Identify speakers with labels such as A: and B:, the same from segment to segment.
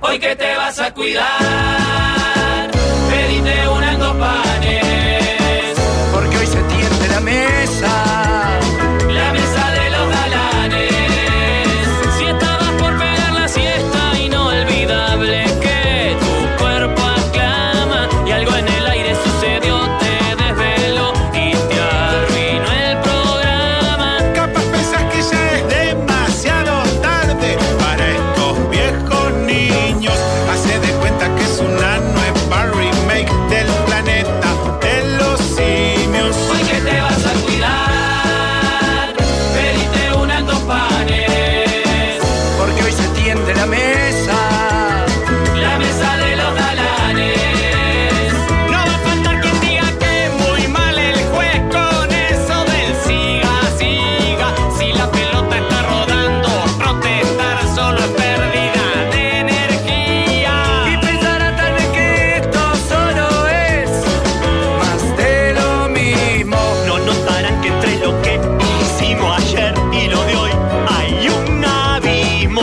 A: hoy que te vas a cuidar, pedite una en dos panes,
B: porque hoy se tiende la mesa.
A: la mesa de los galanes. Si estabas por pegar la siesta, inolvidable que tu cuerpo aclama y algo en el aire sucedió, te desveló y te arruinó el programa.
C: Capaz pensás que ya es demasiado tarde para estos viejos niños. Hace de cuenta que es una nueva remake del planeta de los simios.
A: Hoy que te vas a cuidar, pedite una en dos panes,
B: Porque hoy se tiende la mesa.
A: la mesa de los galanes. No va a faltar quien diga que muy mal el juez con eso del siga, siga. Si la pelota está rodando, protestar solo es pérdida de
B: Y
A: energía.
B: pensará tal vez que esto solo es más de lo mismo.
D: No notarán que entre lo que hicimos ayer y lo de hoy hay un abismo.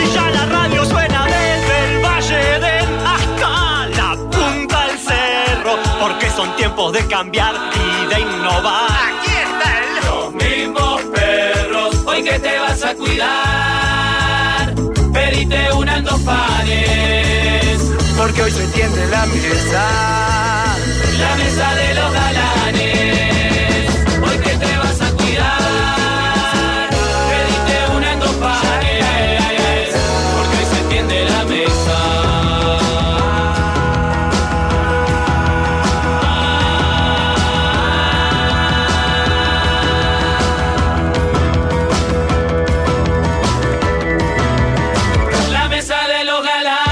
D: Y ya la radio suena desde el Valle del hasta la punta del cerro, porque son tiempos de cambiar y de innovar.
A: Los mismos perros, hoy que te vas a cuidar, pedite una en dos panes.
B: Porque hoy se tiende la mesa.
A: La mesa de los galanes, hoy que te vas a cuidar, pediste una en dos pares, porque hoy se tiende la mesa. La mesa de los galanes.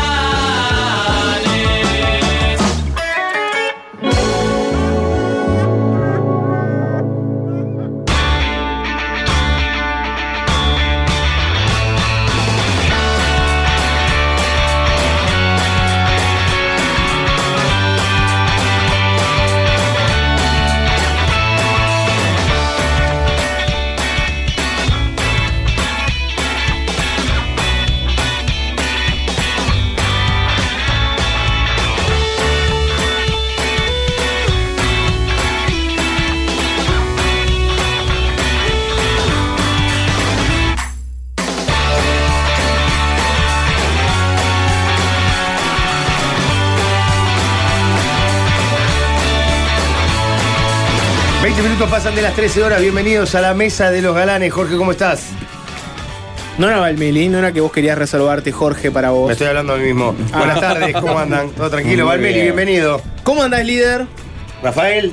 E: Veinte minutos pasan de las 13 horas. Bienvenidos a la mesa de los galanes. Jorge, ¿cómo estás?
F: No era Valmeli, no era que vos querías reservarte, Jorge, para
E: Me
F: vos.
E: estoy hablando a mí mismo. Buenas tardes, ¿cómo andan? ¿Todo tranquilo?
F: Muy
E: Valmeli,
F: bien.
E: bienvenido.
F: ¿Cómo andás, líder?
E: Rafael,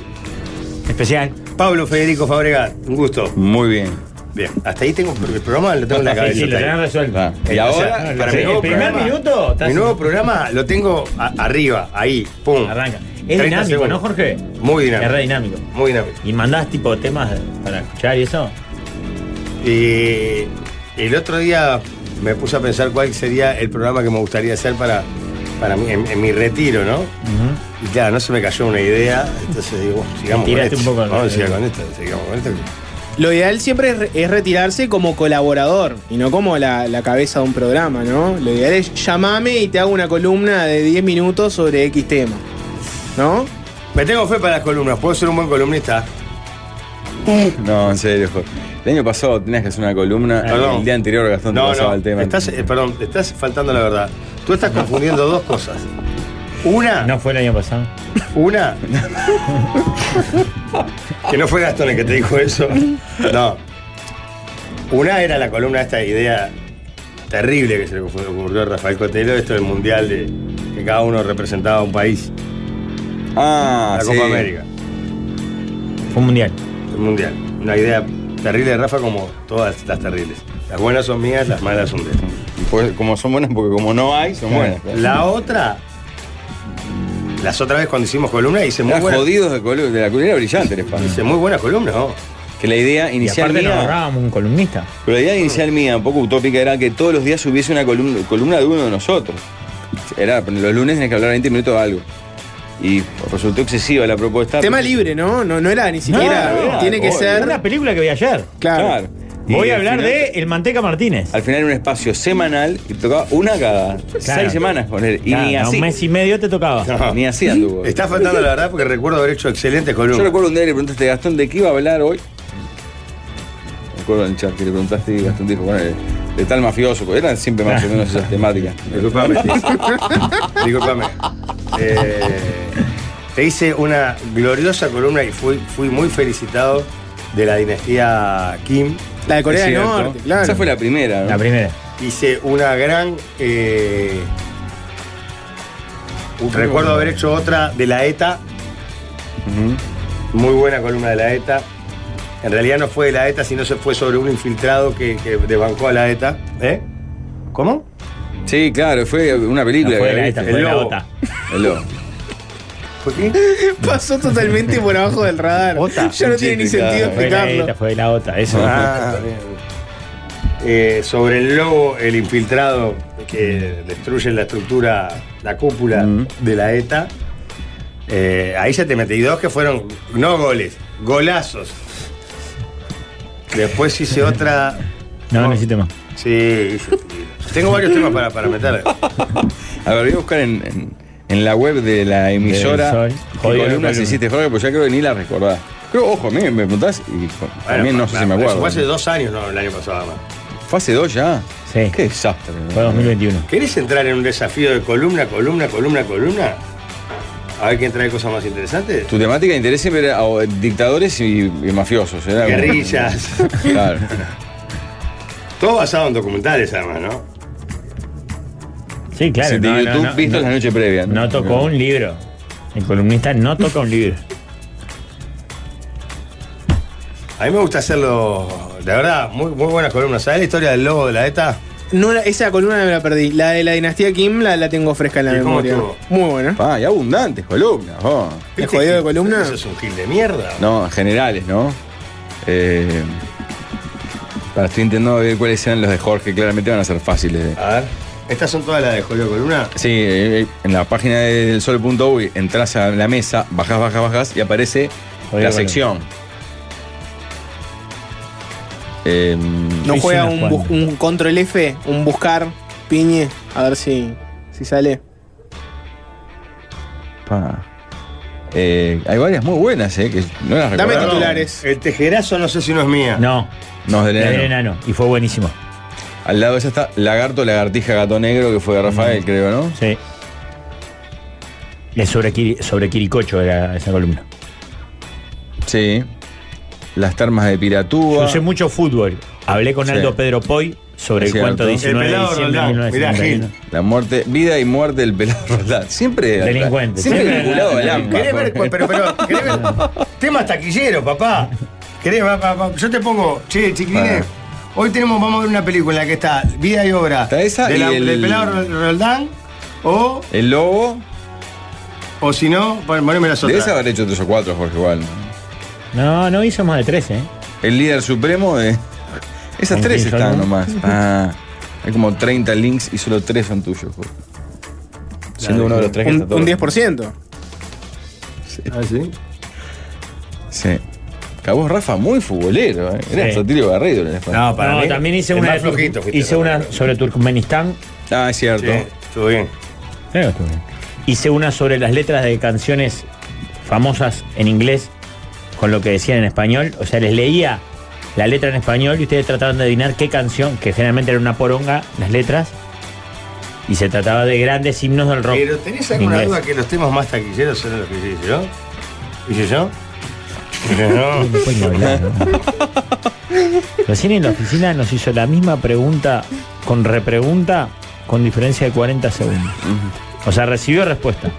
D: Especial.
E: Pablo Federico Fabregat, un gusto.
G: Muy bien.
E: Bien, hasta ahí tengo el programa, lo tengo en la
H: Sí,
E: cabeza.
H: sí, lo tenés resuelto.
G: Va. Y
E: Eh, o sea,
G: ahora,
E: para
H: sí,
E: mi nuevo
H: el primer
E: programa-
H: minuto, estás-
E: Mi nuevo programa lo tengo a- arriba, ahí, pum.
H: Arranca. Es
E: 30
H: dinámico,
E: segundos.
H: ¿no, Jorge?
E: Muy dinámico.
H: Es re dinámico.
E: Muy dinámico.
H: ¿Y mandás tipo temas para escuchar y eso?
E: Y el otro día me puse a pensar cuál sería el programa que me gustaría hacer para, para mí, en, en mi retiro, ¿no? Y claro, no se me cayó una idea, entonces digo, bueno, sigamos con
H: Tiraste
E: esto.
H: un poco al-
E: Vamos a seguir con esto, sigamos con esto.
F: Lo ideal siempre es, re- es retirarse como colaborador y no como la, la cabeza de un programa, ¿no? Lo ideal es llamame y te hago una columna de 10 minutos sobre X tema. ¿No?
E: Me tengo fe para las columnas, puedo ser un buen columnista.
G: No, en serio, Jorge. El año pasado tenías que hacer una columna.
E: Perdón.
G: El día anterior Gastón te
E: No,
G: pasaba
E: no,
G: el tema.
E: estás, eh, perdón, te estás faltando la verdad. Tú estás confundiendo dos cosas. Una,
H: No Ah, fue el año pasado.
E: una. que no fue Gastón el que te dijo eso. No. Una era la columna de esta idea terrible que se le ocurrió a Rafael Cotelo, esto del mundial de que cada uno representaba un país.
G: Ah,
E: la
G: sí.
E: Copa América,
H: Fue un mundial.
E: el mundial. Una idea terrible de Rafa como todas las terribles. Las buenas son mías, las malas son de él.
G: Pues, como son buenas, porque como no hay, son buenas.
E: La otra. Las otra vez cuando hicimos columna hice muy
G: Eran
E: buena.
G: jodidos de, colu- de la culera brillante, les pasa.
E: Hice muy buena columna, ¿no?
G: Que la idea
H: Y
G: inicial
H: aparte nos
G: mía.
H: ahorrábamos un columnista.
G: Pero la idea
I: Ah.
G: inicial mía, un poco utópica, era que todos los días hubiese una columna, columna de uno de nosotros. Era, los lunes tenés que hablar 20 minutos de algo. y resultó excesiva la propuesta.
F: Tema libre, ¿no? No, no era ni
H: Ah,
F: siquiera.
G: No, no,
F: tiene que
G: obvio.
F: ser.
H: Una película que vi ayer.
F: Claro.
H: Voy
G: Y
H: a
G: al
H: hablar
G: final-
H: de El Manteca Martínez.
G: Al final era un espacio semanal y tocaba una cada seis semanas poner. Y
H: Claro,
G: ni
H: a
G: así.
H: Un mes y medio te tocaba.
G: Ni así anduvo.
E: Está faltando la verdad porque recuerdo haber hecho excelentes
G: Yo
E: columnas.
G: recuerdo un día que le preguntaste a Gastón de qué iba a hablar hoy. Recuerdo en el chat que le preguntaste y Gastón dijo, bueno, de, de tal mafioso, porque eran siempre más o menos esas temáticas.
E: Disculpame. Disculpame. Eh, te hice una gloriosa columna y fui, fui muy felicitado de la dinastía Kim.
F: La de Corea
G: Es
F: del
G: cierto.
F: Norte, claro.
G: Esa fue la primera, ¿no?
H: La primera.
E: Hice una gran. eh, recuerdo haber hecho otra de la ETA. Muy buena columna de la ETA. En realidad no fue de la ETA, sino se fue sobre un infiltrado que, que desbancó a la ETA. ¿Eh? ¿Cómo?
G: Sí, claro, fue una
H: No
G: película.
H: fue
G: que
H: la
G: viste.
H: esta, fue
E: el
H: la
E: lobo.
H: otra.
G: El lobo.
E: ¿Fue qué?
F: Pasó totalmente por abajo del radar.
H: Ota.
F: Ya no tiene ni
G: Chiste,
F: sentido
G: claro.
H: Fue la esta,
F: explicarlo.
H: fue la otra. Eso.
E: Ah, bien, bien. Eh, sobre el lobo, el infiltrado que destruye la estructura, la cúpula
G: Mm.
E: de la ETA. Eh, ahí ya te metí dos que fueron, no goles, golazos. Después hice otra.
H: No, no hiciste más.
E: Sí, hice- tengo varios temas para, para meter.
G: A ver, voy a buscar en, en- en la web de la emisora
H: Del Sol.
G: qué
H: Jodido,
G: columnas
H: columna.
G: hiciste, Jorge, pues ya creo que ni la recordás. Creo, ojo, a mí me preguntás y jo, también no sé si me
E: Eso
G: acuerdo.
E: fue hace dos años, no, el año pasado. además.
G: Fue hace dos ya.
H: Sí.
G: Qué desastre. ¿no?
H: Fue 2021.
E: ¿Querés entrar en un desafío de columna, columna, columna, columna? A ver quién trae cosas más interesantes.
G: Tu temática de interés siempre era o, dictadores y, y mafiosos. Era como-
E: Guerrillas.
G: Claro.
E: Todo basado en documentales, además, ¿no?
H: Sí, claro.
G: Sí, de
H: no, no,
G: YouTube
H: no,
G: visto
H: no,
G: la noche previa.
H: no tocó un libro. El columnista no toca un libro.
E: A mí me gusta hacerlo, la verdad, muy, muy buenas columnas. ¿Sabes la historia del lobo de la ETA?
F: No, la- esa columna me la perdí. La de la dinastía Kim la, la tengo fresca en la
E: ¿Y cómo
F: memoria.
E: estuvo?
F: Muy buena.
G: Ah, y abundantes columnas. oh.
F: ¿Es jodido de columna?
E: Eso es un gil de mierda.
G: No, generales, ¿no? Eh, para, estoy intentando ver cuáles eran los de Jorge. Claramente van a ser fáciles. de-
E: A ver, estas son todas las de jodido de columna.
G: Sí, eh, en la página del sol.uy entras a la mesa, bajas, bajas, bajas y aparece
H: Jodido
G: la
H: con
G: sección. Em,
F: No
H: hice
F: juega
H: unas
F: un, bus-
H: cuantas.
F: un control F, un buscar, piñe, a ver si, si sale.
G: pa. Eh, hay varias muy buenas, ¿eh? Que no las
F: Dame
G: recordaba.
F: titulares.
E: El tejerazo no sé si no es mía.
H: No,
G: No, del
H: era
G: enano.
H: el enano. Y fue buenísimo.
G: Al lado de esa está Lagarto, Lagartija, Gato Negro, que fue de Rafael, creo, ¿no?
H: Sí. Es sobre, Kiri- sobre Quiricocho era esa columna.
G: Sí. Las termas de
H: Yo
G: Piratúa.
H: usé mucho fútbol. Hablé con
G: Sí.
H: Aldo Pedro Poy sobre
G: Es
H: el
G: cierto.
H: cuento
G: El
H: 19 de
E: pelado
H: diciembre de
E: Roldán. Mirá,
H: 1971.
G: La muerte, vida y muerte del pelado Roldán. Siempre.
H: Delincuente.
G: Siempre
H: Siempre
G: vinculado al
H: era-
G: AMPA.
E: ¿Querés ver? cu- Pero, pero, ¿querés ver? Temas taquilleros, papá. ¿Querés? Va, va, va. Yo te pongo, che, chiquilines.
G: Bueno.
E: Hoy tenemos, vamos a ver una película en la que está Vida y Obra.
G: Ah. Está esa
E: de
G: y
E: la-
G: el-
E: Del pelado Ro- Roldán. O,
G: El lobo.
E: o si no, pon- poneme las
G: Debes
E: otras.
G: haber hecho tres o cuatro, Jorge, igual.
H: No, no hizo más de 13. ¿eh?
G: El líder supremo de. Esas
H: En
G: tres
H: fin, yo
G: están
H: no.
G: nomás. Ah, hay como 30 links y solo tres son tuyos, Jorge. Siendo uno de los tres que
F: Un,
G: está todo.
F: un 10%.
E: Ah, sí.
G: Sí. Acabó Rafa muy futbolero, ¿eh? Era
H: Sí.
G: Sotilio Garrido en el espacio.
E: No, para
H: no,
E: mí,
H: también hice
E: el
H: una,
E: más
H: de Tur-
E: flojito fuiste,
H: hice
E: ¿no?
H: una
E: Sí,
H: sobre Turkmenistán.
G: Ah, es cierto.
E: estuvo bien.
H: Claro que estuvo bien. Hice una sobre las letras de canciones famosas en inglés con lo que decían en español. O sea, les leía la letra en español y ustedes trataban de adivinar qué canción, que generalmente era una poronga, las letras. Y se trataba de grandes himnos del rock.
E: Pero tenés alguna
H: inglés.
E: duda que los temas más taquilleros son los que hice yo. ¿Hice yo? Hice yo.
H: No pueden hablar, ¿no? Recién en la oficina nos hizo la misma pregunta con repregunta con diferencia de 40 segundos. O sea, recibió respuesta.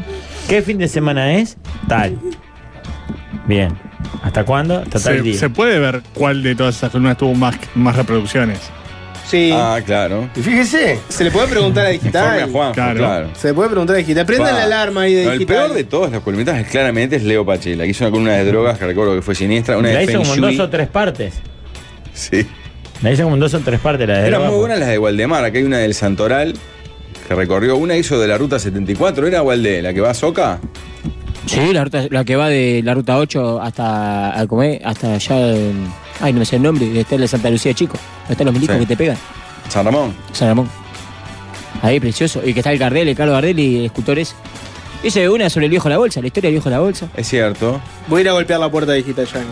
H: ¿Qué fin de semana es? Tal. Bien. ¿Hasta cuándo? Hasta tal
I: Se,
H: día.
I: se puede ver cuál de todas esas columnas tuvo más, más reproducciones.
F: Sí.
G: Ah, claro.
E: Y fíjese,
F: Se le puede preguntar a
G: Informe a
F: digital.
G: Juan, claro.
I: Claro.
F: Se le puede preguntar a digital. Prendan
G: Pa.
F: la alarma ahí de
G: No,
F: digital.
G: el peor de todos los columnistas es, claramente es Leo Pachela, que hizo una columna de drogas que recuerdo que fue siniestra, una
H: la
G: de
H: hizo
G: Feng
H: como en dos
G: Shui.
H: o tres partes.
G: Sí.
H: La hizo como en dos o tres partes. La de
G: Eran
H: droga,
G: muy buenas las de Waldemar, acá hay una del Santoral que recorrió, una hizo de la ruta 74, era Walde, la que va a Soca.
J: Sí, la, ruta, la que va de la ruta 8 hasta a comer, hasta allá. en- ay, no me sé el nombre. Está el de Santa Lucía Chico. Donde están los milicos
G: Sí.
J: que te pegan.
G: San Ramón.
J: San Ramón. Ahí, precioso. Y que está el Gardel, el Carlos Gardel y el escultor ese. Hice una sobre el viejo de la bolsa, la historia del viejo de la bolsa.
G: Es cierto.
F: Voy a ir a golpear la puerta de Gitayán.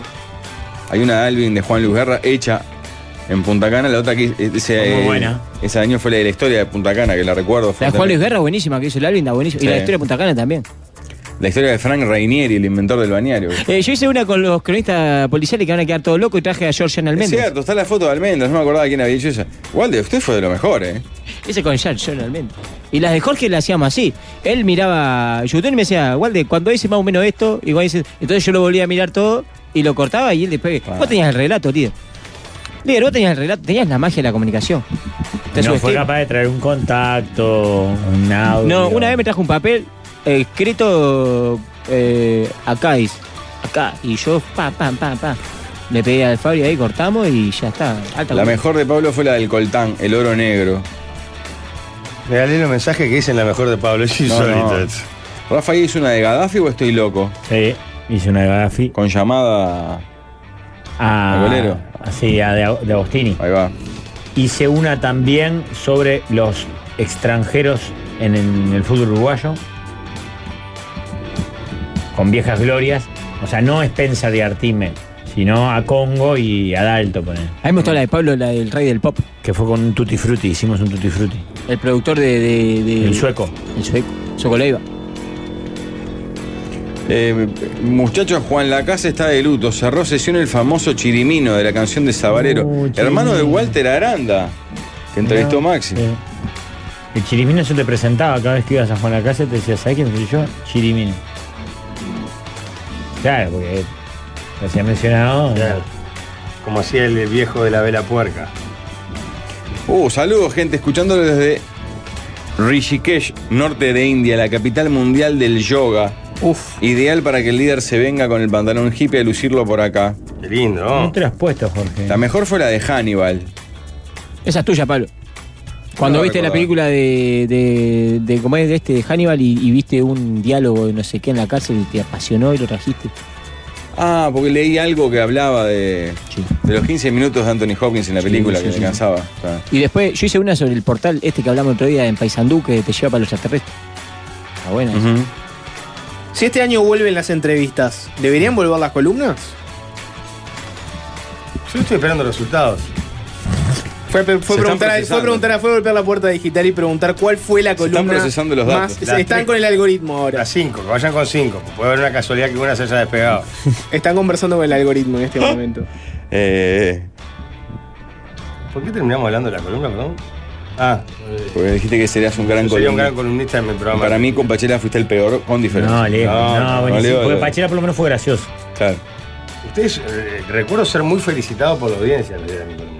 G: Hay una Alvin de Juan Luis Guerra hecha en Punta Cana, la otra que ese, eh,
H: Muy buena.
G: ese año fue la de la historia de Punta Cana, que la recuerdo.
J: La de
G: fuertemente.
J: Juan Luis Guerra, buenísima, que hizo el Alvin, está buenísima. Y
G: Sí.
J: la historia de Punta Cana también.
G: La historia de Frank Rainieri, el inventor del bañario.
J: Eh, yo hice una con los cronistas policiales que van a quedar todos locos y traje a Georgian
G: Es
J: Almendra.
G: cierto, está la foto de Almendras, no me acordaba quién había hecho esa. Walde, usted fue de lo mejor, ¿eh?
J: Ese con Georgian Almendra. Y las de Jorge las hacíamos así. Él miraba YouTube y me decía, Walde, cuando dice más o menos esto, y cuando dice. Entonces yo lo volvía a mirar todo y lo cortaba y él después.
G: Ah.
J: Vos tenías el relato, líder. Líder, vos tenías el relato, tenías la magia de la comunicación. Te
H: No fue
J: subestimo.
H: capaz de traer un contacto, un audio.
J: No, una vez me trajo un papel eh, escrito eh, acá, dice. Acá. Y yo, pa, pa, pa, pa. Le pedí al Fabio ahí, cortamos y ya está. Alta
G: La
J: vuelta.
G: mejor de Pablo fue la del coltán, el oro negro.
E: Regalé los mensajes que dicen la mejor de Pablo. Yo
G: No,
E: solito.
G: no. Rafa hizo una de Gaddafi o estoy loco?
H: Sí, hice una de Gaddafi.
G: Con llamada.
H: A,
G: ¿Al golero?
H: a- Sí, a de, de Agostini.
G: Ahí va.
H: Hice una también sobre los extranjeros en, en el fútbol uruguayo. Con viejas glorias. O sea, no Spencer de Artime, sino a Congo y a Dalto, poner.
J: A mí me gustó la de Pablo, la del rey del pop.
H: Que fue con un tutti frutti, hicimos un tutti frutti.
J: El productor de. de- de-
H: El sueco.
J: El sueco. Sueco Leiva.
G: Eh, muchachos, Juan Lacasa está de luto. Cerró sesión el famoso Chirimino de la canción de Sabalero.
H: Uh,
G: hermano de
H: Chirimino.
G: Walter Aranda, que entrevistó a Maxi.
H: Sí. El chirimino se te presentaba cada vez que ibas a Juan la Casa te decía, ¿sabes quién soy yo? Chirimino. Claro, porque lo hacía mencionado.
E: Como hacía el viejo de la vela puerca.
G: Uh, saludos, gente, escuchándolo desde Rishikesh, norte de India, la capital mundial del yoga.
J: Uf.
G: Ideal para que el líder se venga con el pantalón hippie a lucirlo por acá.
E: Qué lindo,
H: No
E: ¿no?
H: te lo has puesto, Jorge.
G: La mejor fue la de Hannibal.
J: Esa es tuya, Pablo. Cuando
G: No
J: viste la
G: recordaba.
J: película de, de, de cómo es de este de Hannibal y, y viste un diálogo de no sé qué en la cárcel y te apasionó y lo trajiste.
G: Ah, porque leí algo que hablaba de,
J: Sí.
G: de los 15 minutos de Anthony Hopkins en la
J: Sí,
G: película
J: sí,
G: que
J: sí.
G: me cansaba. Está.
J: Y después yo hice una sobre el portal este que hablamos otro día en Paysandú que te lleva para los extraterrestres. Está buena. esa.
G: Ujú.
F: Si este año vuelven las entrevistas, ¿deberían volver las columnas?
E: Yo estoy esperando resultados.
F: Fue, fue
G: están
F: preguntar, a- fue
G: procesando.
F: preguntar, a- fue golpear la puerta digital y preguntar cuál fue la
G: están
F: columna.
G: procesando los datos.
F: más-
E: La
F: están
E: tri-
F: con el algoritmo ahora.
E: Las 5, que vayan con 5. Puede haber una casualidad que una se haya despegado.
F: Están conversando con el algoritmo en este momento.
G: Eh,
E: ¿Por qué terminamos hablando de la columna, perdón? Ah,
G: porque dijiste que serías un gran
E: yo sería un gran
G: columnista.
E: columnista en mi programa.
G: Para mí, con Pachela fuiste el peor, con diferencia.
H: No, Leo.
E: No,
H: No,
E: no,
H: buenísimo.
G: Leo,
H: porque
G: Leo.
H: Pachela por lo menos fue gracioso.
G: Claro.
E: Ustedes, eh, recuerdo ser muy felicitado por la audiencia los días de mi columna.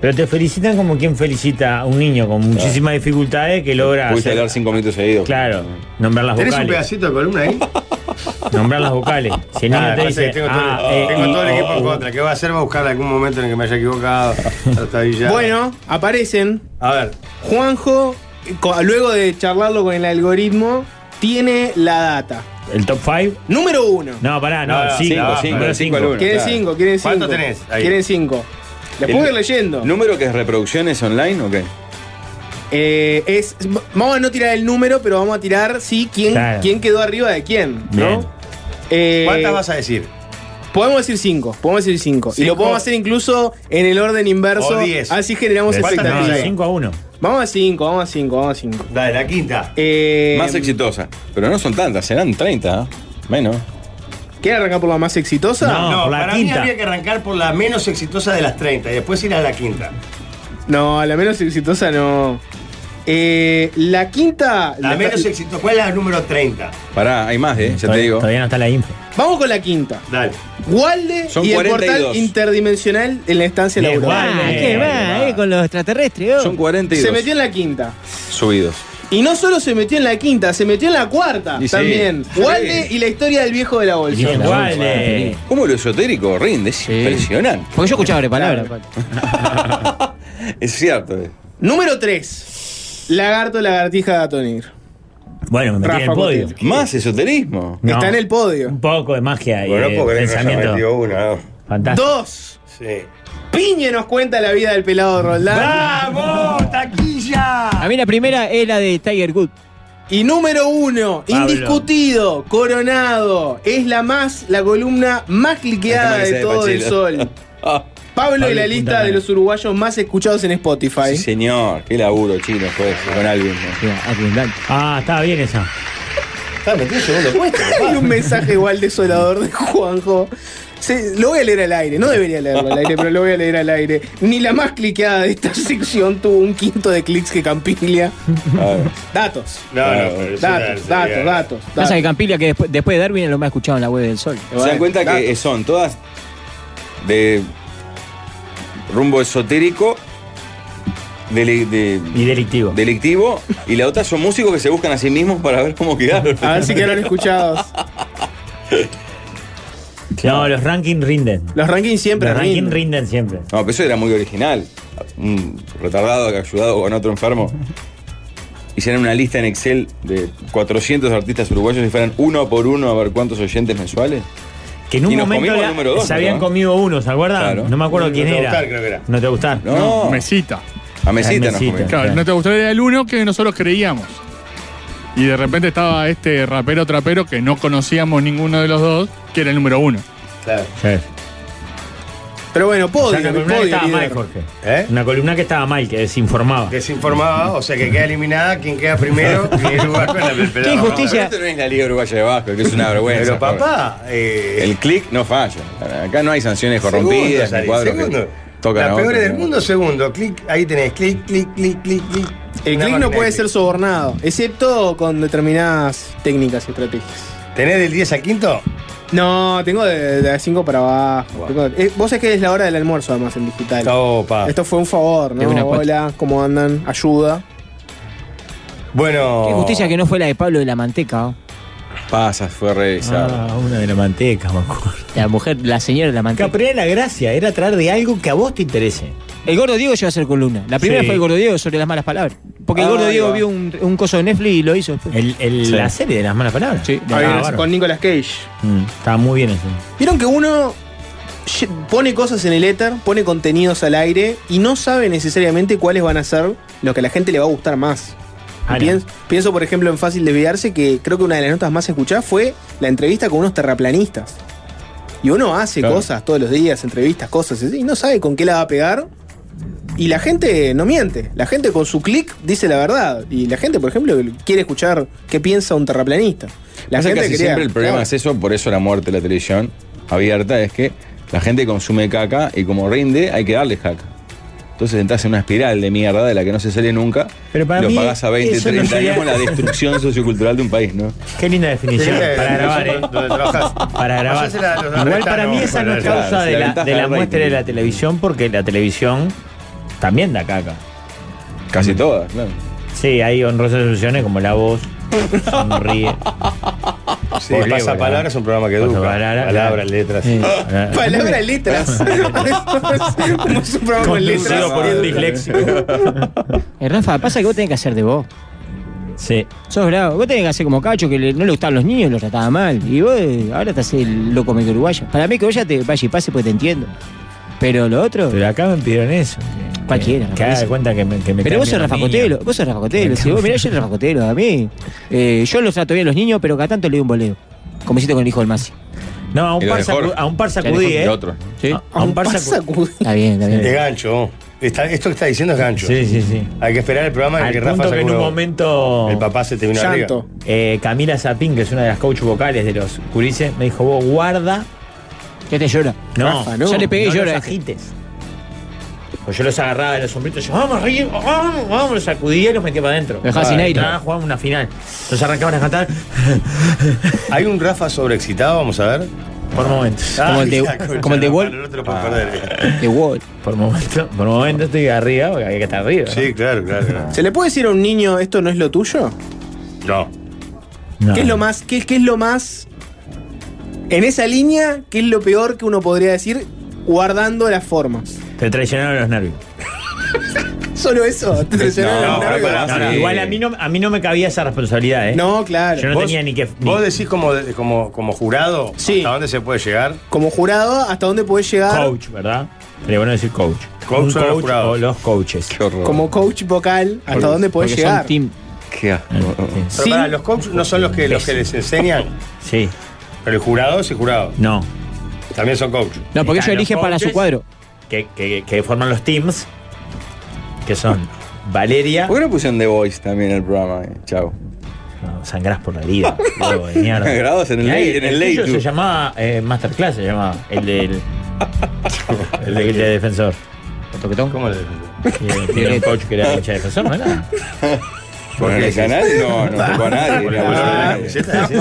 H: Pero te felicitan como quien felicita a un niño con muchísimas dificultades que logra.
G: Pudiste
H: hacer-
G: hablar cinco minutos seguidos.
H: Claro, nombrar las
E: ¿Tenés un
H: vocales.
E: pedacito de columna ahí?
H: Nombrar las vocales. Si el niño
E: Ah,
H: te
E: pasa
H: dice.
E: que tengo todo,
H: ah,
E: el-
H: eh,
E: tengo
H: y-
E: todo el
H: o-
E: equipo en
H: o-
E: contra. ¿Qué va a hacer? Va a buscar algún momento en el que me haya equivocado. Hasta ahí ya.
F: Bueno, aparecen.
E: A ver,
F: Juanjo, co- luego de charlarlo con el algoritmo, tiene la data.
H: El top 5.
F: Número uno.
H: No, pará, no,
E: No, no,
H: cinco,
E: cinco,
H: cinco,
G: cinco,
H: cinco.
G: cinco al uno.
F: Quieren
G: claro.
F: cinco, quieren cinco.
E: ¿Cuánto tenés ahí?
F: Quieren cinco. Les puedo ir leyendo.
G: ¿Número que es reproducciones online o qué?
F: Eh, es, v- vamos a no tirar el número, pero vamos a tirar, sí, quién,
H: Claro.
F: quién quedó arriba de quién,
H: Bien.
F: ¿no? Eh,
E: ¿cuántas vas a decir?
F: Podemos decir cinco, podemos decir cinco. Y
E: Cinco.
F: lo podemos hacer incluso en el orden inverso.
E: O diez.
F: Así generamos
E: ¿Cuántas
H: No,
F: expectativas.
E: tenés?
H: cinco a uno.
F: Vamos a cinco, vamos a cinco, vamos a cinco.
E: Dale, la quinta.
F: Eh,
G: Más exitosa. Pero no son tantas, serán 30, ¿eh? menos.
F: ¿Quieren arrancar por la más exitosa?
H: No. por la
E: Ah, para mí
H: quinta.
E: habría que arrancar por la menos exitosa de las 30 y después ir a la quinta.
F: No, la menos exitosa no. Eh, la quinta.
E: La
F: la-
E: menos exitosa. ¿Cuál es la número 30?
G: Pará, hay más, ¿eh? Ya te
H: Todavía-
G: digo.
H: Todavía no está la info.
F: Vamos con la quinta.
E: Dale.
F: Walde
G: Son
F: y el
G: 42.
F: portal interdimensional en la estancia
H: Bien,
F: laboral.
H: Walde.
J: Ah, qué va, eh, con los extraterrestres. oh.
G: Son 42
F: Se metió en la quinta.
G: subidos.
F: Y no solo se metió en la quinta, se metió en la cuarta
G: Y sí.
F: también.
G: Sí.
F: Walde y la historia del viejo de la bolsa.
H: Bien,
J: la
H: Walde.
J: última, eh.
G: ¿Cómo lo esotérico rinde? Es
J: Sí.
G: impresionante.
J: Porque yo escuchaba de palabras. Pablo.
G: Es cierto.
F: Número 3. Lagarto, lagartija, gato negro.
H: Bueno, me metí en
F: Rafa
H: el podio.
F: Cotelo.
G: Más esoterismo.
H: No,
F: Está en el podio.
H: Un poco de magia y
E: Bueno,
H: de
E: no puedo creer que no haya
H: Eh, pensamiento.
E: metido una. ¿no?
H: Fantástico.
F: Dos.
E: Sí.
F: Piñe nos cuenta la vida del pelado Roldán.
H: ¡Vamos, taquilla!
J: A mí la primera es la de Tiger Good.
F: Y número uno,
H: Pablo.
F: indiscutido, coronado, es la más, la columna más cliqueada
G: El tema que
F: de
G: sea
F: todo el
G: Pachelo.
F: sol.
G: Ah,
F: Pablo y la
H: Pablo
F: lista
H: Punta
F: de
H: Cana.
F: los uruguayos más escuchados en Spotify.
G: sí, señor. Qué laburo chino fue ese, con alguien. ¿no?
J: Mira, abundante.
H: Ah, estaba bien esa.
E: Está metido en segundo puesto.
F: Hay
E: papá.
F: un mensaje igual desolador de Juanjo. Se- lo voy a leer al aire, no debería leerlo al aire, pero lo voy a leer al aire. Ni la más cliqueada de esta sección tuvo un quinto de clics que Campilia.
G: A ver.
F: Datos,
E: No,
G: eh,
E: no, pero eso
F: datos,
E: era-
F: datos,
E: sería-
F: datos.
J: Pasa que
F: datos.
J: Campilia, que después, después de Darwin es lo más escuchado en la web del sol.
G: Se dan cuenta que son todas de rumbo esotérico, deli- de-
H: Y delictivo.
G: delictivo, y la otra son músicos que se buscan a sí mismos para ver cómo quedaron.
F: A ver si quedaron escuchados.
H: No, los rankings rinden.
F: Los rankings siempre
H: Los rankings
F: rinden.
H: rinden siempre.
G: No, pero eso era muy original. Un retardado que ayudado con otro enfermo. Hicieron una lista en Excel de 400 artistas uruguayos y fueran uno por uno a ver cuántos oyentes mensuales.
H: Que en un
G: Y nos
H: momento
G: comimos
H: la-
G: el número dos,
H: se habían
G: ¿no?
H: comido uno, ¿se acuerdan?
G: Claro.
H: No me acuerdo
E: No
H: quién
E: te va a
H: era.
E: gustar, creo que era.
H: No te va a gustar.
G: No,
I: Mesita.
G: a mesita
H: A
G: nos
H: mesita.
G: comían.
I: Claro,
H: Claro.
I: no te gustó era el uno que nosotros creíamos. Y de repente estaba este rapero trapero que no conocíamos ninguno de los dos, que era el número uno.
E: Claro.
H: Sí.
F: Pero bueno,
H: O sea,
F: podio,
H: en la
F: podio,
H: columna que estaba
F: líder.
H: mal, Jorge.
E: ¿Eh?
H: Una columna que estaba mal, que desinformaba.
E: Desinformaba, o sea que queda eliminada quien queda primero y el lugar con la pelota.
J: Qué
G: Pero
J: injusticia.
G: esto no es la Liga Uruguaya de Vasco, que es una vergüenza.
E: Pero
G: Jorge.
E: papá, eh,
G: El clic no falla. Acá no hay sanciones
E: segundo,
G: corrompidas, ni
E: Sari,
G: cuadros que
E: segundo.
G: tocan a
E: La peor
G: otros,
E: del
G: ¿no?
E: mundo, segundo. Clic, ahí tenés, clic, clic, clic, clic,
F: El
E: clic. Una
F: click
E: máquina
F: no
E: de
F: puede
E: clic.
F: ser sobornado, excepto con determinadas técnicas y estrategias.
E: ¿Tenés del 10 al quinto?
F: No, tengo de, de 5 para abajo.
E: Guau.
F: Tengo- eh, vos sabés que es la hora del almuerzo, además, en digital.
E: No, pa.
F: Esto fue un favor,
J: Es
F: ¿no?
J: una cuota.
F: Hola, ¿cómo andan? Ayuda.
E: Bueno.
J: Qué justicia que no fue la de Pablo de la Manteca. ¿o?
G: Pasas, fue revisado.
H: Ah, una de la manteca, me acuerdo.
J: La mujer, la señora de la
H: Que
J: Manteca.
H: pero era la gracia, era traer de algo que a vos te interese.
J: El gordo Diego llegó a hacer columna. La primera
H: Sí.
J: fue el gordo Diego sobre las malas palabras. Porque el
F: Ah,
J: gordo
F: ahí
J: Diego
F: va.
J: vio un, un coso de Netflix y lo hizo después.
H: El, el-
G: Sí.
H: La serie de las malas palabras.
J: Sí.
H: Ah,
F: Ahí,
H: bárbaro.
F: con Nicolas Cage.
H: Mm, estaba muy bien eso.
F: Vieron que uno ye- pone cosas en el éter, pone contenidos al aire y no sabe necesariamente cuáles van a ser lo que a la gente le va a gustar más.
H: Ah, no.
F: Pienso, pienso, por ejemplo, en Fácil Desviarse, que creo que una de las notas más escuchadas fue la entrevista con unos terraplanistas. Y uno hace
G: Claro.
F: cosas todos los días, entrevistas, cosas, y no sabe con qué la va a pegar. Y la gente no miente. La gente con su clic dice la verdad. Y la gente, por ejemplo, quiere escuchar qué piensa un terraplanista. La
G: Pasa que
F: gente
G: casi
F: quería-
G: siempre el problema
F: claro.
G: es eso, por eso la muerte de la televisión abierta es que la gente consume caca y como rinde hay que darle caca. Entonces entras en una espiral de mierda de la que no se sale nunca.
H: Pero para
G: lo
H: mí
G: pagás a 20,
H: eso no
G: 30
H: sería-
G: años con la destrucción sociocultural de un país, ¿no?
H: Qué linda definición para grabar, ¿eh?
E: Donde trabajás.
H: Para grabar.
E: Pasásela a los
H: Igual para
E: argentanos,
H: mí esa no es
E: para-
H: causa
G: si
H: de
G: la
H: la,
G: ventaja
H: de la
G: del
H: muestra de
G: rating.
H: la televisión, porque la televisión también da caca.
G: Casi
H: Mm.
G: todas, claro.
H: Sí, hay honrosas soluciones como La Voz, Sonríe.
E: Sí,
H: Polémica.
E: pasa palabras, un programa que
H: Pasa
E: educa.
H: palabra-
E: palabras, letras.
F: Palabras letras. Como es un programa con letras.
H: Conducido por un disléxico.
J: Eh, Rafa, pasa que vos tenés que hacer de vos.
H: Sí.
J: Sos bravo. Vos tenés que hacer como cacho, que le- no le gustaban los niños, los trataba mal. Y vos eh, ahora te haces el loco medio uruguayo. Para mí que vos ya te vaya y pase, pues te entiendo. Pero lo otro.
H: Pero acá me pidieron eso. que-
J: Cualquiera,
H: Que, que haga de
J: parece.
H: cuenta que me. Que me
J: Pero vos sos
H: cambian
J: Rafa
H: los
J: Cotelo,
H: niños.
J: vos sos Rafa Cotelo. Si vos mirá, yo soy Rafa Cotelo, a mí. eh, yo los trato bien a los niños, pero cada tanto le doy un boleo. Como hiciste con el hijo del Masi.
H: No, a
G: Y
H: un,
G: lo
H: par
G: de Jorge.
H: sacu- a un par
J: Y
H: sacudí,
J: el
H: ¿eh?
G: Y otros. ¿no?
J: ¿Sí?
H: A, a un par sacudí.
J: Está bien, está bien.
E: De gancho. Está- esto que está diciendo es gancho.
H: Sí, sí, sí.
E: Hay que esperar el programa en el
H: Al
E: que Rafa
H: punto que en un
E: sacó-
H: momento.
E: El papá se te vino
F: Llanto.
E: arriba.
H: eh, Camila Zapín, que es una de las coach vocales de los curises, me dijo: Vos guarda.
J: ¿Qué te llora?
H: No,
F: Rafa, no.
J: Ya le pegué
H: no
J: y llora.
H: los agites. este. Pues yo los agarraba de los sombritos, yo, vamos, Ricky, vamos, vamos, los sacudía y los metía para adentro.
J: Lo dejaba sin aire.
H: Nada, jugábamos una final. Los arrancaban a cantar
E: Hay un Rafa sobreexcitado, vamos a ver.
H: por momentos.
J: Como el de-
E: Ah, ya,
J: como el de
E: no,
J: Wall.
E: No te lo puedes perder.
J: De Wall.
H: Por momentos, por momentos estoy arriba, porque había que estar arriba. ¿no?
E: Sí, claro, claro. claro.
F: ¿Se le puede decir a un niño esto no es lo tuyo?
E: No.
H: No.
F: ¿Qué es lo más, qué, qué es lo más en esa línea, qué es lo peor que uno podría decir guardando las formas?
H: Te traicionaron los nervios.
F: Solo eso. Te traicionaron
E: No,
F: a
E: pará,
F: Largo.
E: pará.
H: No, no,
E: Sí.
H: Igual a mí no, a mí no me cabía esa responsabilidad, ¿eh?
F: No, claro.
H: Yo no
E: ¿Vos-
H: tenía ni que. ni-
E: ¿Vos decís como, de- como, como jurado
F: Sí.
E: hasta dónde se puede llegar?
F: Como jurado, ¿hasta dónde podés llegar?
H: coach, ¿verdad? Sería bueno decir coach.
E: Coach
H: Un
E: son los jurados.
H: o los coaches.
G: Qué horror.
F: Como coach vocal, ¿hasta dónde podés
J: Porque
F: llegar?
J: son team.
G: Qué asco.
E: Pero
F: Sí.
E: pará, los coaches no son los que, los que les enseñan,
H: Sí,
E: pero el jurado es el jurado.
H: no.
E: También son coaches.
J: No, porque ellos
H: Están los
J: eligen para su
H: coaches.
J: cuadro.
H: Que, que- que forman los teams, que son Valeria.
G: ¿Por qué no pusieron The Voice también en el programa? eh? Chao.
H: No, sangrás por la herida. huevo de mierda.
G: Grabados en el
H: Y ahí,
G: ley- en el ley,
H: tuyo
G: tú.
H: se llamaba eh, Masterclass, se llamaba. El del. el de, el de defensor.
E: ¿Cómo le
H: Y el- y el coach que era hincha de defensor, ¿no era?
G: ¿Por el canal? No, no tocó a nadie. no habló
E: Por el color de
G: a
E: la
G: nadie.
E: camiseta, ¿sí?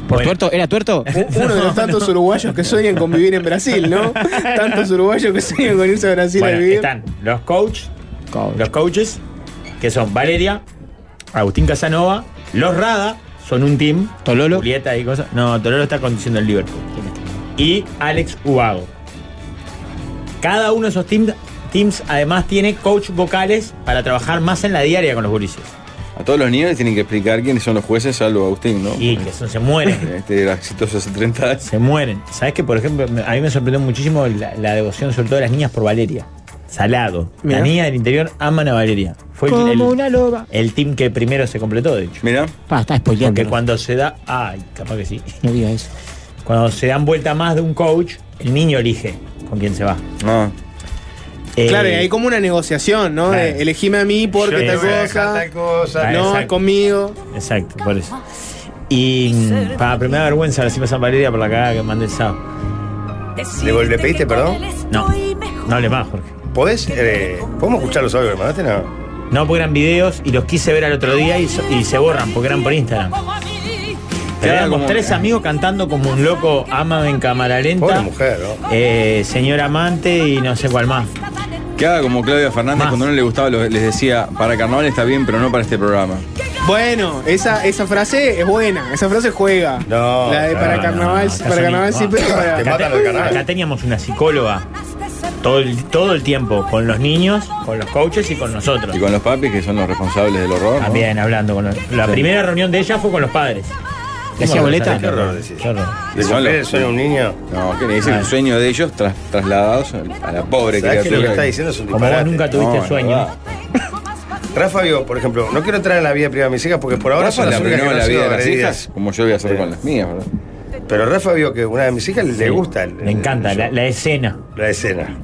J: ¿Por
H: Bueno.
J: tuerto? ¿Era tuerto?
F: Uno de los tantos uruguayos que sueñan con vivir en Brasil, ¿no? tantos uruguayos que sueñan con irse a Brasil a
H: Bueno,
F: vivir.
H: están los coaches,
J: Coach.
H: los coaches, que son Valeria, Agustín Casanova, los Rada, son un team.
J: Tololo.
H: Julieta y cosas. No, Tololo está conduciendo el Liverpool. Y Alex Ubago. Cada uno de esos team- teams además tiene coach vocales para trabajar más en la diaria con los gurises.
G: A todos los niños les tienen que explicar quiénes son los jueces, salvo a Agustín, ¿no?
H: Y que son- se mueren.
G: Este era exitoso hace 30 años.
H: se mueren. ¿Sabes que, por ejemplo, me- a mí me sorprendió muchísimo la, la devoción, sobre todo de las niñas, por Valeria? Salado.
F: Mirá.
H: Las niñas del interior aman a Valeria. Fue el- el,
J: Como una loba.
H: el team que primero se completó, de hecho.
G: Mira,
J: Pa, está
H: Porque
J: spoileando.
H: cuando se da. Ay, capaz que sí.
J: No diga eso.
H: Cuando se dan vuelta más de un coach, el niño elige con quién se va.
G: ah,
H: Eh,
F: Claro, y hay como una negociación, ¿no?
H: Claro.
F: De, elegime a mí porque
H: Yo
F: tal
H: te voy a
F: cosa.
E: Tal cosa.
G: ah,
H: Claro.
F: No,
H: Exacto.
F: es conmigo.
H: Exacto, por eso. Y mm, para primera vergüenza, así pasan Valeria por la cagada que mandé el sábado.
E: ¿Le, le pediste perdón?
H: No, no le más, Jorge.
E: ¿Podés, eh, ¿Podemos escuchar los audios que mandaste? No.
H: No, porque eran videos y los quise ver al otro día y, so- y se borran porque eran por Instagram. Pero
G: Claro,
H: éramos
G: como-
H: tres amigos cantando como un loco, ámame en cámara
E: Pobre
H: lenta,
E: mujer, ¿no?
H: eh, señor amante y no sé cuál más.
G: que haga como Claudia Fernández
H: Más.
G: cuando no le gustaba, lo- les decía, para carnaval está bien, pero no para este programa.
F: Bueno, esa, esa frase es buena, esa frase juega.
E: No,
F: La de
E: no,
F: Eh, para
H: no,
F: carnaval,
H: Ah, no, no,
F: para
H: no,
F: carnaval
H: no. Ah.
F: siempre
E: Te
F: para.
H: Acá,
E: matan el
H: te-
E: canal.
H: acá teníamos una psicóloga todo el, todo el tiempo con los niños, con los coaches y con nosotros.
G: Y con los papis, que son los responsables del horror. ¿no?
H: También hablando con los- La
G: Sí.
H: primera reunión de ella fue con los padres.
J: ¿Le hacía
H: Fuimos
J: boleta?
H: a
E: Qué horror
H: los-
E: decís.
H: Qué horror.
E: ¿De
G: Solo.
E: cumplir el sueño a un niño?
G: No, que le dicen
F: Ah.
G: el sueño de ellos tras- trasladados a la pobre
E: ¿Sabés que lo que
G: criatura.
E: está diciendo es un
H: Como vos
E: disparate?
H: nunca tuviste
G: No,
H: sueño.
G: no.
E: Rafa vio, por ejemplo, no quiero entrar en la vida privada de mis hijas porque por ahora
G: Rafa
E: son
G: le
E: las únicas que
G: arruinó
E: no han
G: la
E: sido
G: vida de las
E: agredidas.
G: hijas, como yo voy a hacer
E: Sí.
G: con las mías, ¿verdad?
E: Pero Rafa vio que una de mis hijas le gusta. el-
H: Me encanta,
E: el-
H: la, la escena.
E: la escena.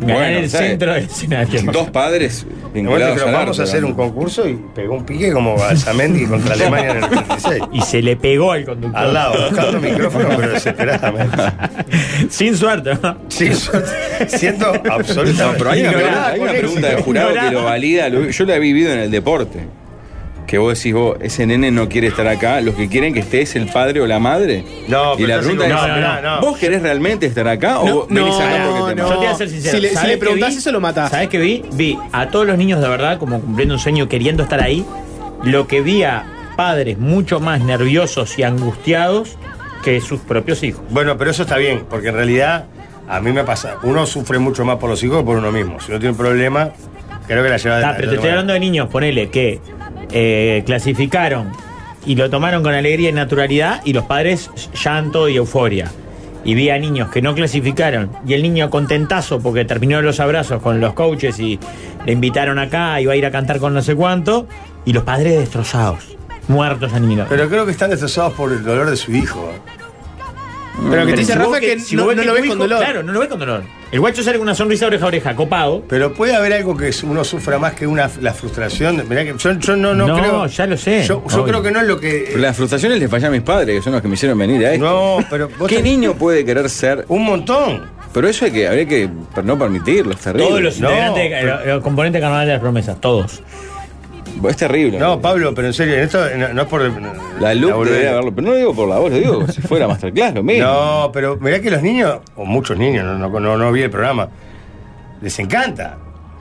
H: Ganar el
G: ¿sabes?
H: centro del escenario.
G: Dos padres
E: Igual te
G: vinculados
E: creo,
G: al arte,
E: vamos a hacer
G: ¿no?
E: un concurso y pegó un pique como Balsamendi contra Alemania en el 86.
H: Y se le pegó al conductor.
E: Al lado, buscando micrófono, pero desesperadamente.
H: Sin suerte, ¿no?
E: Sí, yo- siento absolutamente.
G: No, pero hay una pregunta,
H: Ignorada
G: hay
E: con
G: una pregunta
E: éxito.
G: de jurado
H: Ignorada.
G: que lo valida. lo- yo la he vivido en el deporte. Que vos decís, vos, ese nene no quiere estar acá. Los que quieren que esté es el padre o la madre.
E: No,
G: y
E: pero
G: la
E: estás
G: pregunta es,
H: equivocado. No, no,
G: ¿vos querés realmente estar acá o vos venís acá
F: no,
G: porque te
F: no.
H: Yo
G: mandaron?
H: te voy a ser sincero.
F: Si le- si
H: ¿Sabés
F: le
H: qué
F: preguntás
H: vi?
F: eso, lo matás.
H: ¿Sabés qué vi? Vi a todos los niños de verdad como cumpliendo un sueño, queriendo estar ahí. Lo que vi a padres mucho más nerviosos y angustiados que sus propios hijos.
E: Bueno, pero eso está bien, porque en realidad a mí me pasa. Uno sufre mucho más por los hijos que por uno mismo. Si uno tiene un problema, creo que la lleva de
H: Ah, pero te estoy hablando de niños, ponele, que eh, clasificaron y lo tomaron con alegría y naturalidad y los padres llanto y euforia. Y vi a niños que no clasificaron y el niño contentazo porque terminó los abrazos con los coaches y le invitaron acá, iba a ir a cantar con no sé cuánto, y los padres destrozados, muertos animados.
E: Pero creo que están destrozados por el dolor de su hijo.
F: Pero lo que te dice Rafa es que no, no lo ves con dolor.
H: Claro, no lo ves con dolor. El guacho sale con una sonrisa oreja a oreja, copado.
E: Pero puede haber algo que uno sufra más que una, la frustración. Mirá que yo, yo no, no,
H: No,
E: creo.
H: ya lo sé.
E: Yo, yo
H: Obvio.
E: creo que no es lo que.
G: Pero Las frustraciones les fallé a mis padres, que son los que me hicieron venir a
H: este.
G: esto.
E: no, pero. vos
G: ¿Qué
E: tenés-
G: niño puede querer ser?
E: Un montón.
G: Pero eso hay que, habría que no permitirlo, es terrible.
H: Todos los
E: No,
H: integrantes, de- los- los componentes de Carnaval de las Promesas, todos.
G: Es terrible.
E: No, Pablo, pero en serio, en esto no, no es por.
G: La luz
E: boludez.
G: debería haberlo. Pero no lo digo por la voz, lo digo si fuera Masterclass, lo mismo.
E: No, pero mirá que los niños, o muchos niños, no, no, no, no vi el programa, les encanta.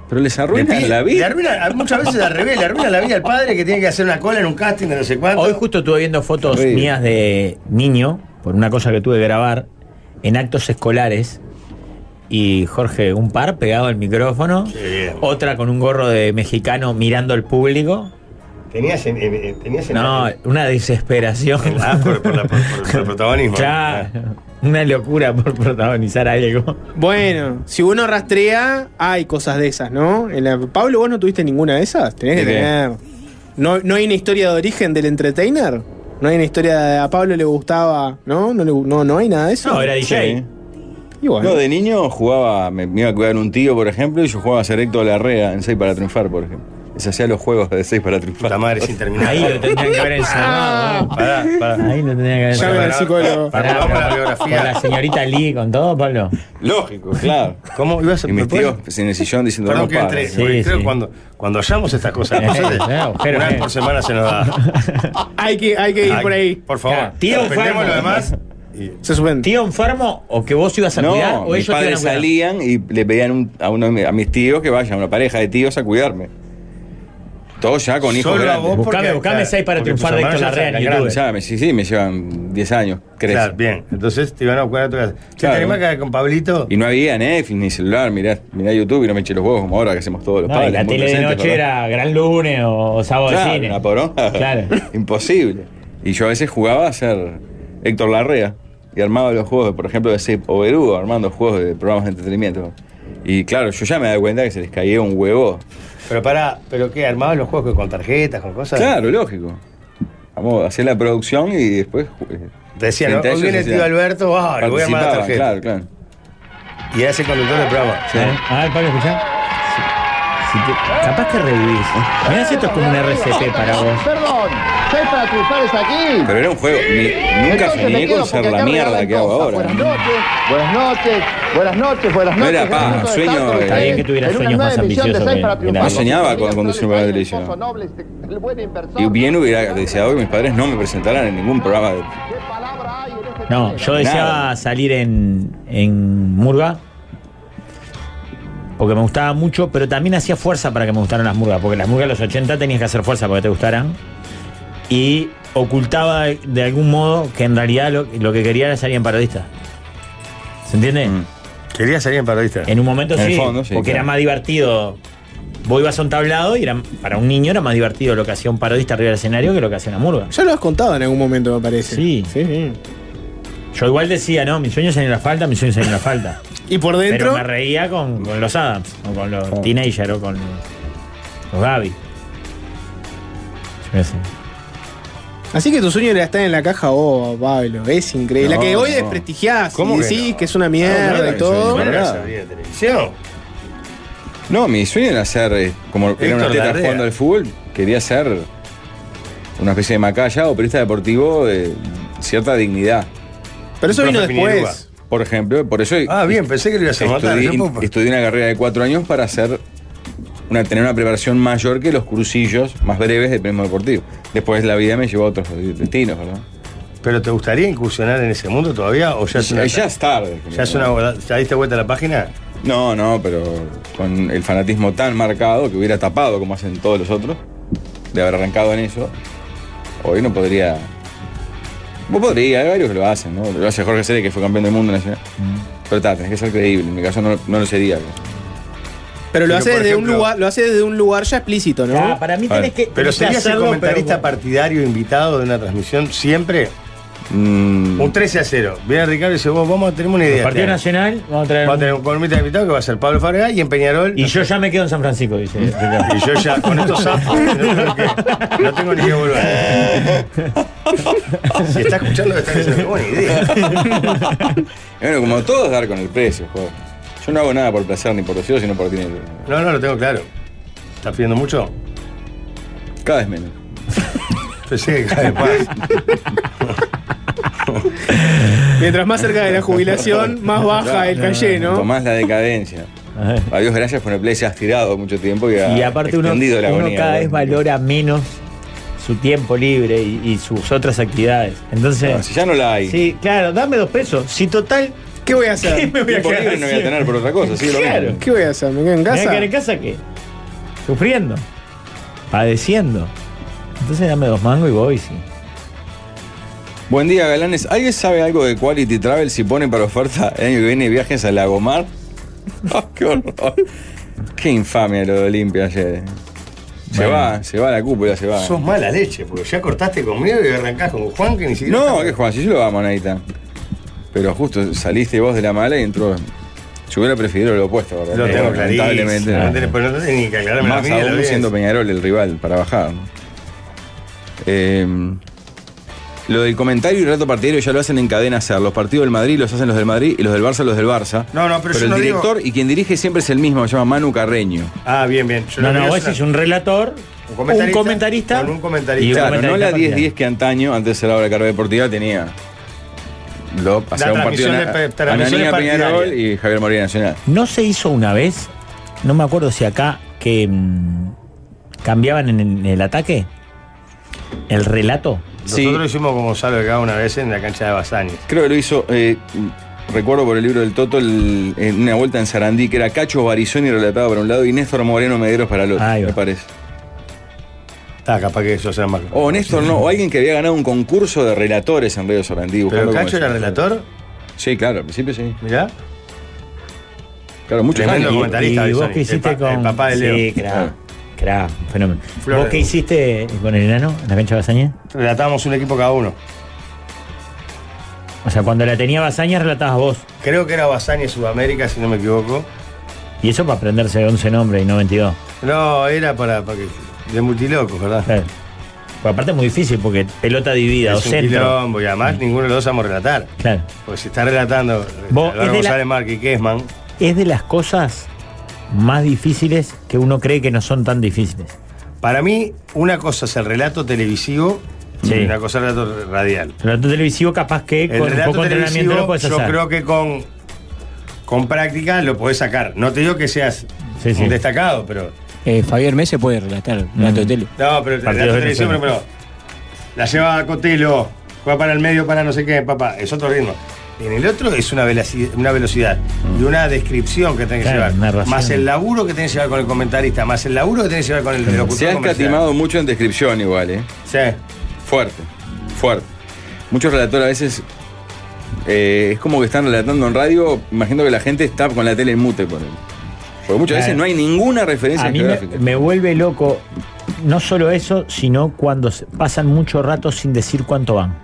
G: Pero les
E: Le
G: arruinan
E: pide-
G: la vida.
E: le arruina- muchas veces al revés, le arruina la vida al padre que tiene que hacer una cola en un casting de no sé cuánto.
H: Hoy justo estuve viendo fotos
G: Terrible.
H: mías de niño, por una cosa que tuve que grabar, en actos escolares, y Jorge, un par pegado al micrófono,
E: bien.
H: otra con un gorro de mexicano mirando al público.
E: Tenías en. en- en- tenías en-
H: No, una desesperación.
E: Ah, por, por la- por- por- por el protagonismo.
H: Claro, una locura por protagonizar algo.
F: Bueno, si uno rastrea, hay cosas de esas, ¿no? En la- Pablo, vos no tuviste ninguna de esas. Tenés que
G: ¿De qué?
F: tener. ¿No, ¿No hay una historia de origen del entertainer? ¿No hay una historia de a Pablo le gustaba? ¿No? ¿No, le gu- no, no hay nada de eso?
H: No, era DJ.
G: Sí.
F: Y bueno,
G: No, de niño jugaba, me, me iba a cuidar un tío, por ejemplo, y yo jugaba a ser Héctor Larrea en 6 para triunfar, por ejemplo. Les hacía los juegos de 6 para triunfar.
E: Puta madre, sin terminar.
H: Ahí lo tendrían que haber encerrado. ¿no?
E: Pará, pará.
H: Ahí lo tendrían que haber
F: Llamen
H: encerrado.
F: al psicólogo.
E: Pará,
H: Pará,
E: vamos a la
H: pará. Con la
E: biografía.
H: señorita Lee, con todo, Pablo.
G: Lógico, claro.
E: ¿Cómo ibas a
G: Y mis
E: ¿puedes?
G: tíos pues, en el sillón diciendo,
E: Perdón
G: vamos
E: que
G: para. ¿eh?
E: entre,
H: Sí,
E: porque creo
H: sí.
E: que cuando, cuando hallamos estas cosas,
H: Eh,
E: nosotros,
H: eh, agujero,
E: una
H: eh.
E: vez por semana se nos da.
F: hay, que, hay que ir por ahí.
E: Por favor.
H: Claro, tío eh,
E: Suspendemos
H: enfermo.
E: lo demás.
F: Se suspende.
H: ¿Tío enfermo o que vos ibas a cuidar
G: No,
H: o
G: mis
H: ellos te iban a
G: padres
H: cuidar?
G: salían y le pedían un- a, uno de mi- a mis tíos que vaya, una pareja de tíos a cuidarme. Todos ya con hijos
E: Solo a
G: grandes.
E: vos
H: Buscame-
E: porque-
H: buscame seis para
E: porque tus
H: triunfar de
E: hermanos
H: Héctor
E: ya
H: Larrea en
E: están
H: YouTube.
E: grandes.
G: Ya, me- sí, sí, me llevan 10 años, crece.
E: Claro, bien. Entonces te iban a buscar a tu casa. ¿Te
G: Claro.
E: animás acá con Pablito?
G: Y no había Netflix ni celular, mirá, mirá YouTube y no me eché los huevos como ahora que hacemos todos los
H: No, y
G: padres.
H: la
G: muy
H: tele de
G: presentes,
H: noche
G: ¿verdad?
H: era Gran Lunes o, o Sábado
G: Claro,
H: de Cine.
G: una poronga.
H: Claro.
G: Imposible. Y yo a veces jugaba a ser Héctor Larrea y armaba los juegos, de, por ejemplo, de Cep o Berugo, armando juegos de programas de entretenimiento. Y claro, yo ya me daba cuenta que se les caía un huevo.
E: Pero pará, ¿pero qué? ¿Armabas los juegos con tarjetas, con cosas?
G: Claro, lógico. Vamos a hacer la producción y después. eh,
E: Te decían,
G: Entre
E: hoy
G: ellos
E: viene el tío
G: decían,
E: Alberto, ah, le voy a armar la
G: participaban,
E: tarjeta.
G: Claro, claro.
E: Y era ese conductor del programa.
G: Sí.
H: A ver, Pablo, escuchá. Si- si te- capaz te revivís. Mirá si esto es como un RCP para vos.
K: Perdón, soy para triunfar es aquí.
G: Pero era un juego. ni- nunca
K: Entonces me
G: soñé
K: quedo
G: con ser
K: porque
G: la
K: acá
G: mierda
K: regalan
G: que hago
K: cosas.
G: ahora.
K: Buenas noches, buenas noches, buenas noches, buenas
G: No
K: noches.
G: era paja,
K: Gracias por
G: sueño,
K: estar con
G: eh,
K: ustedes
H: bien que tuviera
K: en una
H: sueños
K: nueva emisión
H: más
K: de
H: ambiciosos
K: Seis
H: que-
K: para
H: que
K: triunfar.
H: nada.
G: No soñaba con
K: Familia
G: conducir un
K: Flores,
G: programa de
K: Alfonso
G: televisión.
K: Nobles, el buen inversor.
G: Y bien hubiera deseado que mis padres no me presentaran en ningún programa de
K: ¿Qué palabra hay en este
H: No, yo
K: tema?
H: deseaba
G: Nada.
H: salir en, en Murga. Porque me gustaba mucho, pero también hacía fuerza para que me gustaran las murgas. Porque las murgas de los 80 tenías que hacer fuerza para que te gustaran. Y ocultaba de algún modo que en realidad lo, lo que quería era salir en parodista. ¿Se entiende?
G: Mm.
E: Quería salir en periodista.
H: En un momento
G: En el
H: sí,
G: fondo, sí,
H: porque era
G: claro.
H: más divertido. Vos ibas a un tablado y era, para un niño era más divertido lo que hacía un parodista arriba del escenario que lo que hacía una murga.
F: Ya lo has contado en algún momento, me parece.
H: Sí.
F: sí. sí.
H: Yo igual decía, no, mis sueños en la falta, mis sueños en la falta.
F: Y por
H: Pero
F: dentro.
H: me reía con, con los Adams, o con los
G: Ah.
H: Teenager, o con los Gaby. Yo sé.
F: Así que tu sueño era estar en la caja, oh, Pablo, es increíble.
G: No,
F: la que hoy
G: no.
F: desprestigiás
E: ¿Cómo
F: y
E: que
F: decís que,
E: no?
F: es una mierda
G: Ah,
E: No, no era
F: y
E: mi
F: todo.
E: sueño, no era
G: Nada.
E: salir de televisión.
G: No, mi sueño era ser, eh, como era una
E: Héctor
G: atleta
E: Larrea.
G: jugando al fútbol, quería ser una especie de macaya o periodista deportivo de cierta dignidad.
F: Pero eso vino
E: Profe Piñerúa.
F: después.
G: Por ejemplo, por eso
E: Ah, bien, pensé que lo ibas a matar.
G: estudié,
E: yo, pues,
G: estudié una carrera de cuatro años para hacer una, tener una preparación mayor que los cursillos más breves de periodismo deportivo. Después la vida me llevó a otros destinos, ¿verdad?
E: Pero ¿te gustaría incursionar en ese mundo todavía? ¿O ya es una,
G: Ya, ya es tarde.
E: ya es una- ¿Ya diste vuelta a la página?
G: No, no, pero con el fanatismo tan marcado que hubiera tapado como hacen todos los otros, de haber arrancado en eso, hoy no podría. Vos podrías, hay varios que lo hacen, ¿no? Lo hace Jorge Cere, que fue campeón del mundo nacional.
H: Mm.
G: Pero está, tenés que ser creíble, en mi caso no, no lo sería.
F: Pero lo
E: Pero,
F: hace
E: por
F: desde un
E: ejemplo-
F: lugar, lo hace desde un lugar ya explícito, ¿no?
H: Ah, para mí
G: Vale.
H: tenés que.
E: Pero
H: tenés que
E: serías el
H: hacerlo,
E: comentarista
H: pero-
E: partidario invitado de una transmisión siempre.
G: Mm,
E: Un 13 a 0. Viene Ricardo y dice, vos, vamos a tener una idea.
H: Partido
E: este año.
H: Nacional, vamos a traer.
E: Vamos a tener un columnista invitado que va a ser Pablo Fábrega y en Peñarol.
H: Y yo ya me quedo en San Francisco, dice.
E: Y yo ya, con estos sapos, no tengo, que- no tengo ni que volver. Si está escuchando, está diciendo, qué buena idea.
G: Bueno, como todos, dar con el precio, joder. Yo no hago nada por placer ni por ocio, sino por dinero.
E: No, no, lo tengo claro. ¿Estás pidiendo mucho?
G: Cada vez menos.
E: Pensé que cada vez más.
F: Mientras más cerca de la jubilación, más baja el calle, ¿no?
G: Tomás la decadencia.
H: Ajá.
G: A Dios gracias por el play, se has tirado mucho tiempo y, ha
H: Y aparte uno,
G: extendido la
H: uno
G: agonía,
H: cada
G: ¿no?
H: vez valora menos su tiempo libre y, y sus otras actividades. Entonces,
G: No,
J: Ah,
G: si ya no la hay.
H: sí, claro, dame dos pesos. Si total,
F: ¿Qué voy a
H: ¿qué
F: hacer?
H: me voy a
G: Tiempo
H: quedar
G: libre no voy a
H: haciendo?
G: tener por otra cosa, sí, lo mismo.
H: Claro.
F: ¿Qué voy a hacer? ¿Me quedo en
H: ¿Me voy a
F: casa?
H: quedar en casa qué? Sufriendo, padeciendo. Entonces dame dos mangos y voy, sí.
G: Buen día, galanes. ¿Alguien sabe algo de Quality Travel si ponen para oferta el año que viene viajes a Lagomar? Ah, ¡Qué horror! ¡Qué infamia lo de Olimpia ayer! Se
E: Bueno.
G: va, se va la cúpula, se va.
E: Sos mala leche, porque ya cortaste conmigo y arrancás con Juan que ni siquiera.
G: No, que Juan, si yo lo amo, Naita. Pero justo saliste vos de la mala y entró. Yo hubiera preferido lo opuesto, ¿verdad? Eh,
E: Lo tengo clarísimo.
G: Lamentablemente.
E: No tenés- pero no tenés ni que aclararme la
G: Más
E: mía, la
G: aún
E: audiencia.
G: siendo Peñarol el rival para bajar. ¿no? Eh, lo del comentario y rato partidario ya lo hacen en cadena hacer. Los partidos del Madrid los hacen los del Madrid y los del Barça los del Barça.
E: No, no, pero yo
G: el
E: no digo-
G: director y quien dirige siempre es el mismo, se llama Manu Carreño.
E: Ah, bien, bien. Yo
H: No, no,
E: digo
H: vos
E: eso.
H: decís un relator,
E: un
H: un comentarista.
E: Con un comentarista.
H: Y un
G: Claro, no
H: comentarista
G: la
H: partidario.
G: 10-10 que antaño, antes de la hora de carrera deportiva, tenía. Lo hacía un partido.
E: transmisión
G: na-
E: de pe- transmisión
G: Ananía
E: de
G: Peñarol
E: partidaria.
G: y Javier Moría Nacional.
H: ¿No se hizo una vez? No me acuerdo si acá que mm, cambiaban en el, en el ataque. El relato.
G: Sí.
E: Nosotros lo hicimos con Gonzalo de cada una vez en la cancha de Basani.
G: Creo que lo hizo, eh, recuerdo por el libro del Toto, el- en una vuelta en Sarandí, que era Cacho Barizoni relatado para un lado y Néstor Moreno Mederos para el otro,
H: Ahí va.
G: me parece.
E: Está, capaz que eso sea más.
G: O Néstor no, o alguien que había ganado un concurso de relatores en Radio Sarandí. buscando
E: Pero
G: cómo
E: Cacho
G: es.
E: era relator,
G: Sí, claro, al principio sí.
E: mirá.
G: Claro, muchos
E: Tremendo
G: años.
E: comentario. Comentarista,
H: y vos
E: Bisoni,
H: que hiciste
E: el pa-
H: con.
E: el papá de Leo.
H: Sí, cra,
G: Ah.
H: cra, un fenómeno.
E: Flor
H: ¿Vos
E: de-
H: qué hiciste con el enano en la cancha de Basaña?
E: Relatábamos un equipo cada uno.
H: O sea, cuando la tenía Basaña relatabas vos.
E: Creo que era Basani en Sudamérica, si no me equivoco.
H: Y eso para aprenderse 11 nombres y no 22.
E: No, era para, para que. De multilocos, ¿verdad?
H: Claro. Pues aparte es muy difícil porque pelota dividida o
E: Es un
H: centro.
E: quilombo, y además ninguno de los dos sabemos relatar.
H: Claro.
E: Porque si está relatando Álvaro
H: Vos, es de la-
E: González Márquez y Kessman,
H: Es de las cosas más difíciles que uno cree que no son tan difíciles.
E: para mí una cosa es el relato televisivo
H: Sí.
E: y una cosa es el relato radial.
H: Relato televisivo capaz que
E: El
H: con un
E: relato
H: poco de entrenamiento lo
E: televisivo
H: puedes
E: yo
H: hacer.
E: creo que con, con práctica lo podés sacar. No te digo que seas
H: Sí,
E: un
H: sí.
E: destacado, pero...
J: Eh, Fabier Mese puede relatar relato de tele.
E: No, pero el
H: Partidos
E: relato
H: de
E: televisivo, pero,
H: Venezuela.
E: pero la lleva a Cotelo, juega para el medio, para no sé qué, papá, es otro ritmo. En el otro es una velocidad, una velocidad y una descripción que tenés que
H: Claro, una
E: llevar.
H: razón.
E: Más el laburo que tenés que llevar con el comentarista, más el laburo que tenés que llevar con el locutor.
G: Se ha
E: comercial.
G: escatimado mucho en descripción igual, ¿eh?
E: Sí.
G: Fuerte, fuerte. Muchos relatores a veces eh, es como que están relatando en radio, imagino que la gente está con la tele en mute por él. Porque muchas
H: Claro.
G: veces no hay ninguna referencia
H: A mí me,
G: geográfica.
H: me vuelve loco no solo eso, sino cuando se- pasan mucho rato sin decir cuánto van.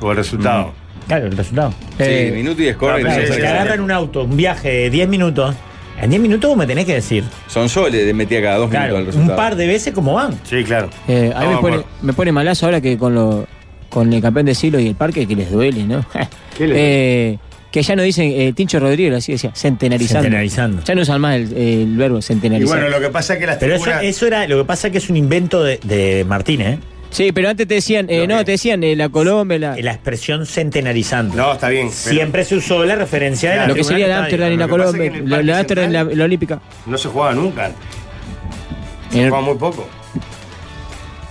E: O el resultado.
H: Mm. Claro, el resultado.
G: Sí,
J: Eh,
G: minuto y score.
E: no, pero
H: Claro,
E: sí,
H: porque
E: sí,
H: agarran un auto, un viaje de 10 minutos. En 10 minutos vos me tenés que decir.
G: Son soles, metía cada dos
H: Claro,
G: minutos el
H: un
G: resultado.
H: par de veces como van.
E: Sí, claro.
J: eh, a mí
E: No,
J: me, pone,
E: bueno.
J: me pone malazo ahora que con lo con el campeón de siglo y el parque que les duele, ¿no?
E: ¿Qué les
J: Eh, que ya no dicen, eh, Tincho Rodríguez así decía, centenarizando.
H: Centenarizando.
J: Ya no usan más el, el verbo
E: Y
J: centenarizando.
E: bueno, lo que pasa es que las
H: Pero eso,
E: tribunas-
H: eso era, lo que pasa es que es un invento de, de ¿eh? Martínez,
J: Sí, pero antes te decían, eh,
E: Lo
J: no,
E: que-
J: te decían eh, la Colombia, la,
H: ¿eh? la expresión centenarizando.
E: No, está bien. pero
H: Siempre se usó la referencia de la
E: Claro,
J: lo que
H: tribuna
J: sería la
H: que está
J: Amsterdam
H: ahí.
J: y
E: Lo
J: la
E: que pasa es que
J: Colombia,
E: en el
J: la,
E: Parque
J: la Amsterdam y la, la Olímpica.
E: No se jugaba nunca. Se
J: En el-
E: jugaba muy poco.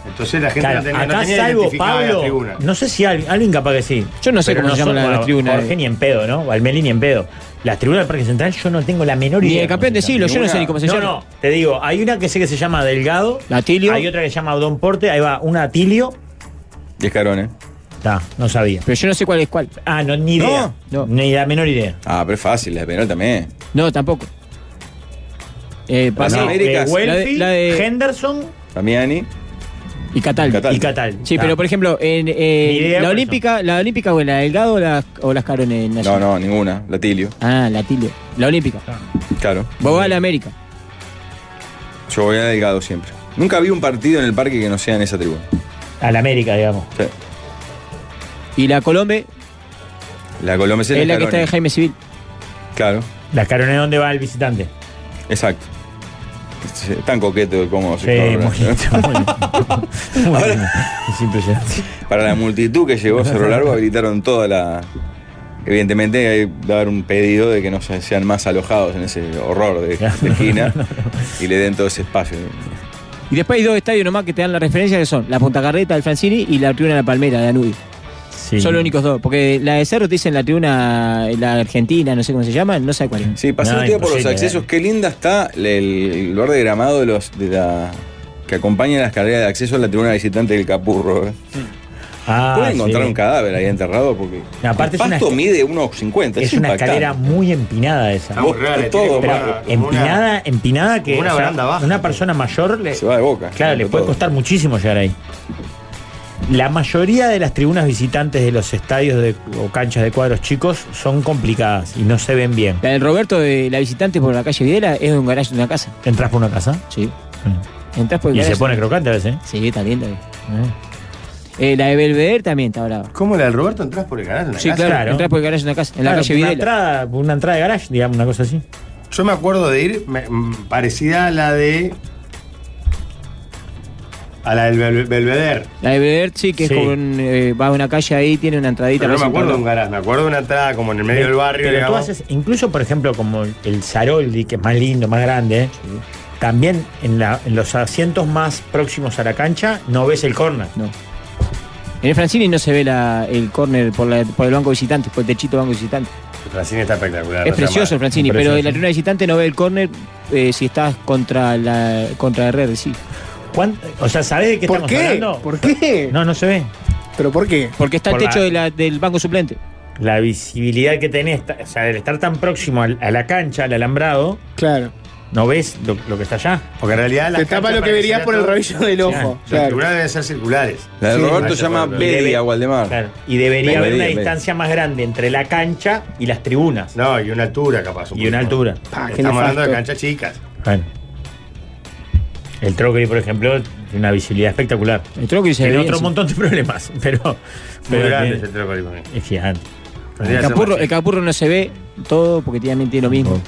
E: Entonces la gente
H: Claro,
E: no tenía, no
H: acá
E: tenía
H: salvo
E: identificada la
H: Pablo,
E: tribuna.
H: no sé si alguien, alguien capaz que sí.
J: Yo no sé
H: Pero
J: cómo se llaman
H: son-
J: las
H: bueno,
J: tribunas.
H: Jorge ni en pedo, ¿no? Valmeli ni en pedo. Las tribunas del Parque Central yo no tengo la menor idea.
J: ni el campeón de siglo, yo no sé ni cómo se
H: No,
J: llama.
H: no, te digo, hay una que sé que se llama Delgado.
J: La Atilio.
H: Hay otra que se llama Don Porte, ahí va, una Atilio.
G: Y escarones.
H: Está, no sabía.
J: Pero yo no sé cuál es cuál.
H: Ah, no, ni idea.
J: No.
H: Ni la menor idea.
G: Ah, pero es fácil, la de penal también.
J: No, tampoco. Eh, Parque
G: no. Américas.
H: Eh, Welfi,
J: La de- la de-
H: Henderson
G: Damiani.
J: y Catal.
G: Catal.
H: y Catal.
J: Sí,
H: Está.
J: pero por ejemplo, en eh,
H: Ni idea,
J: la
H: por
J: Olímpica, la Olímpica o la Delgado o las, o las Carones
G: No,
J: Nacional.
G: no, ninguna. Latilio.
J: Ah, la Tilio. La Olímpica.
H: Ah,
G: Claro.
J: Vos vas a la América.
G: Yo voy a Delgado siempre. Nunca vi un partido en el parque que no sea en esa tribuna.
H: a la América, digamos.
G: Sí.
J: Y la Colombia
G: La Colombia es el
J: es la que está de
G: Escarone.
J: Jaime Civil.
G: Claro,
H: Las carones donde va el visitante.
G: exacto. Es tan coqueto como
H: Sí,
G: se cobra.
H: muy- muy- muy- Es impresionante.
G: Para la multitud que llegó a Cerro Largo habilitaron toda la... Evidentemente hay que dar un pedido de que no se- sean más alojados en ese horror de, de esquina y le den todo ese espacio.
J: Y después hay dos estadios nomás que te dan la referencia que son la Punta Carreta del Francini y la tribuna de la Palmera, de Danubio.
H: Sí.
J: Son los únicos dos. Porque la de Cerro te dicen la tribuna, la Argentina, no sé cómo se llama, no sé cuál es.
G: Sí, pasé
H: No,
G: un día por los
H: imposible,
G: accesos.
H: dale.
G: Qué linda está el, el borde gramado de los, de la, que acompaña las carreras de acceso a la tribuna visitante del Capurro. ¿eh?
H: Ah,
G: Pueden encontrar
H: sí.
G: un cadáver ahí enterrado porque.
H: No, aparte
G: el
H: es una
G: pasto
H: esca-
G: mide 1,50.
H: Es una
G: impactante.
H: escalera muy empinada esa.
G: Vos-
E: real,
G: todo,
E: tiene como
G: pero
E: una- como una-
H: Empinada, empinada que
E: como una
H: o sea,
E: baranda baja.
H: una persona mayor le,
G: Se va de boca.
H: claro, le
G: Todo.
H: puede costar muchísimo llegar ahí. La mayoría de las tribunas visitantes de los estadios de- o canchas de cuadros chicos son complicadas y no se ven bien.
J: La del Roberto de la visitante por la calle Videla es un garaje de una casa.
H: Entras por una casa
J: Sí.
H: mm,
J: Entrás por el
H: y se
J: garage.
H: pone crocante a veces. ¿eh?
J: Sí, también, también.
H: Mm.
J: Eh, la de Belvedere también está brava.
E: ¿Cómo la del Roberto entras por el canal? de una
J: Sí,
E: casa?
J: claro.
H: claro.
J: Entrás por el garaje de una casa. En la
H: Claro,
J: calle
H: una
J: Videla.
H: entrada, una entrada de garage, digamos, una cosa así.
E: Yo me acuerdo de ir me- mm, parecida a la de. a la del Bel- Belvedere.
J: La de Belvedere sí, que
H: Sí.
J: es como un, eh, va a una calle ahí, tiene una entradita.
E: Pero no me
J: parece un
E: acuerdo de un
J: tablón.
E: garage, me acuerdo de una entrada como en el medio del barrio.
H: Pero tú
E: digamos.
H: haces, incluso por ejemplo, como el Saroldi, que es más lindo, más grande, ¿eh? también en, la- en los asientos más próximos a la cancha no ves el corner.
J: No. En el Francini no se ve la- el córner por, la- por el banco visitante, por el techito banco visitante.
E: Francini está espectacular.
J: es
E: no sea
J: precioso el
E: mal.
J: Francini,
H: precioso.
J: pero en la tribuna visitante no ve el córner eh, si estás contra la contra Herrera, sí.
H: ¿Cuán- O sea, ¿sabés de qué
F: ¿Por
H: estamos
F: qué?
H: hablando?
F: ¿Por qué?
H: No, no se ve.
F: ¿Pero por qué?
J: Porque está
H: Por
J: el
H: la-
J: techo de la- del banco suplente.
H: La visibilidad que tenés, ta- o sea, del estar tan próximo al- a la cancha, al alambrado,
F: Claro.
H: no ves lo, lo que está allá.
E: Porque en realidad. las
F: Te tapa
E: canchas
F: lo que verías
E: parecerían
F: por el rabillo
E: todo-
F: del ojo.
E: Los
F: Claro.
E: tribunales deben ser circulares.
G: La del
F: Sí.
G: Roberto
E: Ah,
G: se llama
E: claro.
G: Bedia, Waldemar.
H: Claro. Y debería
G: Medio,
H: haber una
G: medio, medio.
H: distancia más grande entre la cancha y las tribunas.
E: No, y una altura capaz. un
H: y una
E: poquito.
H: altura.
F: Pa, qué
E: Estamos hablando de
F: nefasto.
E: canchas chicas.
H: Bueno. El Trocri, por ejemplo, tiene una visibilidad espectacular.
J: El Trócoli se
H: Tiene
J: ve.
H: otro
J: sí.
H: montón de problemas, pero.
E: Muy
H: pero
E: grande
H: tiene-
E: ese trócoli para mí.
H: es gigante.
E: Tendría
J: El
E: que ser
J: capurro,
E: más
J: el
G: eh,
E: chico.
J: capurro no se ve todo porque también tiene lo mismo.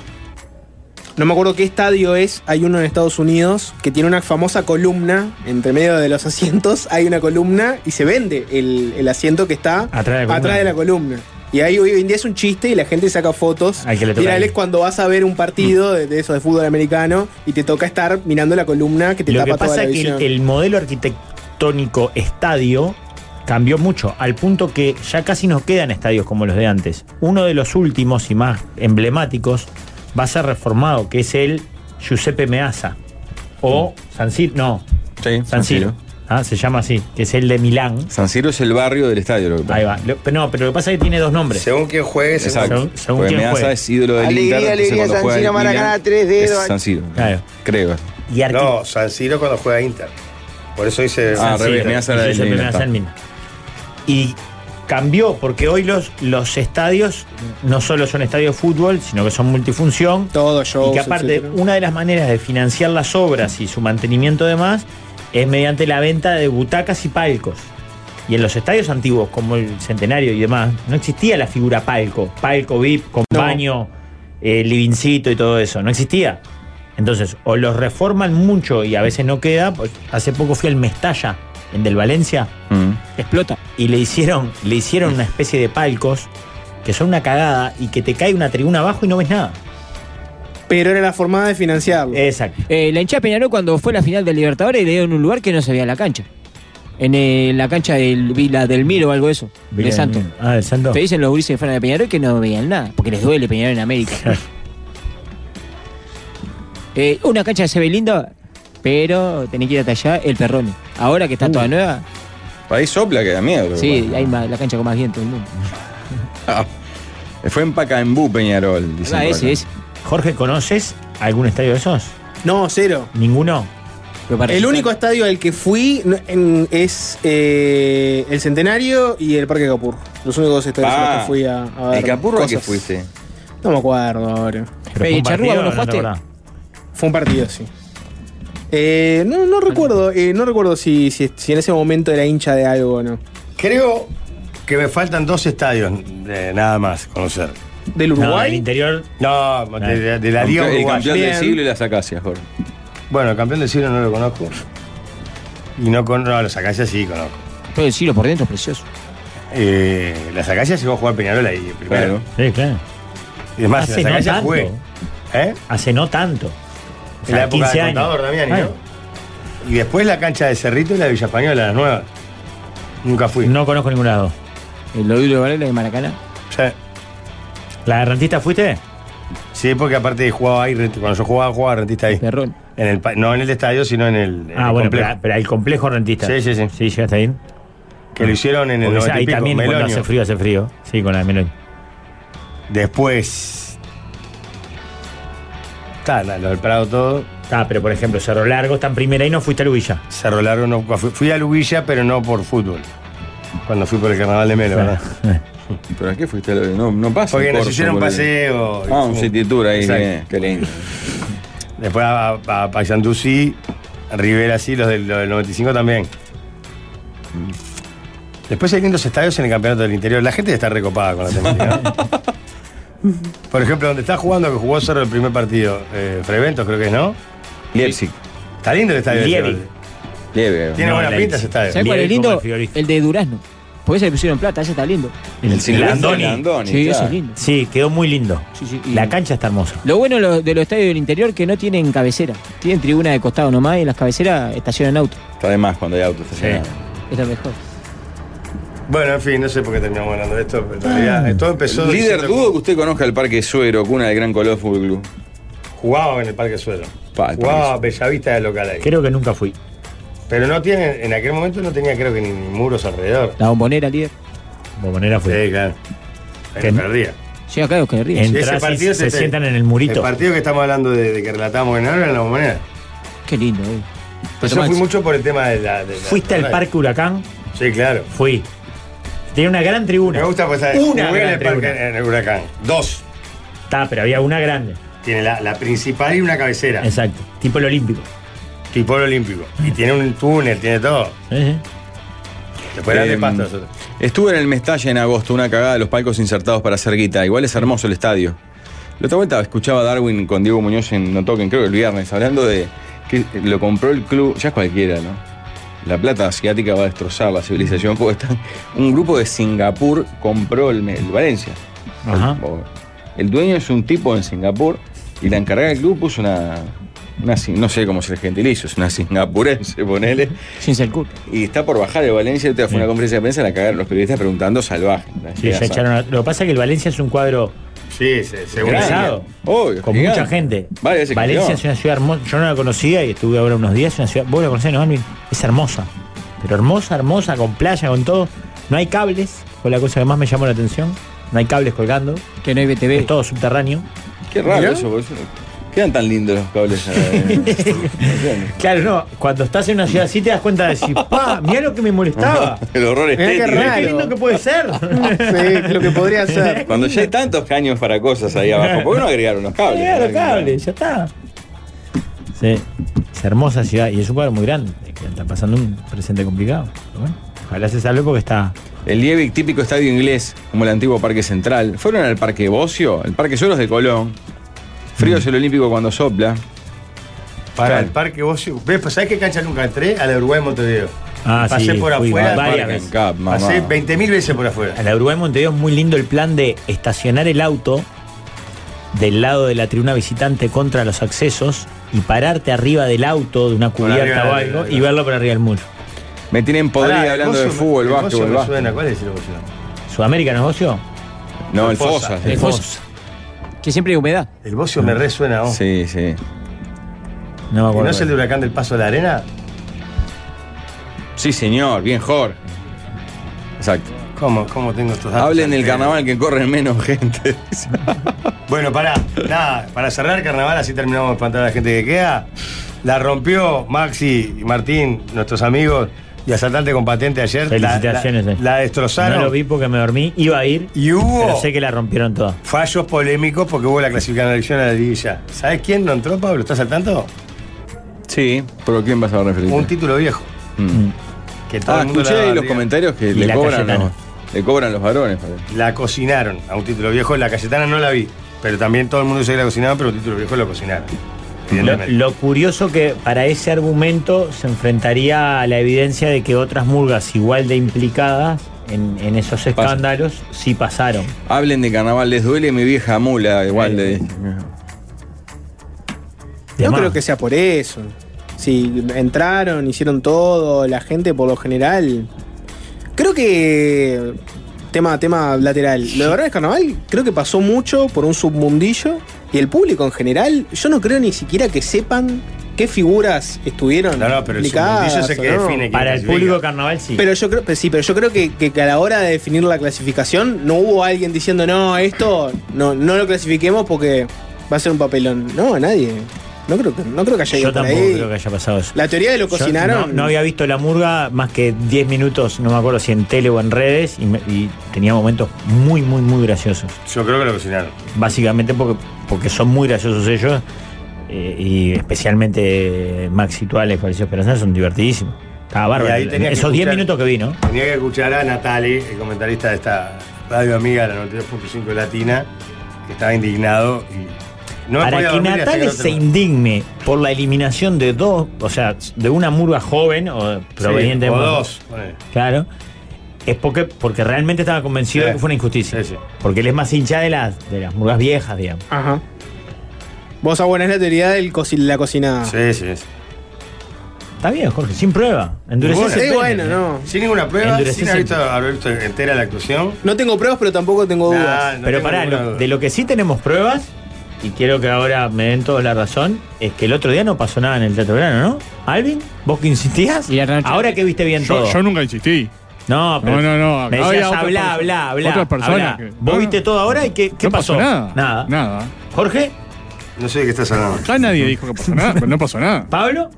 F: No me acuerdo qué estadio es. Hay uno en Estados Unidos que tiene una famosa columna. Entre medio de los asientos hay una columna y se vende el, el asiento que está
H: Atrás de la columna.
F: atrás de la columna. Y ahí hoy en día es un chiste y la gente saca fotos
H: Al que le toca Mm.
F: virales
H: ahí.
F: cuando vas a ver un partido de, de eso de fútbol americano y te toca estar mirando la columna que te
H: Lo
F: tapa
H: que
F: toda
H: pasa
F: la
H: es que
F: visión.
H: el, el modelo arquitectónico estadio cambió mucho, al punto que ya casi nos quedan estadios como los de antes. Uno de los últimos y más emblemáticos va a ser reformado, que es el Giuseppe Meazza. O San Siro, no,
G: Sí,
H: San Siro. Ah, se llama así, que es el de Milán.
G: San Siro es el barrio del estadio, lo que pasa.
H: Ahí va. Lo- pero no, pero lo que pasa es que tiene dos nombres.
E: Según quien juegue, según-
G: Exacto.
H: Según- según
G: Porque
H: quién
G: Meazza
H: juegue.
G: es ídolo del
K: Alegría,
G: Inter. entonces
K: alegría,
G: cuando
K: San
G: juega
K: Siro,
G: el Milan,
K: Maracaná, tres dedos.
G: es San Siro.
H: Claro.
G: Creo.
H: Y arqui-
E: No, San Siro cuando juega Inter. Por eso dice.
G: Ah, al
H: Sí,
G: revés,
H: sí,
G: me hace la
H: sí,
G: del
H: sí, me
G: Milan,
H: hace el
G: está.
H: Milan. Y cambió, porque hoy los, los estadios no solo son estadios de fútbol, sino que son multifunción.
F: Todo shows,
H: y que aparte,
F: etcétera.
H: una de las maneras de financiar las obras y su mantenimiento demás es mediante la venta de butacas y palcos. Y en los estadios antiguos, como el Centenario y demás, no existía la figura palco. Palco VIP, con
F: No.
H: baño, eh, livincito y todo eso. No existía. Entonces, o los reforman mucho y a veces no queda. Pues, hace poco fui al Mestalla, el del Valencia,
G: Mm.
J: Explota.
H: y le hicieron, le hicieron una especie de palcos que son una cagada y que te cae una tribuna abajo y no ves nada.
F: Pero era la forma de financiarlo.
H: Exacto.
J: Eh, la hinchada de Peñarol cuando fue la final del Libertadores le dieron un lugar que no se veía la cancha. En eh, la cancha del Vila del Miro o algo de eso. de Santo.
H: Ah, del Santo.
J: Te dicen los gurises que fueron de Peñarol que no veían nada, porque les duele Peñarol en América. Eh, una cancha que se ve linda, pero tenés que ir hasta allá, el perrone. Ahora que está toda nueva,
G: Ahí sopla que da miedo. pero
J: sí,
G: bueno.
J: hay más- la cancha con más viento del mundo.
G: Ah. Fue en Pacaembu, Peñarol. dicen
J: Ah,
G: por
J: ese,
G: acá.
J: ese.
H: Jorge, ¿conoces algún estadio de esos?
F: No, cero.
H: Ninguno.
J: Pero para
F: El
J: resultar-
F: único estadio al que fui no- en- es eh, el Centenario y el Parque Capur. Los únicos estadios a los
G: Ah,
F: que fui a, a ver.
G: ¿El Capurro a qué
F: cosas.
G: fuiste?
F: No me acuerdo ahora.
H: Pero
J: Eh,
H: fue un
J: Charrúa,
H: partido,
J: ¿vos no
H: ¿no te
J: fuiste?
H: acordás?
F: Fue un partido, sí. Eh, no, no recuerdo, eh, no recuerdo si, si, si en ese momento era hincha de algo o no.
E: Creo que me faltan dos estadios eh, nada más conocer.
F: ¿Del
H: No,
F: Uruguay?
H: el interior.
E: No, de, de- de la
G: Campe-
E: Liga
G: el
E: Uruguaya.
G: campeón del
F: Bien.
G: siglo y las acacias, Jorge.
E: Bueno, el campeón del siglo no lo conozco. Y no con no, las acacias sí conozco.
J: Todo el siglo por dentro, precioso.
E: Eh, las acacias llegó a jugar Peñarol ahí primero.
G: Claro.
H: Sí, claro.
E: Y es más,
H: Hace
E: las
H: no
E: acacias
H: tanto.
E: jugué. ¿Eh?
H: Hace no tanto. O
E: En
H: sea,
E: la época
H: 15
E: del
H: años. Eh,
E: contador Damiani,
H: Claro.
E: ¿no? Y después la cancha de Cerrito y la de Villa Española, la nueva. Nunca fui.
H: No conozco ningún lado.
J: El Odilo de Varela de Maracaná.
E: Sí.
H: ¿La de rentista fuiste?
E: Sí, porque aparte jugaba ahí, Rent- cuando yo jugaba, jugaba rentista ahí.
J: Perrón.
E: En el, pa- no en el estadio, sino en el, en
H: ah,
E: el
H: bueno,
E: complejo.
H: pero, pero el complejo rentista.
E: Sí, sí, sí.
H: Sí, llegaste ahí.
E: Que lo hicieron en el
H: Porque
E: 90 y
H: ahí
E: pico,
H: también cuando
E: Melonio.
H: hace frío, hace frío. Sí, con la de Meloni.
E: Después. Está, la- lo del Prado todo.
H: Está, Ah, pero por ejemplo, Cerro Largo está en primera y no fuiste a Lubilla.
E: Cerro Largo no fui, fui a Lubilla, pero no por fútbol. Cuando fui por el carnaval de Melo, ¿verdad?
G: ¿Pero a qué fuiste? No, no pasa.
E: Porque
G: un
E: nos
G: corso
E: hicieron
G: por ahí.
E: paseo.
G: Ah, un city tour ahí.
E: Exacto.
G: bien, Qué lindo.
E: Después a, a, a Paysandú sí, a Rivera sí, los del, los del 95 también. Después hay lindos estadios en el campeonato del interior. La gente está recopada con la temática. ¿no? Por ejemplo, donde está jugando, que jugó Cerro el primer partido, eh, Freventos creo que es, ¿no?
G: Leipzig.
E: Está lindo el estadio. de
H: Lieve.
E: Cerro.
G: Lieve.
E: Tiene
H: No,
E: buena
H: la-
E: pinta ese estadio.
J: ¿Sabes cuál
H: Lieve
J: es
H: como
J: lindo?
H: el frigorífico.
J: El de Durazno. Porque ese le pusieron plata, ese está lindo.
G: El Silvestre
H: Landoni.
G: Landoni,
J: Sí, eso
G: claro.
J: es lindo.
H: Sí, quedó muy lindo.
J: Sí, sí, y-
H: La cancha está hermosa.
J: Lo bueno de los- de los estadios del interior que no tienen cabecera. Tienen tribuna de costado nomás y en las cabeceras estacionan auto.
G: Está de más cuando hay autos estacionados.
J: Es lo mejor.
E: Bueno, en fin, no sé por qué terminamos hablando de esto, pero en realidad, eh, todo empezó.
G: Ah. Líder,
E: diciendo-
G: dudo que usted conozca el Parque Suero, cuna del Gran Colón Fútbol Club.
E: Jugaba en el Parque Suelo.
G: Pa, el Parque
E: Jugaba
G: Suelo.
E: Bellavista de local ahí.
H: Creo que nunca fui.
E: Pero no tiene, en aquel momento no tenía creo que ni, ni muros alrededor.
J: La bombonera, líder.
H: Bombonera fui.
E: Sí, claro. Ahí
H: Que-
E: me perdía.
J: Llega acá, Oscar Ríos.
H: Entrás
E: Ese
H: y
E: partido
H: se
E: te-
H: sientan en el
E: El
H: murito.
E: partido que estamos hablando de, de que relatamos en ahora en la moneda.
J: Qué lindo, eh.
E: Pues yo
J: Tomás.
E: fui mucho por el tema de la. de la-
H: ¿Fuiste al Parque Huracán?
E: Sí, claro.
H: Fui. Tenía una gran tribuna.
E: Me gusta pues
H: Una
E: jugué en
H: gran
E: el parque
H: tribuna.
E: en el huracán. Dos.
H: Está, pero había una grande.
E: Tiene la, la principal y una cabecera.
H: Exacto. Tipo el Olímpico.
E: Tipo el olímpico. Y tiene un túnel, tiene todo.
H: Eh, eh.
E: Después eran de
G: Em,
E: pasto nosotros.
G: Estuve en el Mestalla en agosto, una cagada de los palcos insertados para hacer guita. Igual es hermoso el estadio. La otra vuelta escuchaba a Darwin con Diego Muñoz en No Toquen, creo que el viernes, hablando de que lo compró el club, ya es cualquiera, ¿no? La plata asiática va a destrozar la civilización, porque está- un grupo de Singapur compró el, el Valencia.
H: Ajá.
G: O- El dueño es un tipo en Singapur y la encargada del club puso una, una sin- no sé cómo se le gentilizo, es una singapurense, ponele.
J: Sin ser cool.
G: Y está por bajar el Valencia, te fue una conferencia de prensa, la cagaron los periodistas preguntando salvaje.
H: Sí, ya echaron a- Lo que pasa es que el Valencia es un cuadro
E: Sí, se, según
G: Grande.
H: pesado.
G: Obvio,
H: con
G: gigante.
H: mucha gente.
G: Vale, ese
H: Valencia
G: campeón.
H: es una ciudad hermosa. Yo no la conocía y estuve ahora unos días. Es una ciudad. Vos la conocés, ¿no, Alvin? Es hermosa. Pero hermosa, hermosa, con playa, con todo. No hay cables, fue la cosa que más me llamó la atención. No hay cables colgando.
J: Que no hay
H: Es
J: BTV.
H: todo subterráneo.
G: Qué raro eso, por eso. Quedan tan lindos los cables. eh.
H: Claro, no. Cuando estás en una ciudad así te das cuenta de decir, pa, mirá lo que me molestaba.
G: el horror este.
F: Mirá
E: Eh.
F: qué
G: estético.
H: Mirá qué lindo que puede ser.
F: Sí, lo que podría ser.
G: Cuando ya hay tantos caños para cosas ahí abajo, ¿por qué no agregar unos cables?
H: Claro, cable, ya está. Sí, es hermosa ciudad y es un cuadro muy grande. que Está pasando un presente complicado. Pero bueno, ojalá se salve porque está.
G: El Liebig, típico estadio inglés, como el antiguo Parque Central. Fueron al Parque Bocio, el Parque Suelos de Colón.
J: Mm.
G: Frío es el olímpico cuando sopla.
E: Para
G: Claro.
E: el parque vos. ¿Ves? Pues, ¿Sabés qué cancha nunca entré? A la Uruguay Montevideo.
H: Ah,
E: Pasé
H: sí,
E: por
H: fui
E: afuera.
H: varias
E: parque.
H: veces.
G: Cap, mamá.
E: Pasé 20.000 veces por afuera.
H: A la Uruguay Montevideo es muy lindo el plan de estacionar el auto del lado de la tribuna visitante contra los accesos y pararte arriba del auto de una
E: arriba
H: cubierta o
E: de-
H: algo
E: de-
H: y verlo por arriba del muro.
G: Me tienen podrido
E: Pará, el
G: hablando de
E: Bocio-
G: fútbol,
E: el Bocio
G: básquetbol,
E: me
G: básquetbol.
E: suena. ¿Cuál es el Bocio?
H: ¿Sudamérica no es ocio?
G: No, el
E: Fosa.
G: Fosa.
J: El Fosa. Que siempre hay humedad.
E: El Bocio me resuena. ¿no?
G: Sí, sí.
H: No me
E: ¿Y
H: acuerdo.
E: ¿No es el de Huracán del Paso de la Arena?
G: Sí, señor, bien Jorge. Exacto.
E: ¿Cómo, cómo tengo estos datos?
G: Hablen del
E: Al pedo.
G: carnaval que corren menos gente.
E: Bueno, pará, nada, para cerrar carnaval, así terminamos de espantar a la gente que queda. La rompió Maxi y Martín, nuestros amigos, y asaltante con patente ayer. La-
H: Felicitaciones,
E: La,
H: eh.
E: la
H: No
E: destrozaron.
H: lo vi porque me dormí, iba a ir,
E: Y hubo
H: pero sé que la rompieron toda.
E: fallos polémicos porque hubo la clasificación a la divisa. ¿Sabes quién no entró, Pablo? ¿Estás al tanto?
G: Sí, pero ¿quién vas a referir?
E: Un título viejo.
G: Mm.
E: Que todo
G: Ah,
E: el mundo la
G: escuché los
E: barría.
G: comentarios que
H: Y
G: le
H: la
G: cobran, los,
H: Cayetana.
G: le cobran los varones. parece.
E: La cocinaron a un título viejo. La Cayetana no la vi, pero también todo el mundo dice que la cocinaron, pero un título viejo lo cocinaron.
H: Lo,
E: Evidentemente.
H: lo curioso que para ese argumento se enfrentaría a la evidencia de que otras murgas igual de implicadas en, en esos escándalos sí pasaron.
G: Hablen de carnaval, les duele mi vieja mula, igual de.
F: No
H: Además,
F: creo que sea por eso. Si entraron, hicieron todo, la gente por lo general. Creo que. Tema, tema lateral. Lo de verdad es carnaval, creo que pasó mucho por un submundillo. Y el público en general, yo no creo ni siquiera que sepan qué figuras estuvieron
E: No, no, pero el
F: implicadas
E: submundillo es el que
F: o no.
E: define quién
H: Para el
E: clasifica.
H: público carnaval sí.
F: Pero yo creo, pero sí, pero yo creo que, que a la hora de definir la clasificación no hubo alguien diciendo no, esto no, no lo clasifiquemos porque va a ser un papelón. No, nadie. No creo que, no creo que haya ido
H: yo
F: por
H: tampoco
F: ahí.
H: creo que haya pasado eso.
F: La teoría de lo
H: Yo
F: cocinaron.
H: No, no había visto la murga más que 10 minutos, no me acuerdo si en tele o en redes, y, me- y tenía momentos muy, muy, muy graciosos.
E: Yo creo que lo cocinaron.
H: Básicamente porque, porque son muy graciosos ellos, eh, y especialmente Maxi Tuales, Fabricio Esperanza, son divertidísimos. Estaba bárbaro.
E: Y ahí tenías que
H: Esos 10
E: escuchar-
H: minutos que vi, ¿no?
E: Tenía que escuchar a Natali, el comentarista de esta radio amiga, la 92.5 Latina, que estaba indignado y no me podía
H: Para que
E: dormir hasta
H: Natales
E: no
H: se
E: terminó.
H: indigne por la eliminación de dos, o sea, de una murga joven o proveniente
E: Sí,
H: de
E: o dos. ponele.
H: Claro. Es porque, porque realmente estaba convencido
E: Sí.
H: de que fue una injusticia.
E: Sí, sí.
H: Porque él es más hincha de las, de las murgas viejas, digamos.
F: Ajá. Vos, ah, bueno, es la teoría de la cocinada.
E: Sí, sí, sí.
H: Está bien, Jorge, sin prueba.
E: Ninguna.
H: Endureces
E: Sí,
H: el pene.
F: bueno, no.
E: Sin ninguna prueba,
H: Endurecí
E: sin haber visto,
H: siempre.
E: haber visto entera la actuación.
F: No tengo pruebas, pero tampoco tengo dudas.
E: Nah, no
H: Pero
E: tengo
H: pará,
E: ninguna
H: lo-
E: duda.
H: de lo que sí tenemos pruebas, y quiero que ahora me den todos la razón, es que el otro día no pasó nada en el Teatro Verano, ¿no? Alvin, vos que insistías,
J: Y la noche-
H: ahora que viste bien
I: Yo,
H: todo.
I: yo nunca insistí.
H: No, pero
I: No, no, no, acá
H: Me
I: había
H: decías,
I: otra
H: habla,
I: perso-
H: habla, habla.
I: otras personas
H: habla".
I: que-
H: Vos
I: no,
H: viste
I: no.
H: todo ahora y ¿qué, qué
I: no pasó, nada.
E: Ah.
H: Nada.
I: Nada.
H: Jorge,
E: No sé de qué estás hablando.
I: Acá nadie dijo que pasó nada, pero no pasó nada.
H: Pablo,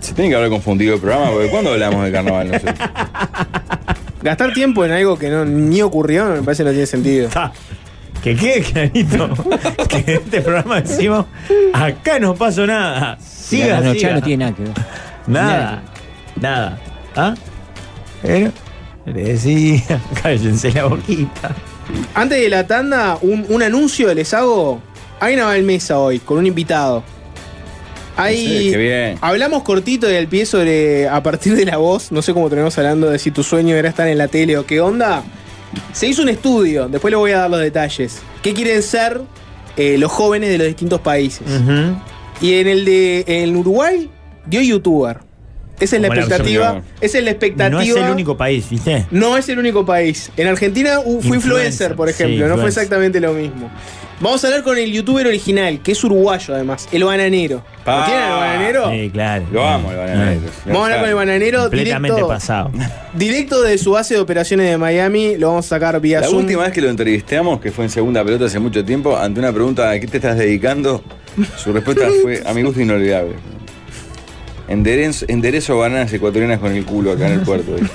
G: Se tiene que haber confundido el programa, porque ¿cuándo hablamos de carnaval nosotros?
F: Gastar tiempo en algo que no ni ocurrió me parece que no tiene sentido.
H: Ta, Que quede clarito que en este programa decimos acá no pasó nada.
J: Y
H: Siga,
J: la noche
H: siga.
J: no tiene nada que ver.
H: nada. Nada. ¿Ah? Pero le decía, cállense la boquita.
F: Antes de la tanda, un, un anuncio les hago. Hay una mesa hoy con un invitado. Hay,
G: Sí, qué bien.
F: Hablamos cortito y al pie sobre a partir de la voz. No sé cómo tenemos hablando de si tu sueño era estar en la tele o qué onda. Se hizo un estudio, después les voy a dar los detalles. ¿Qué quieren ser eh, los jóvenes de los distintos países?
G: Mm.
F: Y en el de en Uruguay dio youtuber. Esa es la
H: Como la
F: expectativa.
G: opción
F: Esa es la expectativa.
H: No es el único país, ¿viste?
F: No es el único país. En Argentina hu- fue influencer,
H: Influencer,
F: por ejemplo.
H: sí,
F: no fue
H: influencer.
F: exactamente lo mismo. Vamos a hablar con el youtuber original, que es uruguayo además, el bananero. ¿Lo
G: Pa.
F: tienen el bananero?
H: Sí, claro. Ah.
G: Lo amo, el bananero.
F: Vamos a hablar con el bananero
H: Completamente
F: directo,
H: pasado.
F: directo de su base de operaciones de Miami. Lo vamos a sacar vía
G: La
F: Zoom.
G: última eh. vez que lo entrevistamos, que fue en segunda pelota hace mucho tiempo, ante una pregunta ¿a qué te estás dedicando? Su respuesta fue, a mi gusto, inolvidable. Enderezo, enderezo bananas ecuatorianas con el culo acá en el puerto. dijo.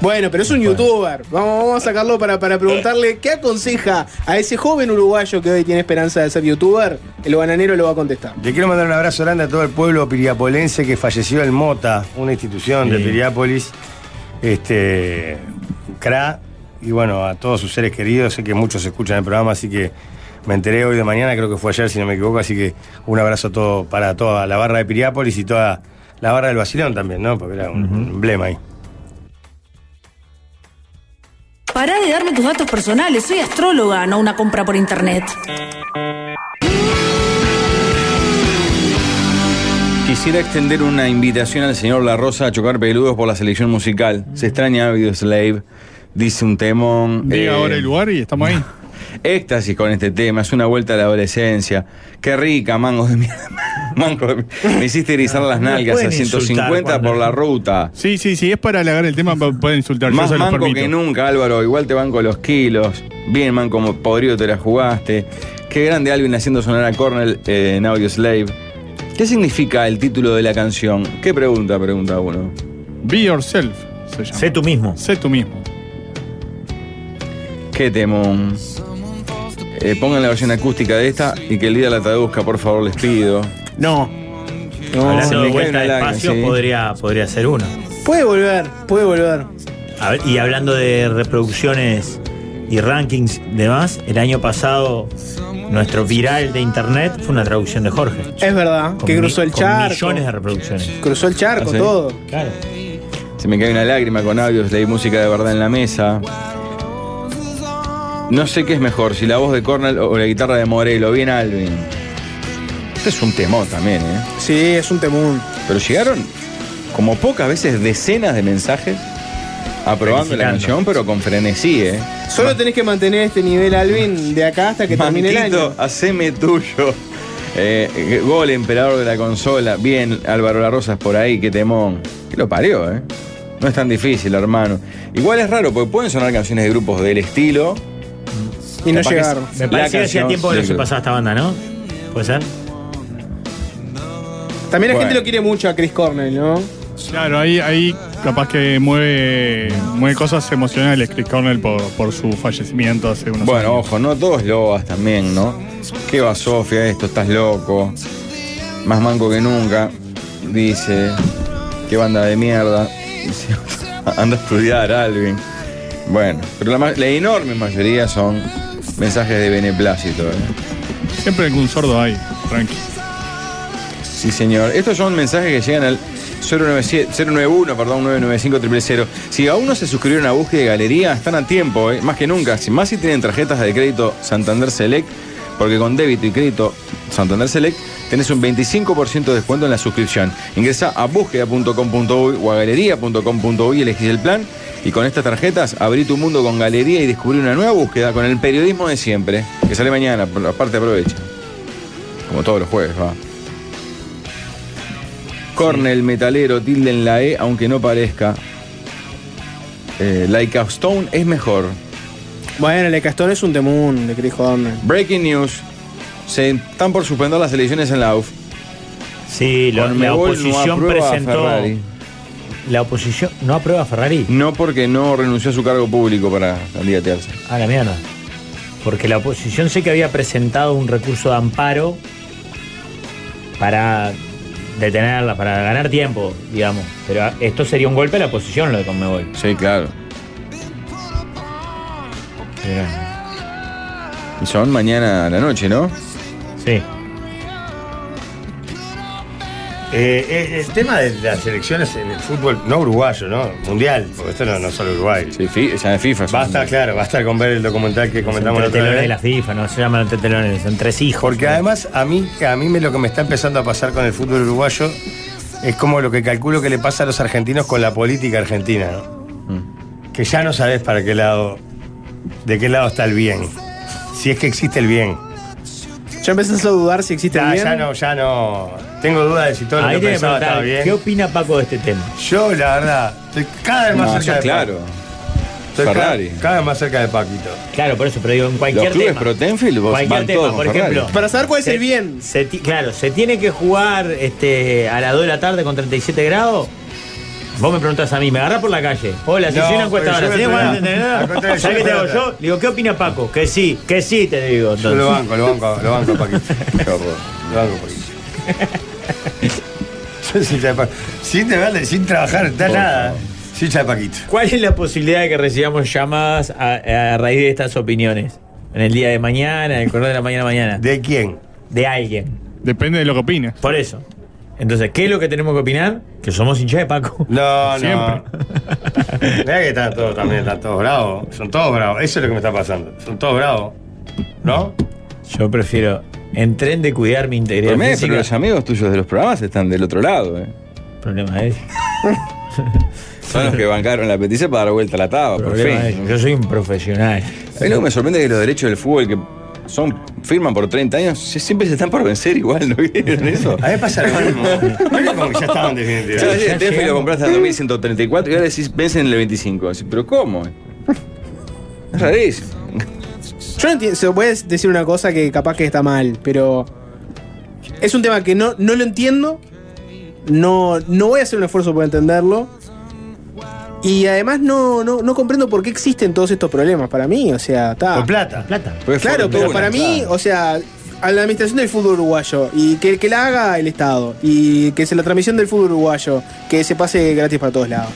F: Bueno, pero es un youtuber. Vamos, vamos a sacarlo para, para preguntarle qué aconseja a ese joven uruguayo que hoy tiene esperanza de ser youtuber. El bananero lo va a contestar.
E: Le quiero mandar un abrazo grande a todo el pueblo piriapolense que falleció el Mota, una institución de
H: Sí.
E: Piriápolis, este, CRA, y bueno, a todos sus seres queridos, sé que muchos escuchan el programa, así que me enteré hoy de mañana, creo que fue ayer si no me equivoco, así que un abrazo a todo, para toda la barra de Piriápolis y toda la barra del Basilón también, ¿no? Porque era un emblema ahí.
L: Pará de darme tus datos personales, soy astróloga, no una compra por internet.
G: Quisiera extender una invitación al señor La Rosa a chocar peludos por la selección musical. Se extraña Videoslave, dice un temón.
I: Diga
G: eh,
I: ahora el lugar y estamos ahí.
G: Éxtasis con este tema, es una vuelta a la adolescencia. Qué rica, mango de mierda. Mango de mierda. Me hiciste erizar las
H: No
G: nalgas
H: pueden
G: a 150
H: insultar cuando-
G: por la ruta.
I: Sí, sí, sí, es para alargar el tema, pa- pueden insultar. yo
G: Más
I: se los
G: manco
I: permito.
G: que nunca, Álvaro. Igual te banco los kilos. Bien, manco, como podrido te la jugaste. Qué grande Alvin haciendo sonar a Cornell eh, en Audio Slave. ¿Qué significa el título de la canción? ¿Qué pregunta? Pregunta uno.
I: Be yourself se llama.
H: Sé tú mismo.
I: Sé tú mismo.
G: Qué temón. Eh, pongan la versión acústica de esta y que el líder la traduzca, por favor, les pido.
F: No.
G: se
H: Hablando
G: me
H: de
G: cae
H: vuelta
G: una
H: de
G: lágrima,
H: espacio,
G: sí.
H: podría, podría ser uno.
F: Puede volver, puede volver.
H: A ver, y hablando de reproducciones y rankings y demás, el año pasado nuestro viral de internet fue una traducción de Jorge.
F: Es verdad,
H: Con
F: que
H: mi-
F: cruzó el
H: con
F: charco.
H: Millones de reproducciones.
F: Cruzó el charco,
G: ¿Ah, sí?
F: todo.
H: Claro.
G: Se me cae una lágrima con audios, leí música de verdad en la mesa. No sé qué es mejor, si la voz de Cornell o la guitarra de Morelo, bien Alvin. Este es un temón también, ¿eh?
F: Sí, es un temún.
G: Pero llegaron como pocas veces decenas de mensajes aprobando la
H: Felicitando.
G: canción, pero con frenesí, ¿eh?
F: Solo tenés que mantener este nivel, Alvin, de acá hasta que termine el
G: Manquito,
F: año.
G: haceme tuyo. Eh, eh, gol, emperador de la consola. Bien, Álvaro La Rosas por ahí, qué temón. Que lo parió, ¿eh? No es tan difícil, hermano. Igual es raro, porque pueden sonar canciones de grupos del estilo.
H: Y no
G: Capaz que es
H: llegaron. Me
G: la
H: parece que hacía
G: canción
H: tiempo que no
G: del
H: se
G: grupo.
H: pasaba esta banda, ¿no? ¿Puede ser?
F: También la
I: Bueno.
F: gente lo quiere mucho a Chris Cornell, ¿no?
I: Claro, ahí, ahí capaz que mueve, mueve cosas emocionales Chris Cornell por, por su fallecimiento hace unos
G: Bueno,
I: años.
G: ojo, no todos lobas también, ¿no? ¿Qué va, Sofía? Esto, estás loco. Más manco que nunca. Dice. Qué banda de mierda. Dice, anda a estudiar, Alvin. Bueno, pero la, ma- la enorme mayoría son mensajes de beneplácito, ¿eh?
I: Siempre algún sordo hay, tranqui.
G: Sí, señor. Estos son mensajes que llegan al 097 091, perdón, 995 Si aún no se suscribieron a Búsqueda de Galería, están a tiempo, ¿eh? más que nunca. Si más si tienen tarjetas de crédito Santander Select, porque con débito y crédito Santander Select tenés un 25% de descuento en la suscripción. Ingresa a búsqueda.com.uy o a galería.com.uy, elegís el plan y con estas tarjetas abrí tu mundo con galería y descubrí una nueva búsqueda con el periodismo de siempre, que sale mañana, por- aparte aprovecha. Como todos los jueves, va. Cornel, metalero, tilde en la E, aunque no parezca. Eh, like a Stone es mejor.
F: Bueno, el Castón es un temún de Chris Cornell.
G: Breaking news. Se están por suspender las elecciones en la UF.
H: Sí, la- la oposición presentó- La oposición no aprueba a Ferrari.
E: Mm.
G: No porque no renunció a su cargo público para candidatearse.
H: A la mierda. Porque la oposición sé que había presentado un recurso de amparo para detenerla, para ganar tiempo, digamos. Pero a- esto sería un golpe a la oposición lo de Conmebol.
G: Sí, claro. Y son mañana a la noche, ¿no?
H: Sí.
E: Eh, eh, el tema de las elecciones en el fútbol, no uruguayo, ¿no? Mundial, porque esto no, no solo Uruguay.
G: Sí, ya de FIFA.
E: Basta, claro, basta con ver el documental que comentamos
H: Entre
E: la otra
H: telones de
E: vez.
H: la FIFA, no se llaman entre telones, entre sí.
E: Porque además a mí, a mí me lo que me está empezando a pasar con el fútbol uruguayo es como lo que calculo que le pasa a los argentinos con la política argentina, ¿no? Que ya no sabes para qué lado, de qué lado está el bien. Si es que existe el bien.
F: Ya empezás a dudar si existe
E: Ya,
F: el bien.
E: ya no, ya no. Tengo dudas de si todo lo que
H: Ahí te voy a
E: pensaba estaba
H: preguntar,
E: bien.
H: ¿qué opina Paco de este tema?
E: Yo, la verdad, estoy cada
G: Ah,
E: vez más
H: No,
E: cerca
H: ya
E: de
H: claro.
E: Paco. Estoy cada-
H: Ferrari.
E: Cada, vez más cerca de Paquito.
H: Claro, por eso, pero digo, en cualquier
E: Los clubes
H: tema.
E: pro Tenfield, vos,
H: cualquier
E: van
H: tema,
E: todos con
H: por
E: Ferrari.
H: ejemplo.
E: Para saber cuál es
H: se-
E: el bien.
H: se ti- claro, se tiene que jugar este, a las 2 de la tarde con 37 grados. Vos me preguntás a mí, me agarrás por la calle. Hola, si
E: No,
H: soy una
E: pero
H: encuestadora,
E: yo
H: ¿sí?
E: me
H: Bueno,
E: pregunto.
H: ¿entendés?
E: Al contrario,
H: ¿Sabés
E: yo
H: qué te
E: me
H: hago yo?
E: pregunto.
H: Le digo, ¿qué opina Paco? Que sí, que sí, te digo.
E: Yo
H: entonces.
E: lo banco, lo banco, lo banco, Paquito. lo banco, Paquito. Yo soy hincha de Paquito. Sin, de verdad, sin trabajar, da nada. Soy hincha de Paquito.
H: ¿Cuál es la posibilidad de que recibamos llamadas a, a raíz de estas opiniones? En el día de mañana, en el correo de la mañana mañana.
E: ¿De quién?
H: De alguien.
I: Depende de lo que opines.
H: Por eso. Entonces, ¿qué es lo que tenemos que opinar? Que somos hinchas de Paco.
E: No,
H: Siempre.
E: no. Mira que están todos también, están todos bravos. Son todos bravos. Eso es lo que me está pasando. Son todos bravos. ¿No?
H: Yo prefiero, en tren de cuidar mi integridad
G: Pero, me-
H: física.
G: pero los amigos tuyos de los programas están del otro lado, ¿eh?
H: Problema es.
G: Son los que bancaron la petición para dar vuelta a la taba, por
H: Problema
G: fin.
H: de ellos. Yo soy un profesional.
G: A mí lo que me sorprende es que los derechos del fútbol que son firman por 30 años se- siempre se están por vencer igual, ¿no vieron eso?
E: A mí pasa lo mismo. Mira como que ya estaban definitivos.
G: Ya, ya, Tenfi lo compraste a 2134 y ahora decís vencen en el 25. Así, ¿Pero cómo? Es rarísimo.
F: Yo no entiendo, se puede decir una cosa que capaz que está mal, pero es un tema que no, no lo entiendo, no, no voy a hacer un esfuerzo por entenderlo, y además no, no, no comprendo por qué existen todos estos problemas para mí, o sea, está...
E: Por plata.
H: Plata.
G: Pues
F: claro,
G: fortuna,
F: pero para mí,
G: claro.
F: o sea, a la administración del fútbol uruguayo, y que, que la haga el Estado, y que se la transmisión del fútbol uruguayo, que se pase gratis para todos lados.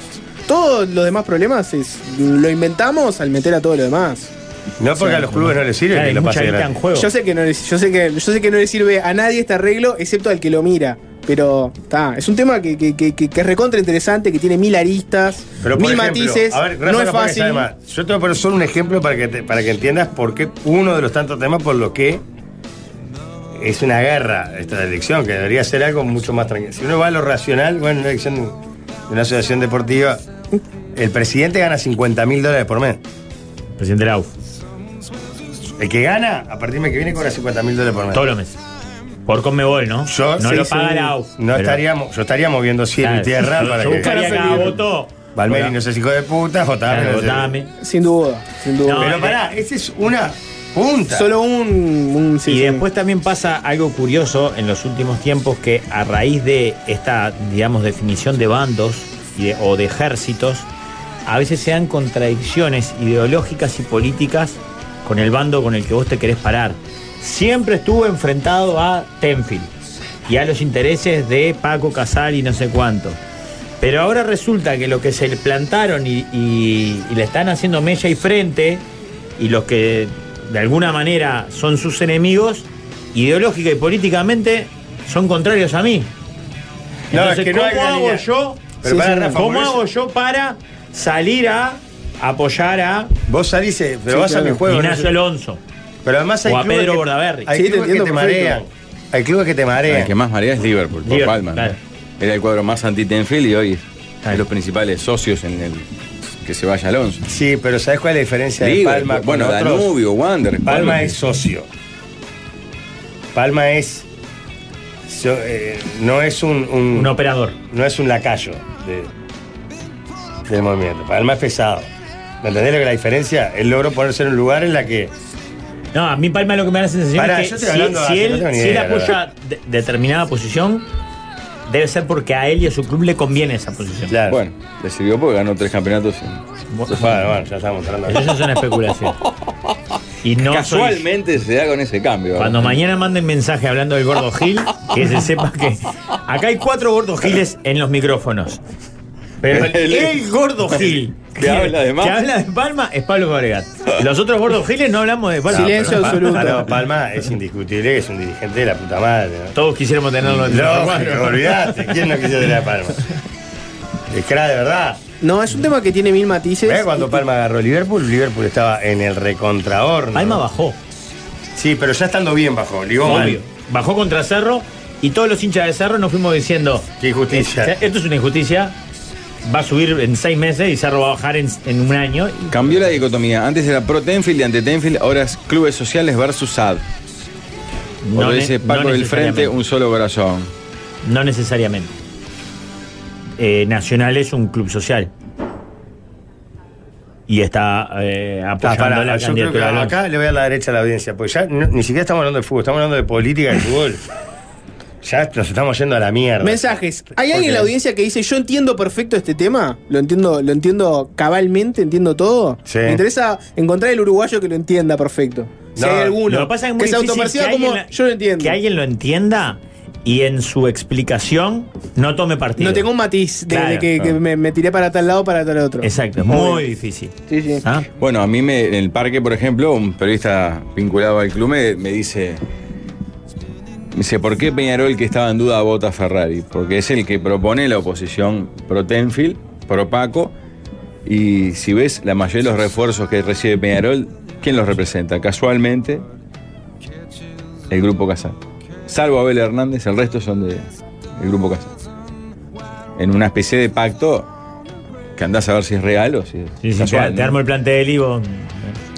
F: Todos los demás problemas es- lo inventamos al meter a todo lo demás.
E: No porque a los clubes no les sirve que lo pase gratis.
F: Yo sé que no le, yo sé que, yo sé que no le sirve a nadie este arreglo, excepto al que lo mira. Pero está, es un tema que, que, que, que- que es recontra interesante, que tiene mil aristas,
E: Pero por
F: mil
E: ejemplo,
F: matices,
E: a ver, Rafa
F: no es
E: capaz que
F: fácil.
E: sabe más. Yo te voy a poner solo un ejemplo para que, te- para que entiendas por qué uno de los tantos temas por los que es una guerra esta elección, que debería ser algo mucho más tranquilo. Si uno va a lo racional, bueno, una elección de una asociación deportiva, el presidente gana 50 mil dólares por mes.
H: Presidente Lau.
E: El que gana, a partir de que viene, cobra 50 mil dólares por mes.
H: Todos los meses. Por Conmebol, ¿no?
E: Yo-
H: no
E: sí,
H: lo
E: sí.
H: paga la AUF.
E: No
H: pero-
E: estaríamos, yo estaría moviendo cielo
H: Claro.
E: y tierra para
H: Yo
E: que.
H: buscaría cada voto.
E: Valmeri no es hijo de puta, Jotame.
H: Claro,
E: no es-
H: Jotame.
F: Sin duda, sin duda.
E: Pero pará,
H: eh.
E: esa es una punta.
F: Solo un. un sí,
H: y
F: sí.
H: después también pasa algo curioso en los últimos tiempos que a raíz de esta, digamos, definición de bandos y de- o de ejércitos, a veces se dan contradicciones ideológicas y políticas con el bando con el que vos te querés parar. Siempre estuvo enfrentado a Tenfield y a los intereses de Paco Casal y no sé cuánto. Pero ahora resulta que lo que se le plantaron y, y- y le están haciendo mella y frente, y los que de alguna manera son sus enemigos, ideológica y políticamente, son contrarios a mí.
E: No,
H: Entonces,
E: es que no hay
H: ¿cómo hago
E: realidad.
H: yo?
E: Pero pará, Rafa, por
H: ¿Cómo
E: eso-
H: hago yo para salir a apoyar a
E: Vos salís, eh, pero
H: Sí,
E: vas a
H: claro.
E: mi juego.
H: Ignacio
E: no sé-
H: Alonso?
E: Pero además hay
H: o a
E: clubes
H: Pedro
E: que-
H: Bordaberry.
E: Hay
F: Sí, te
E: clubes que
F: entiendo
E: te
F: perfecto.
E: marean. Hay clubes que te
G: El que
E: marean.
G: más marea es Liverpool, por
H: Liverpool,
G: Palma.
H: claro.
G: Era el cuadro más anti-Tenfield y hoy es de los principales socios en el que se vaya Alonso.
E: Sí, pero ¿sabés cuál es la diferencia de
G: Liverpool,
E: Palma con
G: bueno,
E: otros?
G: Danubio, Wander.
E: Palma es socio. Palma es. so- eh, no es un, un-
H: Un operador.
E: No es un lacayo de- del movimiento. Palma es pesado. ¿Me entendés lo que la diferencia? Él logró ponerse en un lugar en la que.
H: No, a mí Palma lo que me da la sensación
E: Pará,
H: es
E: yo
H: que
E: estoy
H: si,
E: hablando
H: si
E: de- no
H: él,
E: tengo ni
H: si él
E: idea, la
H: apoya de- determinada posición, debe ser porque a él y a su club le conviene esa posición.
E: Claro.
G: Bueno, le sirvió porque ganó tres campeonatos.
H: Bueno,
E: Bueno, bueno, ya estamos
H: pero
E: entrando.
H: eso es una especulación. Y no soy-
G: Casualmente se da con ese cambio. ¿verdad?
H: Cuando mañana manden mensaje hablando del gordo Gil, que se sepa que acá hay cuatro gordos Giles en los micrófonos. Pero el, el gordo Gil
G: Que habla de más.
H: que habla de Palma es Pablo Fabregat. Los otros gordos Giles no hablamos de Palma.
F: Silencio
H: Pero-
F: absoluto.
E: Ah, no, Palma es indiscutible, es un dirigente de la puta madre. ¿no?
H: Todos quisiéramos tenerlo en los
E: Lógico, olvidaste. ¿Quién no quisiera tener a Palma? Es que era de verdad.
F: No, es un tema que tiene mil matices.
E: ¿Ves cuando
F: Y-
E: Palma agarró Liverpool? Liverpool estaba en el recontrahorno.
H: Palma bajó.
E: Sí, pero ya estando bien bajó. Ligó
H: Obvio.
E: mal.
H: Bajó contra Cerro y todos los hinchas de Cerro nos fuimos diciendo.
E: Qué injusticia.
H: "Eh, Esto es una injusticia. Va a subir en seis meses y Cerro va a bajar en, en un año. Y-
G: Cambió la dicotomía. Antes era pro Tenfield y ante Tenfield, ahora es clubes sociales versus SAD.
H: No
G: Por
H: ne-
G: dice
H: no
G: Paco del
H: necesariamente.
G: Frente, un solo corazón.
H: No necesariamente. Eh, Nacional es un club social. Y está eh,
E: Ah,
H: apoyando
E: pará,
H: la
E: yo creo que
H: candidatura. de Alonso.
E: acá le voy a la derecha a la audiencia, porque ya no- ni siquiera estamos hablando de fútbol, estamos hablando de política y fútbol. ya nos estamos yendo a la mierda.
F: Mensajes. ¿Hay alguien en la
E: Ok.
F: audiencia que dice yo entiendo perfecto este tema? Lo entiendo, lo entiendo cabalmente, entiendo todo.
E: Sí.
F: Me interesa encontrar el uruguayo que lo entienda perfecto. Si
E: No,
F: hay alguno
H: Lo que pasa es muy
F: que se
H: difícil
F: autoperciba
H: que
F: como
H: alguien la-
F: yo lo entiendo.
H: Que alguien lo entienda y en su explicación no tome partido.
F: No tengo un matiz de,
H: Claro,
F: de que,
H: claro.
F: que me, me tiré para tal lado, para tal otro.
H: Exacto, es muy difícil.
F: Sí, sí.
H: ¿Ah?
G: Bueno, a mí me- en el parque, por ejemplo, un periodista vinculado al club me, me dice. Me dice, ¿por qué Peñarol que estaba en duda vota Ferrari? Porque es el que propone la oposición pro Tenfield, pro Paco. Y si ves la mayoría de los refuerzos que recibe Peñarol, ¿quién los representa? Casualmente, el grupo Casal. Salvo Abel Hernández, el resto son del grupo Casal. En una especie de pacto que andás a ver si es real o si es
H: Sí, sí, te-
G: casual,
H: te,
G: ¿no?
H: armo el plantel y vos.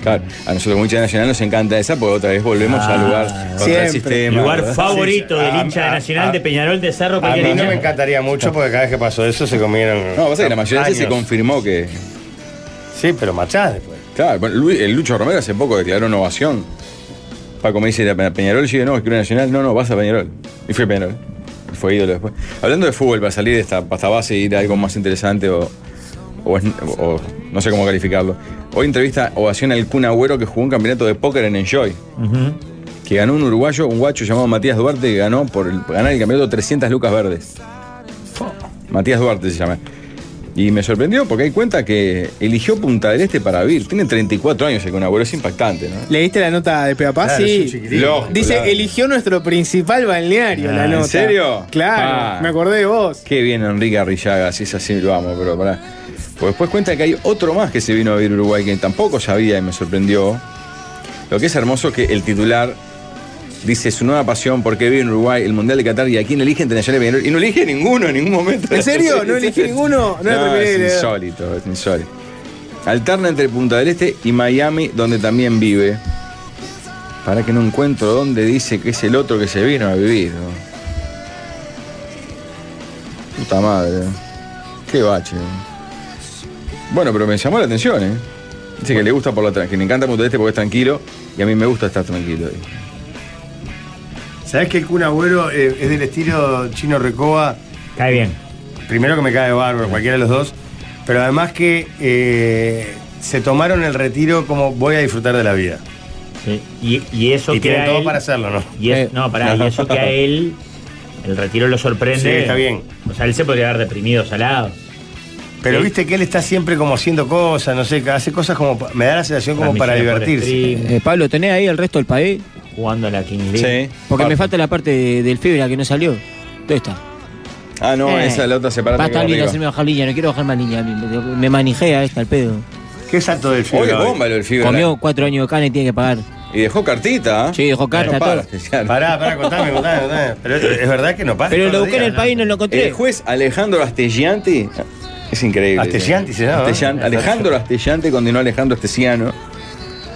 G: Claro, a nosotros mucha Nacional nos encanta esa porque otra vez volvemos
H: Ah,
G: al lugar contra
F: siempre.
G: el sistema.
H: lugar
G: ¿verdad?
E: Sí,
H: favorito
E: sí.
H: del
E: A-
H: hincha de
E: a-
H: Nacional,
E: a-
H: de Peñarol, de Cerro,
E: A
H: cualquier
E: mí no
H: hincha.
E: me encantaría mucho porque cada vez que pasó eso se comieron.
G: No, pasa que la mayoría de veces se
E: años.
G: confirmó que.
E: Sí, pero machás después.
G: Claro, bueno, Lu- el Lucho Romero hace poco declaró una ovación. Paco me dice, "Era Pe- Peñarol, yo digo, no, quiero Nacional, no, no, vas a Peñarol. Y fue Peñarol. Y fue ídolo después. Hablando de fútbol, para salir de esta pasta base e ir a algo más interesante o, o es- o- no sé cómo calificarlo. Hoy entrevista ovación al Kun Agüero que jugó un campeonato de póker en Enjoy.
H: Ujú.
G: que ganó un uruguayo, un guacho llamado Matías Duarte, que ganó por el, ganar el campeonato 300 lucas verdes. Matías Duarte se llama. Y me sorprendió porque hay cuenta que eligió Punta del Este para vivir. Tiene 34 años, el con abuelo es impactante, ¿no?
F: ¿Leíste la nota de Peapá?
E: Claro, es un
F: sí.
E: chiquitín.
G: Lógico.
F: Dice,
G: Claro.
F: eligió nuestro principal balneario
H: Ah,
F: la
H: ¿en
F: nota.
G: serio?
F: Claro,
G: Ah.
F: me acordé de vos.
G: Qué bien Enrique Arrillaga, si es así lo amo, pero pará. Pues después cuenta que hay otro más que se vino a vivir a Uruguay que tampoco sabía y me sorprendió. Lo que es hermoso es que el titular dice su nueva pasión, por qué vive en Uruguay, el Mundial de Qatar y a quién eligen Nacional y Peñarol. Y no elige ninguno en ningún momento.
F: ¿En serio? ¿No elegí ninguno? No,
G: No,
F: la terminé de
G: es
F: leer.
G: insólito, es insólito. Alterna entre Punta del Este y Miami, donde también vive. Para que no encuentro dónde dice que es el otro que se vino a vivir. ¿no? Puta madre. Qué bache. Bueno, pero me llamó la atención, ¿eh? Dice que le gusta por la tra- que le encanta Mutualeste porque es tranquilo y a mí me gusta estar tranquilo.
E: ¿Sabés que el Kun Agüero eh, es del estilo chino Recoba?
H: Cae bien.
E: Primero que me cae bárbaro, cualquiera de los dos. Pero además que eh, se tomaron el retiro como voy a disfrutar de la vida.
H: Sí. Y, y eso
E: Y
H: que
E: tienen
H: a
E: todo
H: él-
E: para hacerlo, ¿no?
H: y es- no, pará, y eso que a él el retiro lo sorprende.
E: Sí, está bien.
H: O sea, él se podría haber deprimido salado.
E: Pero
H: Sí.
E: viste que él está siempre como haciendo cosas, no sé, hace cosas como. pa- Me da la sensación como para divertirse.
J: Eh, Pablo, ¿tenés ahí el resto del país?
H: Jugando a la King
G: League. Sí, Ah.
J: Porque
G: parte.
J: me falta la parte de- del fibra que no salió. ¿Dónde está?
G: Ah, no,
J: Eh,
G: esa es la otra separada.
J: Basta alguien hacerme bajar línea, no quiero bajar más línea. Me, me manijea esta al pedo.
E: ¿Qué salto del
G: fibra Oye, hoy? bomba lo del fibra.
J: Comió cuatro años de cana y tiene que pagar.
G: Y dejó cartita. ¿eh?
J: Sí, dejó carta,
G: No para, ya.
E: Pará, pará, contame, contame, contame. Pero es verdad que no pasa.
J: Pero
E: todos
J: lo
E: los
J: busqué en
E: días,
J: el
E: ¿no?
J: país y no lo encontré.
H: eh,
G: El juez Alejandro Astellanti es increíble.
E: Astellanti se llama,
G: Astellan-
E: ¿no?
G: Alejandro Astellanti condenó a Alejandro Astesiano.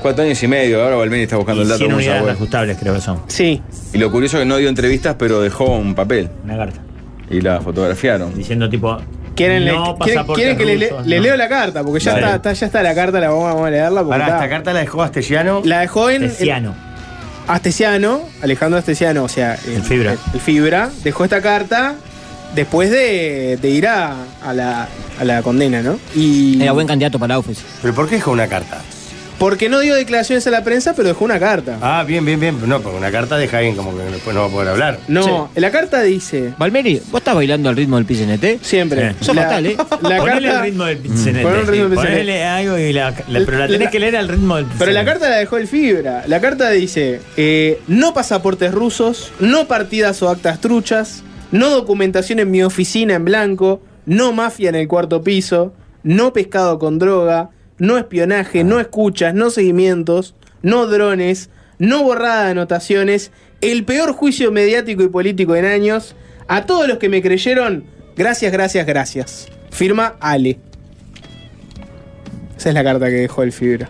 G: Cuatro años y medio. Ahora Valmeri está buscando el
H: Y
G: dato.
H: 100
G: como
H: unidades
G: sabe.
H: ajustables creo que son.
F: Sí.
G: Y lo curioso es que no dio entrevistas, pero dejó un papel.
H: Una carta.
G: Y la fotografiaron.
H: Diciendo tipo.
F: ¿Quieren, le- quieren-
H: no pasaporte
F: quieren que le, le-
H: ruso,
F: le
H: no.
F: leo la carta? Porque ya
H: Dale.
F: está, está- ya está la carta, la vamos, vamos a leerla. Porque
E: Pará,
F: está-
E: esta carta la dejó Astellano.
F: La dejó en.
H: Astesiano.
F: Astesiano, Alejandro Astesiano, o sea, el,
H: Fibra.
F: el- el Fibra, dejó esta carta después de, de ir a, a la, a la condena, ¿no? Y
J: Era buen candidato para la E UFES.
E: ¿Pero por qué dejó una carta?
F: Porque no dio declaraciones a la prensa, pero dejó una carta.
E: Ah, bien, bien, bien. No, porque una carta deja bien como que después no va a poder hablar.
F: No, la carta dice.
J: Valmeri, ¿vos estás bailando al ritmo del PCNT?
F: Siempre.
H: Sí.
J: Sos
F: La-
J: fatal, ¿eh?
F: La
H: Ponele
F: carta,
H: el ritmo
G: Mm.
H: del Pizzenete.
F: Ponele el ritmo del Pizzenete.
H: Ponele algo y la, la- pero la tenés
F: La-
H: que leer al ritmo del
F: Pero la
H: Pizzenete.
F: carta la dejó el Fibra. La carta dice: eh, no pasaportes rusos, no partidas o actas truchas, no documentación en mi oficina en blanco, no mafia en el cuarto piso, no pescado con droga, no espionaje, no escuchas, no seguimientos, no drones, no borrada de anotaciones, el peor juicio mediático y político en años. A todos los que me creyeron, gracias, gracias, gracias. Firma Ale. Esa es la carta que dejó el Fibra.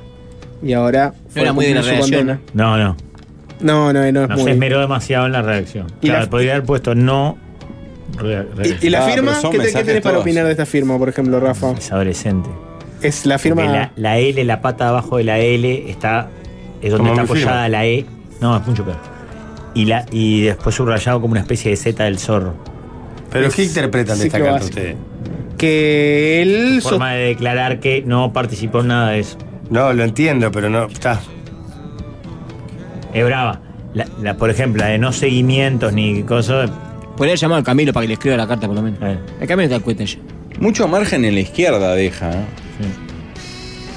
F: Y ahora. fue
J: era
F: a
J: muy de la
F: cumplir su
J: redacción.
F: condena.
H: No, no.
F: No, no, no es
H: No
F: muy.
H: se esmeró demasiado en la redacción.
F: Y
H: Claro,
F: la-
H: podría haber puesto no. re- redacción.
F: ¿Y, y la
G: Ah,
F: firma?
G: pero son
F: ¿Qué, te- qué
G: mensajes
F: tenés para
G: todos.
F: opinar de esta firma, por ejemplo, Rafa?
H: Es adolescente.
F: Es la
H: Porque
F: firma.
H: La, la L, la pata de abajo de la L, está, es donde
E: Como
H: está
E: mi firma.
H: apoyada la E. No, es mucho peor. Y, la, y después subrayado como una especie de Z del zorro.
E: Pero ¿qué interpretan de esta
F: Ciclo
E: carta
F: básico.
E: ustedes?
F: Que él. sos-
H: Forma de declarar que no participó en nada de eso.
E: No, lo entiendo, pero no. Está.
H: Es brava. La, la- por ejemplo, la de no seguimientos ni cosas.
J: Podría llamar al Camilo para que le escriba la carta, por lo menos.
H: eh,
J: El Camilo está cuenta ya.
G: Mucho margen en la izquierda deja. ¿eh?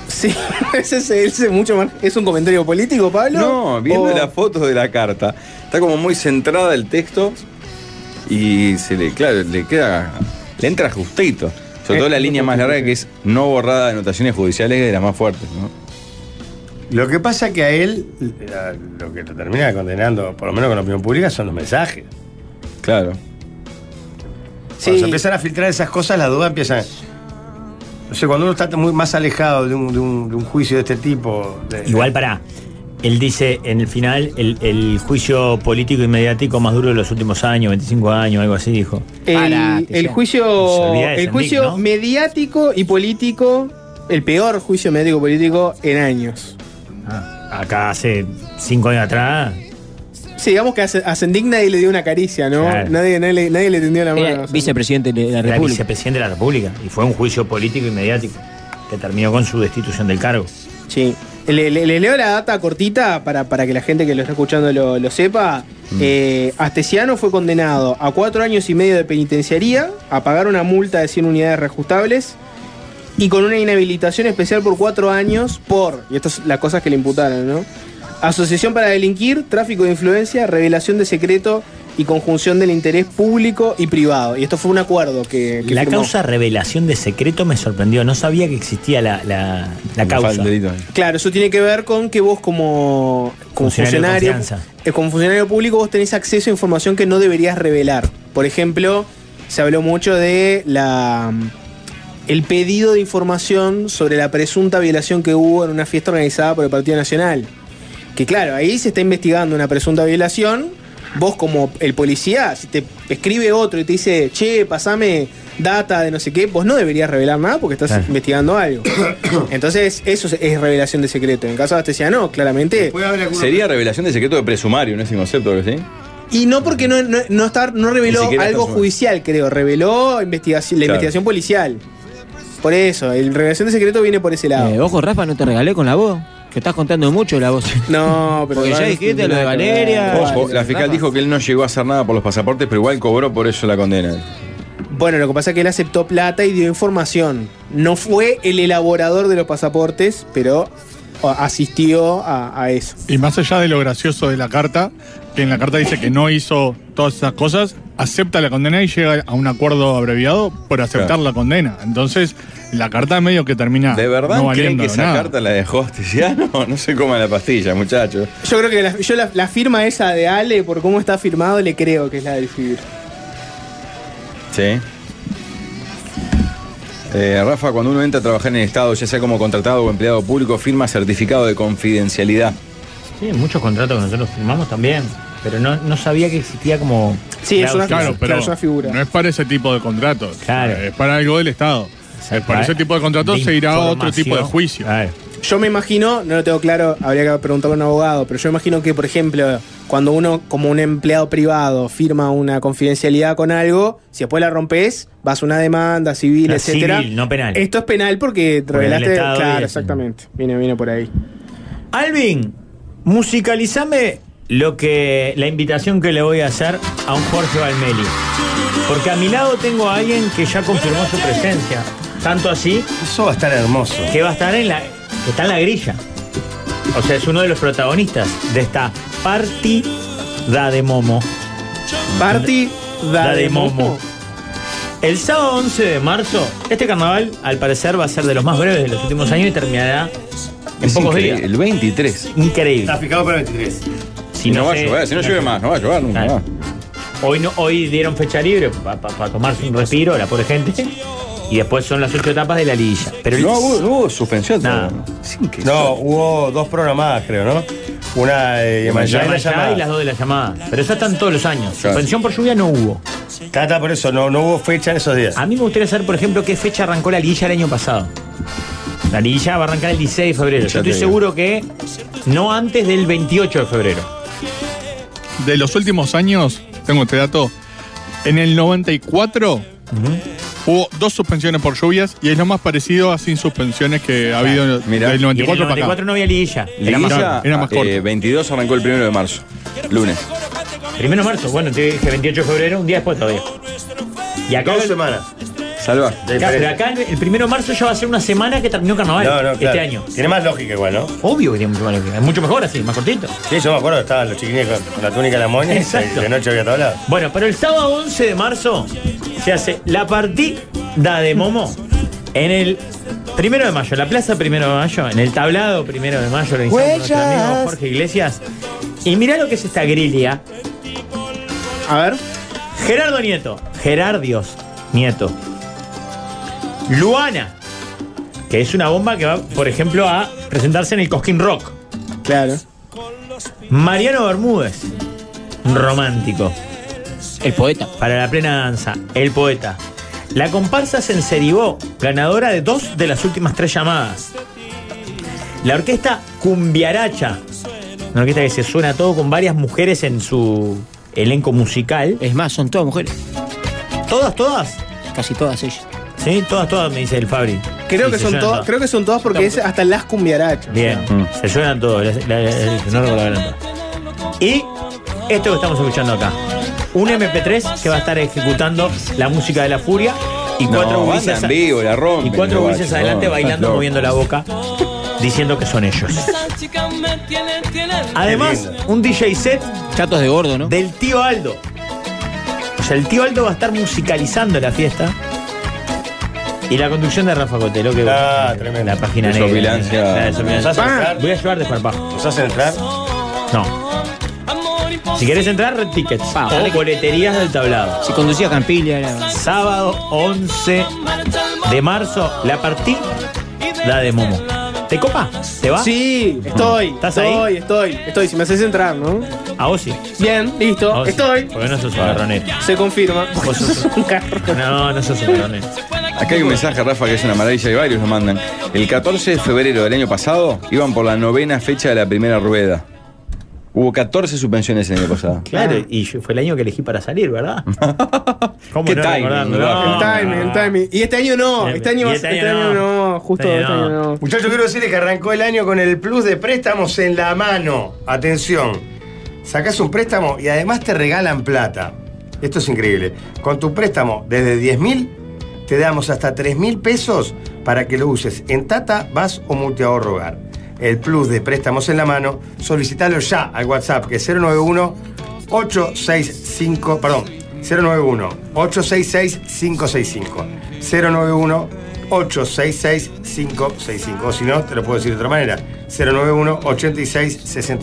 F: Sí, ese es, ese es mucho más. ¿Es un comentario político, Pablo?
G: No, viendo
F: O-
G: la foto de la carta. Está como muy centrada el texto y se le, claro, le queda. Le entra justito. Sobre todo la línea más larga que es no borrada de anotaciones judiciales que es de las más fuertes, ¿no?
E: Lo que pasa que a él, eh, lo que lo termina condenando, por lo menos con la opinión pública, son los mensajes.
G: Claro.
F: Sí.
E: Cuando se empiezan a filtrar esas cosas, las dudas empiezan. No sé, cuando uno está muy más alejado de un, de un- de un juicio de este tipo. de-
H: Igual para. Él dice en el final el, el juicio político y mediático más duro de los últimos años, 25 años, algo así, dijo.
F: El,
J: Parate,
F: el
J: ya.
H: Se
F: juicio,
H: olvida de
F: el
H: Sendik,
F: juicio
H: ¿no?
F: mediático y político, el peor juicio mediático y político en años.
H: Ah, acá hace 5 años atrás.
F: Sí, digamos que a Sen- a Sendik nadie le dio una caricia, ¿no?
H: Claro.
F: Nadie, nadie, nadie le tendió la mano.
J: Era
F: O sea,
J: vicepresidente de la
H: Era
J: República.
H: vicepresidente de la República y fue un juicio político y mediático que terminó con su destitución del cargo.
F: Sí. Le, le- le leo la data cortita para, para que la gente que lo está escuchando lo, lo sepa.
H: Mm.
F: Eh, Astesiano fue condenado a cuatro años y medio de penitenciaría, a pagar una multa de 100 unidades reajustables y con una inhabilitación especial por cuatro años por, y estas es las cosas que le imputaron, ¿no? Asociación para delinquir, tráfico de influencia, revelación de secreto y conjunción del interés público y privado. Y esto fue un acuerdo que... que
H: La
F: firmó.
H: causa revelación de secreto me sorprendió. No sabía que existía la, la- la causa.
G: Falta de delito.
F: Claro, eso tiene que ver con que vos como, como
H: Funcionario de
F: funcionario, eh, como funcionario público vos tenés acceso a información que no deberías revelar. Por ejemplo, se habló mucho de la mm, el pedido de información sobre la presunta violación que hubo en una fiesta organizada por el Partido Nacional. Que claro, ahí se está investigando una presunta violación. Vos como el policía, si te escribe otro y te dice, che, pasame data de no sé qué, vos no deberías revelar nada porque estás
H: Claro.
F: investigando algo. Entonces, eso es- es revelación de secreto. En caso de Astesia, no, claramente.
G: Sería revelación de secreto de presumario, ¿no es el concepto que sí?
F: Y no porque no, no, no estar- no
G: Ni
F: reveló
G: siquiera
F: algo
G: consumado.
F: judicial, creo. Reveló investigación, la
G: Claro.
F: investigación policial. Por eso, el revelación de secreto viene por ese lado.
J: Eh, ojo, Rafa, no te regalé con la voz. Que estás contando mucho de la voz.
F: No, pero.
J: Porque ya
F: no
J: dijiste
F: tiene
J: lo de
F: nada que ver.
J: Valeria.
G: Ojo, la fiscal dijo que él no llegó a hacer nada por los pasaportes, pero igual cobró por eso la condena.
F: Bueno, lo que pasa es que él aceptó plata y dio información. No fue el elaborador de los pasaportes, pero a- asistió a, a eso.
I: Y más allá de lo gracioso de la carta, que en la carta dice que no hizo todas esas cosas, acepta la condena y llega a un acuerdo abreviado por aceptar
G: Claro.
I: la condena. Entonces, la carta medio que
J: Ah,
I: termina.
G: ¿De verdad
I: no
G: creen
I: valiendo
G: que esa
I: nada.
G: carta la dejó Astesiano? No se coma la pastilla, muchachos.
F: Yo creo que la, yo la, la firma esa de Ale, por cómo está firmado, le creo que es la del FIBIR.
G: Sí. Eh, Rafa, cuando uno entra a trabajar en el Estado, ya sea como contratado o empleado público, firma certificado de confidencialidad.
H: Sí, muchos contratos que nosotros firmamos también, pero no, no sabía que existía como. cláusula.
I: claro, pero No es para ese tipo de contratos.
H: Claro.
I: Es para algo del Estado. Es para eh, ese tipo de contratos
H: De
I: se irá a otro
H: información.
I: tipo de juicio.
F: Yo me imagino, no lo tengo claro, habría que preguntarle a un abogado, pero yo imagino que, por ejemplo, cuando uno, como un empleado privado, firma una confidencialidad con algo, si después la rompes, vas a una demanda civil,
H: No,
F: etcétera.
H: Ah, civil, no penal.
F: Esto es penal porque
H: el
F: revelaste.
H: Estado
F: claro,
H: y-
F: exactamente. Viene, viene por ahí.
H: Alvin, musicalizame lo que la invitación que le voy a hacer a un Jorge Valmeli. Porque a mi lado tengo a alguien que ya confirmó su presencia. Tanto así.
E: Eso va a estar hermoso.
H: Que va a estar en la. que está en la grilla. O sea, es uno de los protagonistas de esta partida de Momo.
F: Party da de momo.
H: El sábado 11 de marzo, este carnaval al parecer va a ser de los más breves de los últimos años y terminará en
G: Es
H: pocos
G: increíble,
H: días.
G: El 23.
H: Increíble.
E: Está fijado para el 23.
H: Si
G: Y no,
H: no
G: va
H: sé-
G: a llover, si no llueve más, no va a llover nunca.
H: Claro.
G: más.
H: Hoy, no, hoy dieron fecha libre para tomarse un respiro, la pobre gente. Y después son las ocho etapas de la liguilla. Pero el-
G: No, hubo, no hubo suspensión.
H: Nada.
E: No, hubo dos programadas, creo, ¿no? Una de Yemayá y
H: Llama
E: una
H: ya y las
E: llamada.
H: dos de la llamada. Pero esas están todos los años.
G: Claro.
H: Suspensión por lluvia no hubo.
E: Tata, por eso, no, no hubo fecha en esos días.
H: A mí me gustaría saber, por ejemplo, qué fecha arrancó la liguilla el año pasado. La liguilla va a arrancar el 16 de febrero.
G: Ya
H: Yo
G: te
H: estoy
G: digo.
H: seguro que no antes del 28 de febrero.
E: Ah.
I: De los últimos años, tengo este dato, en el 94 hubo dos suspensiones por lluvias y es lo más parecido a sin suspensiones que ha habido
G: Mirá.
I: del
H: Y en el
I: 94 para
H: 94
I: acá.
H: no había liguilla. Era más-
G: Liguilla,
I: era más corto.
G: eh, 22 arrancó el 1 de marzo, lunes.
H: Primero de marzo, bueno, te dije 28 de febrero, un día después todavía. Y acá,
E: Dos semanas.
G: Salva.
E: de
H: Claro, pero
E: diferencia.
H: acá el, el primero de marzo ya va a ser una semana que terminó carnaval
E: No, no, claro.
H: este año.
E: Tiene más lógica igual, ¿no?
H: Obvio que tiene mucho más lógica. Es mucho mejor así, más cortito.
E: Sí, yo me acuerdo que estaban los chiquines con, con la túnica de la moña y
H: Exacto.
E: de noche había tablado.
H: Bueno, pero el sábado 11 de marzo se hace la partida de Momo en el primero de mayo, en la plaza primero de mayo, en el tablado primero de mayo, organizado por nuestro amigo Jorge Iglesias. Y mirá lo que es esta grilia.
F: A ver.
H: Gerardo Nieto. Gerardios Nieto. Luana. Que es una bomba que va, por ejemplo, a presentarse en el Cosquín Rock.
F: Claro.
H: Mariano Bermúdez. un Romántico.
J: El poeta.
H: Para la plena danza. El poeta. La comparsa Senceribó, ganadora de dos de las últimas tres llamadas. La orquesta Cumbiaracha. Una orquesta que se suena todo con varias mujeres en su elenco musical.
J: Es más, son todas mujeres.
H: Todas, todas.
J: Casi todas ellas.
H: Sí, todas, todas, me dice el Fabri.
F: Creo
H: Sí,
F: que
H: se
F: son
H: suenan
F: todas, creo que son todas porque es hasta las cumbiarachas.
H: Bien,
G: Mm.
H: se suenan todos. las- la- la- la- no recuerdo la nota. Y esto que estamos escuchando acá. Un MP3 que va a estar ejecutando la música de la furia y
G: No,
H: cuatro
G: banda
H: gurises
G: en
H: a-
G: vivo, la rompen,
H: y cuatro
G: los
H: gurises
G: guachos,
H: adelante
G: no, estás
H: bailando,
G: loco.
H: moviendo la boca, diciendo que son ellos. Además, un DJ set
J: Chatos de gordo, ¿no?
H: del tío Aldo. O sea, el tío Aldo va a estar musicalizando la fiesta. Y la conducción de Rafa Cotelo, que
E: Ah, tremendo.
H: la página negra.
G: Desopilancia.
H: La desopilancia.
E: Nos hace entrar.
H: Ah, Voy a llevar desparpajo.
E: ¿Nos hacen entrar?
H: No. Si querés entrar, red tickets.
J: Pa,
H: o
J: dale.
H: boleterías del tablado.
J: Si conducía a Campilla, era-
H: Sábado 11 de marzo, la partida de Momo. ¿Te copa? ¿Te
F: Ah.
H: va?
F: Sí, estoy.
H: ¿Estás
F: estoy,
H: ahí?
F: estoy, estoy. Si me haces entrar, ¿no?
H: A vos sí.
F: Bien, listo,
H: A vos Oh, sí. Oh,
F: estoy.
H: Porque no sos un garronete.
F: Se confirma.
H: Vos sos un- No, no sos un garronete.
G: Acá hay un mensaje, Rafa, que es una maravilla y varios lo mandan. El 14 de febrero del año pasado iban por la novena fecha de la primera rueda. Hubo 14 suspensiones el año pasado.
H: Claro, y yo- fue el año que elegí para salir, ¿verdad? ¿Cómo
G: ¿Qué
H: no
G: timing,
H: recordarlo?
G: Rafa?
H: No,
F: El timing, el timing. Y este año no, este año,
H: Y
F: va a
H: este
F: ser-
H: año
F: este año
H: no.
F: no, justo
H: Este
F: este
H: año
F: año
H: no.
F: no.
E: Muchachos, quiero decirles que arrancó el año con el plus de préstamos en la mano. Atención, sacás un préstamo y además te regalan plata. Esto es increíble. Con tu préstamo desde 10 mil, te damos hasta 3 mil pesos para que lo uses en Tata, Vas o Multiahorro Hogar. El plus de préstamos en la mano, solicitalo ya al WhatsApp que es 091 865, perdón, 091 866 565. 091 866-565. O si no, te lo puedo decir de otra manera.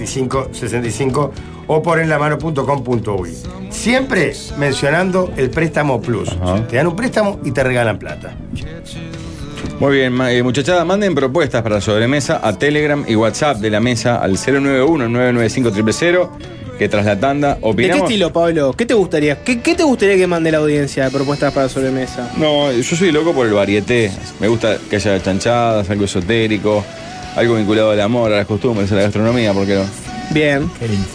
E: 091-86-65-65 o por enlamano.com.uy. Siempre mencionando el préstamo plus. Te dan un préstamo y te regalan plata.
G: Muy bien, ma- eh, muchachada, manden propuestas para la sobremesa a Telegram y WhatsApp de la mesa al 091-995-000, que tras la tanda
F: ¿De qué
G: opinamos.
F: estilo, Pablo? ¿Qué te gustaría? ¿Qué, qué te gustaría que mande la audiencia de propuestas para sobremesa?
G: No, yo soy loco por el varieté. Me gusta que haya chanchadas, algo esotérico, algo vinculado al amor, a las costumbres, a la gastronomía, porque no.
F: Bien,
H: Qué lindo.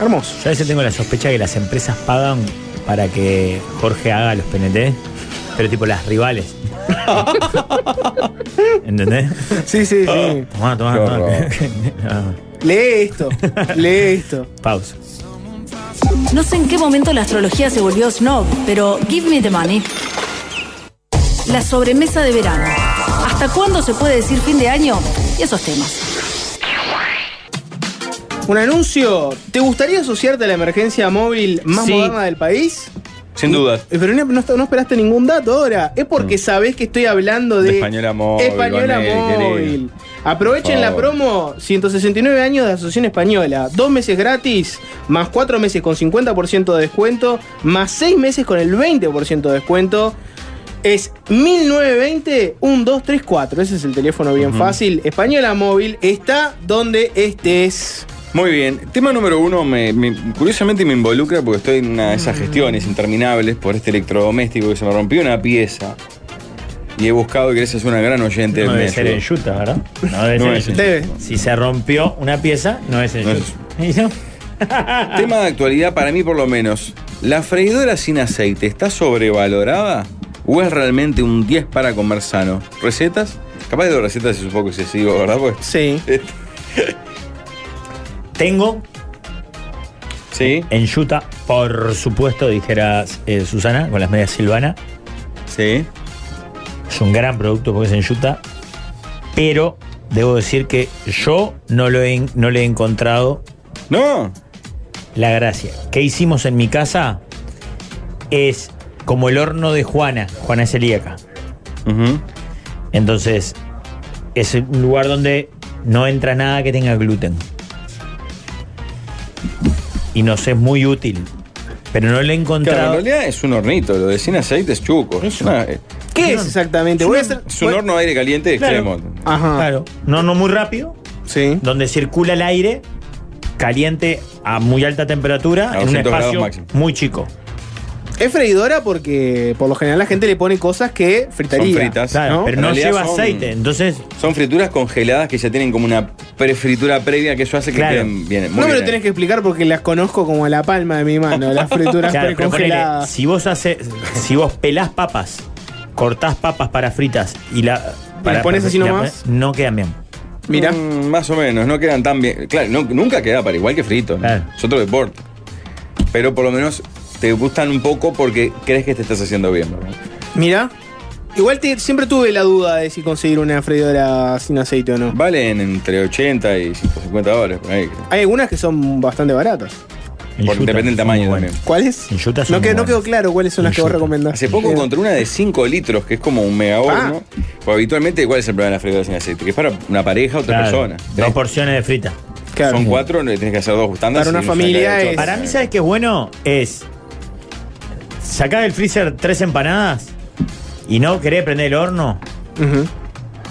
F: hermoso.
H: Yo a veces tengo la sospecha que las empresas pagan para que Jorge haga los PNT, pero tipo las rivales. ¿Entendés?
F: Sí, sí, sí.
H: Tomá, tomá,
G: Qué
H: tomá.
G: horror.
H: No,
F: Lee esto, lee esto.
H: pausa.
L: No sé en qué momento la astrología se volvió snob, pero give me the money. La sobremesa de verano. ¿Hasta cuándo se puede decir fin de año? Y esos temas.
F: Un anuncio. ¿Te gustaría asociarte a la emergencia móvil más
G: Sí.
F: moderna del país?
G: Sin duda.
F: Eh, Pero no, no está- no esperaste ningún dato ahora. Es porque sabés que estoy hablando de.
G: Mm. De Española Móvil,
F: Española
G: Vanel,
F: Móvil.
G: querido.
F: Aprovechen
G: Por
F: la
G: favor.
F: promo: 169 años de Asociación Española. Dos meses gratis, más cuatro meses con 50% de descuento, más seis meses con el 20% de descuento. Es 1920-1234. Ese es el teléfono bien fácil. Española Móvil está donde estés.
G: Muy bien, tema número uno, me, me- curiosamente me involucra porque estoy en una de esas
H: Mm.
G: gestiones interminables por este electrodoméstico que se me rompió una pieza y he buscado que esa es una gran oyente.
H: No
G: me
H: debe ser
G: ayudó.
H: en Utah, ¿verdad? No debe
G: No
H: ser en
G: es en
H: Utah.
F: Debe.
H: Si se rompió una pieza, no es en
G: No
H: Utah. ¿Y no?
G: Tema de actualidad para mí por lo menos. ¿La freidora sin aceite está sobrevalorada o es realmente un 10 para comer sano? ¿Recetas? Capaz de recetas es un poco excesivo, ¿verdad? Pues,
F: Sí.
H: Tengo
G: sí,
H: en Utah, por supuesto, dijera eh, Susana, con las medias Silvana.
G: sí.
H: Es un gran producto porque es en Utah. Pero debo decir que yo no, lo he, en- no le he encontrado
G: No,
H: la gracia. ¿Qué hicimos en mi casa? Es como el horno de Juana. Juana es celíaca.
G: Ujú.
H: Entonces, es un lugar donde no entra nada que tenga gluten. Y nos es muy útil. Pero no le he
G: Claro, en
H: encontrado.
G: realidad es un hornito, lo de sin aceite es chuco. Es, una- es
F: ¿Qué es exactamente? Voy a hacer.
G: un
F: voy-
G: horno de aire caliente extremo.
F: Ajá.
H: Claro. No, no muy rápido.
F: Sí.
H: Donde circula el aire caliente a muy alta temperatura
G: A
H: en un
G: 200 grados
H: espacio
G: máximo.
H: muy chico.
F: Es freidora porque por lo general la gente le pone cosas que fritaría.
G: Son fritas.
H: Claro,
F: ¿No?
H: pero
G: En
H: no
G: realidad
H: lleva
G: son-
H: aceite. Entonces,
G: Son frituras congeladas que ya tienen como una prefritura previa que eso hace que
H: Claro.
G: queden bien. muy
F: No me lo
G: bien.
F: tenés que explicar porque las conozco como la palma de mi mano, las frituras
H: Claro, pero ponele,
F: precongeladas.
H: si vos haces, si vos pelás papas, cortás papas para fritas y la para-
F: pones así
H: la
F: nomás?
H: ponés, no quedan bien.
F: Mirá.
G: Mm, más o menos, no quedan tan bien. Claro, no- nunca queda para igual que frito. ¿no?
H: Claro.
G: Es otro deporte. Pero por lo menos te gustan un poco porque crees que te estás haciendo bien. ¿no?
F: Mirá. Igual te- siempre tuve la duda de si conseguir una freidora sin aceite o no.
G: Valen entre 80 y 150 dólares. por ahí.
F: Hay algunas que son bastante baratas.
H: En
G: Porque
H: Utah
G: depende del
H: son
G: tamaño
H: muy buenas.
G: también.
F: ¿Cuáles?
H: En Utah son
F: No, que,
H: muy
F: no quedó
H: buenas.
F: claro cuáles son
H: En
F: las que vos
H: Utah.
F: recomendás.
G: Hace poco
F: Eh,
G: encontré una de 5 litros, que es como un mega horno.
H: Ah.
G: Pues habitualmente, ¿cuál es el problema de la freidora sin aceite? Que es para una pareja o tres
H: Claro,
G: personas.
H: Dos porciones de frita.
F: claro.
G: Son cuatro, no, tienes que hacer dos gustandas.
F: Para una familia es-
H: Para mí, ¿sabes qué es bueno? Es sacar del freezer tres empanadas y no querer prender el horno.
F: Ujú.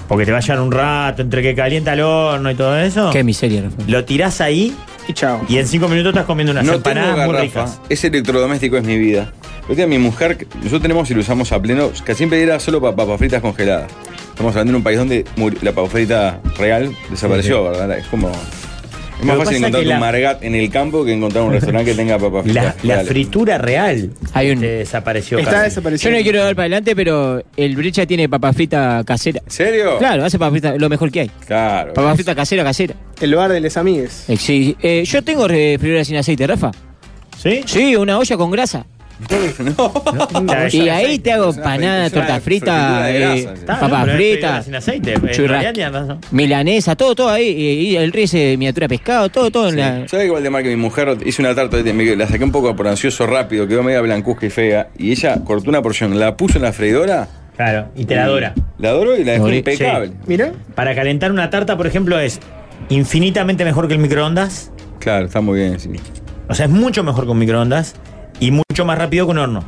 H: Porque te vayan un rato entre que calienta el horno y todo eso.
J: Qué miseria, Rafael.
H: Lo tirás ahí
F: y chao.
H: Y en cinco minutos estás comiendo unas
G: no tengo
H: empanadas muy
G: garrafa.
H: ricas.
G: Ese electrodoméstico es mi vida. Lo que mi mujer, que nosotros tenemos y lo usamos a pleno, que siempre era solo para papas fritas congeladas. Estamos hablando de un país donde muri- la papa frita real desapareció, ¿verdad? Es como. Es
H: Lo
G: más
H: que
G: fácil
H: pasa
G: encontrar
H: que
G: un
H: la-
G: margat en el campo que encontrar un restaurante que tenga papas
H: La,
G: fritas.
H: la
G: reales.
H: fritura real
J: Hay un-
H: este, desapareció.
F: Está
H: casi.
J: Yo
F: desaparecido.
J: no quiero dar para adelante, pero el brecha tiene papa frita casera.
G: ¿En serio?
J: Claro, hace papa frita, lo mejor que hay.
G: Claro.
J: Papa frita casera, casera.
F: El bar de les amigues.
J: Eh, sí, eh, yo tengo refrigeradora sin aceite, Rafa.
H: ¿Sí?
J: Sí, una olla con grasa.
H: Está
J: Y
H: esa-
J: ahí te hago
G: una
J: panada,
G: es una
J: torta frita,
G: fritura de
J: eh,
G: grasa, sí.
H: Está, no,
J: papas
H: pero
J: fritas,
H: Sin aceite. En
J: churras-
H: realidad tiene razón.
J: milanesa, todo, todo ahí. Y, y el res de miniatura de pescado, todo, todo. en la-
G: ¿Sabes igual de mal que mi mujer hizo una tarta de me- La saqué un poco por ansioso rápido, quedó media blancuzca y fea. Y ella cortó una porción, la puso en la freidora,
H: Claro, y te la adora.
G: la doró y la dejó
J: Morí.
G: impecable.
F: Mira,
H: Para calentar una tarta, por ejemplo, es infinitamente mejor que el microondas.
G: Claro, está muy bien, sí.
H: O sea, es mucho mejor que un microondas y mucho más rápido que un horno.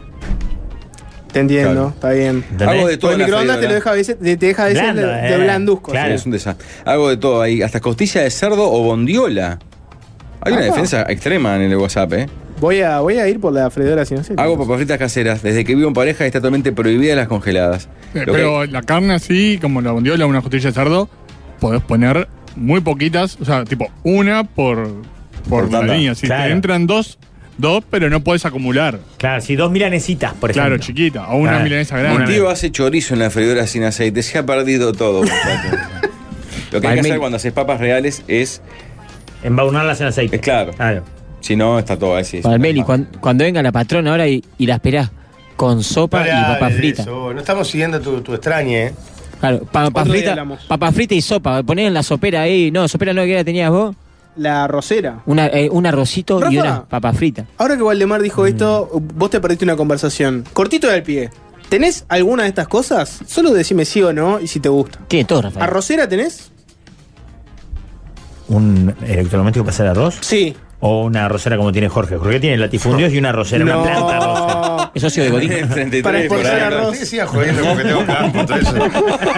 F: te entiendo,
G: Claro.
F: está bien.
H: ¿Entendés?
G: Hago de todo
F: Porque el
G: en la
F: microondas te,
G: freidora.
F: lo deja a veces, te te deja a veces
H: Blando,
F: de, de
H: eh.
F: blanduzco.
H: Claro.
G: Sí, es un desastre. Hago de todo ahí, hasta costilla de cerdo o bondiola. Hay una
F: Ajá.
G: defensa extrema en el WhatsApp, ¿eh?
F: Voy a, voy a ir por la freidora si no sé.
G: Hago papas fritas caseras. Desde que vivo en pareja está totalmente prohibida las congeladas.
I: Eh,
G: Lo que-
I: Pero la carne así, como la bondiola, una costilla de cerdo, podés poner muy poquitas, o sea, tipo una por,
G: Por
I: por, la
G: tanda.
I: línea. Si
H: Claro.
I: te entran dos, dos, pero no puedes acumular.
H: Claro, si dos milanesitas, por ejemplo.
I: Claro, chiquita, o una
E: Ah.
H: Claro.
I: milanesa
G: Mi
I: grande.
G: tío hace chorizo en la freidora sin aceite. Se ha perdido todo, muchachos. Lo que hay que
J: Palme-
G: hacer cuando haces papas reales es.
H: Embadurnarlas en aceite.
G: es claro.
H: Claro.
G: Si no, está todo así.
J: Palmeli, cuan- cuando, venga la patrona ahora y, y la esperás con sopa
E: No le
J: y papas
E: hables de
J: fritas.
E: eso, no estamos siguiendo tu, tu extrañe, ¿eh?
J: Claro, papas
F: Otro día
J: fritas
F: hablamos.
J: papas fritas y sopa. Ponés en la sopera ahí. No, sopera no, que la tenías vos.
F: La rosera.
J: Una, eh, un arrocito y
F: Rafa.
J: una papa frita.
F: Ahora que Valdemar
G: Mm.
F: dijo esto, vos te perdiste una conversación. Cortito del pie. ¿Tenés alguna de estas cosas? Solo decime sí o no y si te gusta.
J: Tiene todo, Rafael.
F: ¿Arrocera tenés?
H: ¿Un electrodoméstico para hacer arroz?
F: Sí.
H: ¿O una arrocera como tiene Jorge? Jorge tiene latifundios y una arrocera, una planta rosa.
J: Eso ha sido de Godín.
F: Para
E: Por
F: expulsar
E: ahí,
F: arroz.
E: no te sigas jodiendo porque tengo campo, todo eso.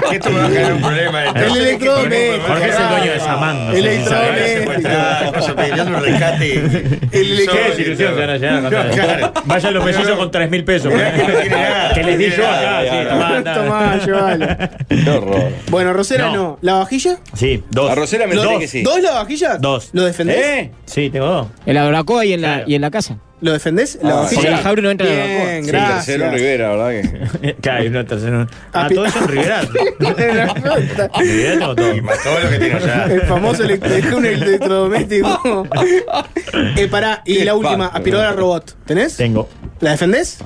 E: Que esto me va a generar un problema. ¿eh? de todo.
F: El electrodoméstico.
H: Jorge es el dueño de Samán. no sé si
F: Electrodoméstico.
H: sabe.
E: Ah, cosa, pidiendo un rescate.
F: El
E: Yo-
H: Qué desilusión se van a llegar
E: No,
H: cuando-
E: claro.
H: Vayan los mellizos con 3 mil pesos. ¿eh?
E: Mirá que no tiene nada.
H: que les di
E: No
H: yo
E: tiene
H: acá.
E: nada, ya,
H: sí, tomá, andá.
F: Tomá, llévalo.
G: Qué horror.
F: Bueno, arrocera
H: No.
F: no. ¿La vajilla?
H: Sí, dos.
G: Arrocera me
H: Dos.
G: parece que sí.
F: ¿Dos la vajilla?
H: Dos.
F: ¿Lo defendés?
G: ¿Eh?
H: Sí, tengo dos.
J: En la barbacoa y en la,
H: Claro.
J: y en la casa.
F: ¿Lo defendés?
G: Ah,
F: ¿La
J: Porque la
F: vajilla?
J: Jabru no entra en la barbacoa.
F: Bien,
G: Sí,
F: gracias.
G: tercero Rivera, ¿verdad? que-
H: claro, hay una tercera. Ah,
F: Ah, pi-
H: todos son Riverato.
F: Era-
H: Riverato tengo todos.
E: Y más todo lo que tiene allá.
F: El famoso elect- dejé un electrodoméstico. eh, pará, y
G: Qué
F: la última,
G: espanto,
F: aspiradora
G: bro.
F: robot. ¿Tenés?
H: Tengo.
F: ¿La defendés?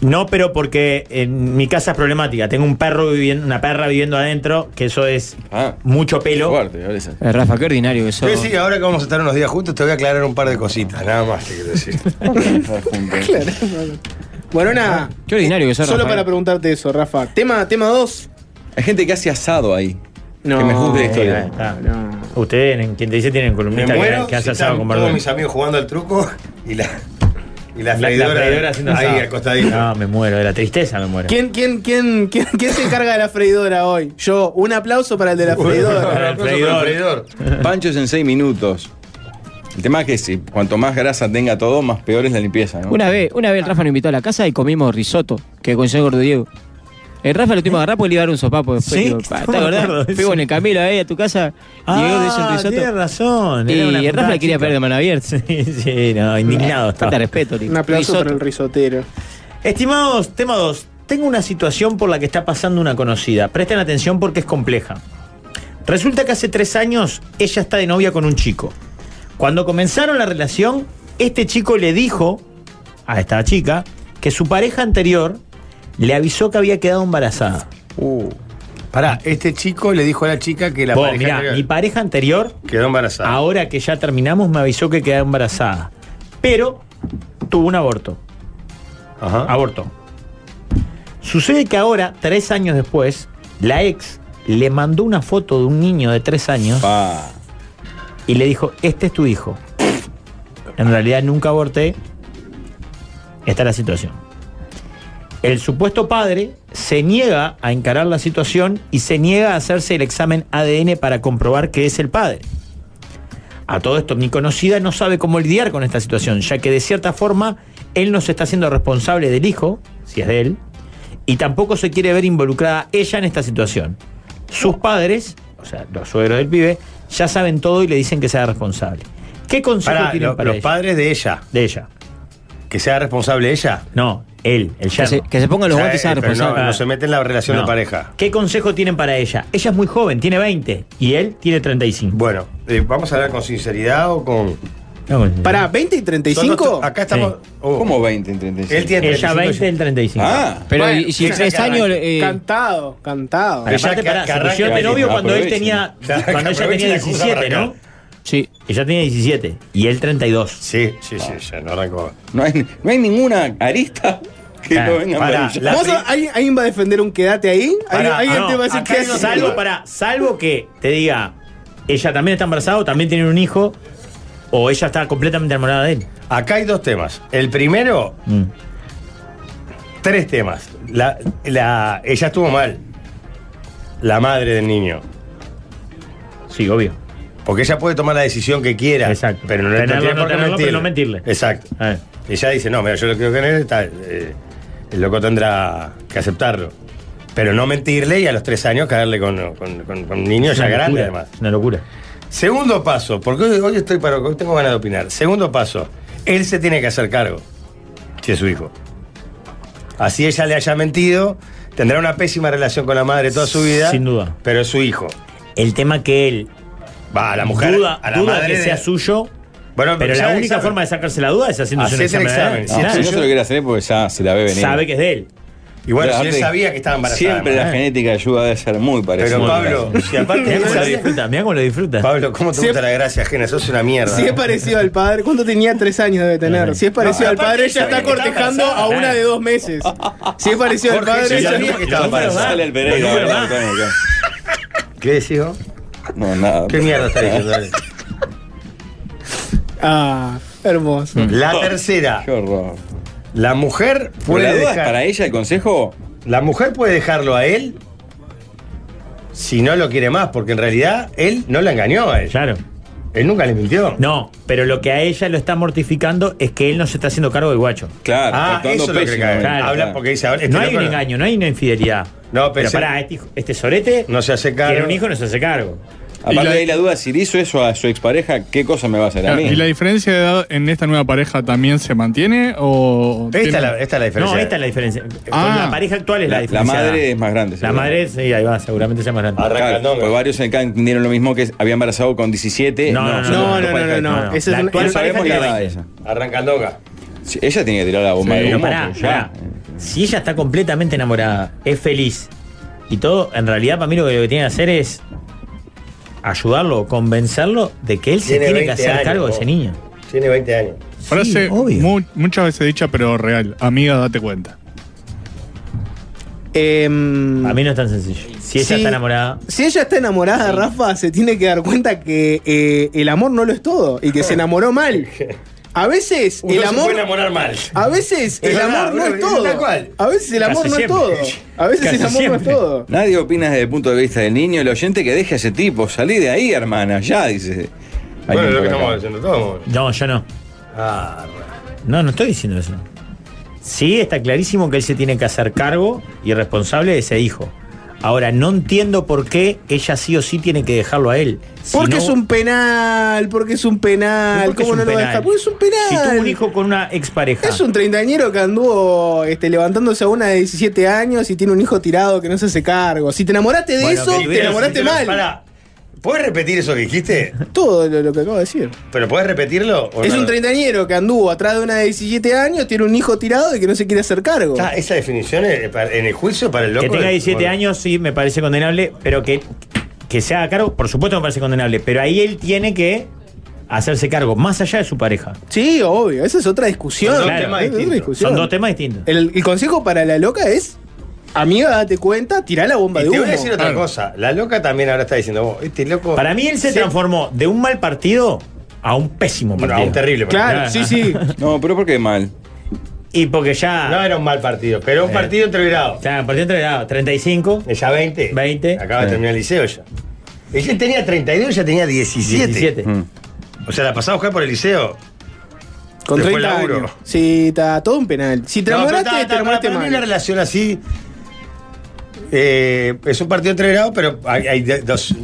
H: No, pero porque en mi casa es problemática. Tengo un perro viviendo, una perra viviendo adentro, que eso es
G: Ah.
H: mucho pelo.
G: Fuerte, ahora esa.
J: Eh, Rafa, qué ordinario que sos.
E: Pero sí, ahora que vamos a estar unos días juntos, te voy a aclarar un par de cositas, nada más te quiero decir.
F: Claro. Bueno, nada.
J: Qué ordinario que sos,
F: Solo
J: Rafael.
F: para preguntarte eso, Rafa. Tema, tema 2.
G: Hay gente que hace asado ahí.
F: No.
G: Que me juzgue la
H: Sí, Eh, ahí
G: historia.
J: Eh,
H: está. Ustedes, en quien te dice, tienen
E: Me
H: columnista
E: muero
H: que, que
E: si
H: hace asado
E: están
H: con
E: todos
H: verdura.
E: mis amigos jugando al truco y la, y la
H: La- la
E: freidora,
H: freidora haciendo asado.
E: ahí acostadita.
H: No, me muero, de la tristeza me muero.
F: ¿Quién, quién, quién, quién, quién se encarga de la freidora hoy? Yo, un aplauso para el de la
H: Para el
F: freidora.
H: freidor.
J: eh.
G: Panchos en 6 minutos. El tema es que si, cuanto más grasa tenga todo, más peor es la limpieza, ¿no?
J: Una vez, una vez el Rafa nos invitó a la casa y comimos risotto, que con el gordo Diego. El Rafa lo tuvimos que agarrar porque le iba a dar un sopapo después.
H: ¿Eh? Sí,
J: digo, pa,
H: no
J: ¿Te
H: me acuerdo
J: acordás?
H: de eso. Ah,
J: Fuimos en el Camilo ahí a tu casa, Diego le hizo el
H: tiene
J: risotto.
H: razón. era una
J: Y el Rafa
H: putada
J: le quería
H: chica.
J: perder de mano abierta.
H: Sí, sí, no, indignado estaba.
J: Falta de respeto, le digo.
F: Un aplauso
J: Risotto.
F: para el risotero.
H: Estimados, tema 2. Tengo una situación por la que está pasando una conocida. Presten atención porque es compleja. Resulta que hace tres años ella está de novia con un chico. Cuando comenzaron la relación, este chico le dijo a esta chica que su pareja anterior le avisó que había quedado embarazada.
E: Uh. Pará, este chico le dijo a la chica que la
H: Vos,
E: pareja
H: mirá,
E: anterior
H: mi pareja anterior
E: quedó embarazada.
H: Ahora que ya terminamos, me avisó que quedaba embarazada. Pero tuvo un aborto.
E: Ajá.
H: Aborto. Sucede que ahora, tres años después, la ex le mandó una foto de un niño de tres años
G: Pa.
H: y le dijo, este es tu hijo. En realidad nunca aborté. Esta es la situación. El supuesto padre se niega a encarar la situación y se niega a hacerse el examen ADN para comprobar que es el padre. A todo esto, mi conocida no sabe cómo lidiar con esta situación, ya que de cierta forma él no se está haciendo responsable del hijo, si es de él, y tampoco se quiere ver involucrada ella en esta situación. Sus padres, o sea, los suegros del pibe, ya saben todo y le dicen que sea responsable. ¿Qué consejo
E: Pará,
H: tienen
E: lo-
H: para
E: los
H: ella?
E: padres de ella.
H: De ella.
E: ¿Que sea responsable ella?
H: No, él, el yerno.
E: se- que se ponga los guantes y sea pero no- responsable. no se mete en la relación de pareja.
H: ¿Qué consejo tienen para ella? Ella es muy joven, tiene 20 y él tiene 35.
E: Bueno, eh, vamos a hablar con sinceridad o con.
F: Pará, 20 y 35.
E: Son los- acá estamos- oh.
G: ¿Cómo 20 en 35?
E: Él tiene
H: Ella 20, él 35.
G: Ah,
J: Pero
E: Bueno,
J: y si en
E: esa
J: tres
E: que
J: años.
E: arranque.
J: eh,
F: Cantado, cantado.
E: Ella
H: Aparte,
E: que-
H: pará,
E: que
H: se
E: arranque
H: pusieron de
E: la
H: novio
E: vida,
H: cuando él
G: aprovechen.
H: tenía,
E: Claro,
H: cuando ella
E: aprovechen
H: tenía
E: la excusa
H: 17,
E: para
H: ¿no?
E: acá.
J: sí.
H: Ella tenía 17 y él 32.
E: Sí, sí, sí, ya no arrancó.
G: no, hay, no hay ninguna arista que
H: Claro,
G: no venga
E: pará,
G: para ella.
E: la-
F: ¿Vos,
E: pri-
F: ¿alguien, alguien va a defender un quedate ahí? ¿Alguien,
E: Pará,
F: alguien
H: No,
F: te va a decir
H: acá
F: que
H: hay uno- salvo, para, salvo que te diga, ella también está embarazada o también tiene un hijo o ella está completamente enamorada de él.
E: Acá hay dos temas. El primero,
H: Mm.
E: tres temas. La, la- ella estuvo mal. La madre del niño.
H: Sí, obvio.
E: Porque ella puede tomar la decisión que quiera.
H: Exacto.
E: Pero no, le
H: Tenerlo,
E: tiene
H: no
E: por qué
H: tenerlo, pero no mentirle. Ah.
E: Exacto.
H: A ver.
E: Ella dice, no, mira, yo lo quiero tener, tal, eh, el loco tendrá que aceptarlo. Pero no mentirle y a los tres años caerle con, con, con- con niños ya
H: Una
E: grandes
H: locura,
E: además.
H: es Una locura.
E: Segundo paso, porque hoy, hoy estoy para, hoy tengo ganas de opinar. Segundo paso, él se tiene que hacer cargo si es su hijo. Así ella le haya mentido, tendrá una pésima relación con la madre toda su vida.
H: Sin duda.
E: Pero es su hijo.
H: El tema que él
E: Va a la mujer,
H: duda,
E: a la
H: duda
E: madre
H: que
E: de-
H: sea suyo,
E: Bueno,
H: pero
E: ya
H: la
E: él
H: única
E: sabe.
H: forma de sacarse la duda es haciéndose un
E: Hacete el
H: examen.
E: examen,
H: ¿verdad?
E: sí,
H: Claro.
G: si no se lo quiere hacer porque ya se la ve venir.
H: Sabe que es de él.
E: Y bueno,
G: Ya,
E: si él
G: antes-
E: sabía que estaba embarazada.
G: Siempre la
E: además.
G: genética ayuda a ser muy parecida.
E: Pero Pablo, si aparte de
H: Mirá cómo lo
E: eso-
H: disfruta, mirá cómo lo disfruta.
E: Pablo, ¿cómo te gusta la gracia ajena? Sos una mierda.
F: Si es parecido al padre, ¿cuánto tenía? Tres años debe tener. Si es parecido
E: No,
F: al padre,
E: aparte
F: ella está
E: sabe que está
F: cortejando a
H: embarazada.
F: una de dos meses. Si es parecido al
E: Jorge,
F: padre,
E: si
F: ella
E: ya dijo que estaba
H: Los números
E: embarazada.
H: van.
G: Sale el Pereira.
H: Los números
G: ¿verdad?
H: van.
E: ¿Qué decís vos?
G: No, nada.
E: ¿Qué mierda está diciendo?
F: Ah, hermoso.
E: La tercera,
G: Qué horror.
E: la mujer
G: Pero
E: puede
G: la duda es
E: dejar-
G: para ella el consejo.
E: La mujer puede dejarlo a él si no lo quiere más, porque en realidad él no la engañó a ella.
H: Claro.
E: Él nunca le mintió.
H: No, pero lo que a ella lo está mortificando es que él no se está haciendo cargo del guacho.
G: Claro,
E: Ah,
G: actuando
E: eso es lo que
G: pésimo,
E: cae.
H: Claro,
E: Habla
G: claro.
E: porque dice, ahora, este
H: no hay
E: loco
H: un engaño, no hay una infidelidad.
E: No,
H: pero
E: pensé-
H: pará, este, hijo- este sorete
E: No se hace cargo.
H: tiene un hijo y no se hace cargo.
I: Y
G: Aparte
I: la-
G: de ahí la duda, si le hizo eso a su expareja, ¿qué cosa me va a hacer a mí?
I: ¿Y la diferencia de edad en esta nueva pareja también se mantiene? O
E: Esta
I: tiene-
E: es la, esta es la diferencia.
H: No, esta es la diferencia. Con
I: Ah.
H: la pareja actual es la,
G: La- la
H: diferencia.
G: madre es más grande,
H: La
G: seguro.
H: madre, sí, ahí va, seguramente sea más grande.
E: Arranca
G: Claro,
E: el nombre.
G: pues varios acá entendieron lo mismo que había embarazado con 17.
H: No, no, no,
F: No,
G: son
F: no,
G: dos
F: no, no.
G: parejas
F: no.
G: diferentes.
F: Ese es
H: La
F: un-
H: actual
G: No
F: ese-
G: sabemos la
H: pareja
G: edad de
H: tiene
G: esa.
E: Arranca el loca.
G: Sí, ella tiene que tirar la bomba de
H: Pero
G: humo.
H: pará,
G: pues,
H: pará.
G: ya.
H: Si ella está completamente enamorada, es feliz y todo, en realidad para mí lo que, lo que tiene que hacer es ayudarlo, convencerlo de que él se
E: Tiene
H: tiene, que
E: 20
H: hacer
E: años,
H: cargo de
E: vos.
H: ese niño.
E: Tiene 20 años.
I: Frase
H: Sí, obvio.
I: mu- muchas veces dicha, pero real. Amiga, date cuenta.
F: Em,
H: A mí no es tan sencillo. Si ella
F: Sí.
H: está enamorada,
F: Si ella está enamorada, Rafa se tiene que dar cuenta que eh, el amor no lo es todo y que se enamoró mal. A veces
E: Uno
F: el
E: se
F: amor. Ah.
E: puede enamorar mal.
F: A veces
E: Es
F: el
E: verdad,
F: amor no
E: bro,
F: es
E: tal
F: todo.
E: cual.
F: A veces el
H: Casi
F: amor no es
H: siempre.
F: todo. A veces
H: Casi
F: el amor no es
H: siempre.
F: todo.
G: Nadie opina desde el punto de vista del niño. El oyente que deje a ese tipo. Salí de ahí, hermana. Ya, dice.
E: Bueno,
G: alguien
E: es lo que
G: por acá.
E: estamos haciendo todos.
H: no, yo no.
E: Ah, ra-
H: No, no estoy diciendo eso. Sí, está clarísimo que él se tiene que hacer cargo y responsable de ese hijo. Ahora, no entiendo por qué ella sí o sí tiene que dejarlo a él. Si
F: Porque
H: no-
F: es un penal, porque es un penal.
H: ¿por qué
F: ¿Cómo
H: es
F: no lo
H: un
F: va a
H: penal?
F: dejar? Porque es un penal.
H: Si tuvo un hijo con una
E: Ah.
H: expareja.
F: Es un treintañero que anduvo este, levantándose a una de 17 años y tiene un hijo tirado que no se hace cargo. Si te enamoraste de
E: Bueno,
F: eso,
E: que
F: te
E: hubiera
F: enamoraste
E: sido-
F: mal.
E: Pará. ¿Puedes repetir eso que dijiste?
F: Todo lo, lo que acabo de decir.
E: ¿Pero puedes repetirlo? o
F: es
E: no?
F: un treintañero que anduvo atrás de una de 17 años, tiene un hijo tirado y que no se quiere hacer cargo.
E: Está- Ah, Esa definición es para- en el juicio para el loco. eh,
H: que tenga
E: es-
H: 17
E: bueno.
H: años, sí, me parece condenable, pero que, que se haga cargo, por supuesto me parece condenable, pero ahí él tiene que hacerse cargo, más allá de su pareja.
F: Sí, obvio, esa es otra discusión.
E: Son dos
F: Claro,
E: temas
F: es otra
E: distintos. Eh,
F: discusión.
H: Son dos temas distintos.
F: El, el consejo para la loca es, amiga, date cuenta, tirá la bomba
E: Y
F: de
E: te
F: humo.
E: voy a decir otra
I: Claro.
E: cosa. La loca también ahora está diciendo, vos, este loco.
H: Para mí él se
E: Sí.
H: transformó de un mal partido a un pésimo
E: Bueno,
H: partido.
E: a un terrible.
F: Claro,
H: Claro.
F: sí, sí.
G: No, pero ¿por qué mal?
H: Y porque ya. No
E: era un mal partido, pero un partido entre grados.
H: Claro, partido entre ah, grados. 35.
E: Ella 20.
H: 20.
E: Acaba de terminar el liceo ya. Ella tenía 32, ella tenía 17.
H: 17.
G: Mm.
E: O sea, la pasaba a jugar por el liceo.
F: Con
E: Después
F: 30
E: laburo.
F: años. Sí, está todo un penal. Si te
E: No, pero
F: enamoraste,
E: está-
F: te
E: está-
F: enamoraste
E: para mí una
F: mal.
E: relación así. eh, es un partido entre grados, pero hay, hay de- dos,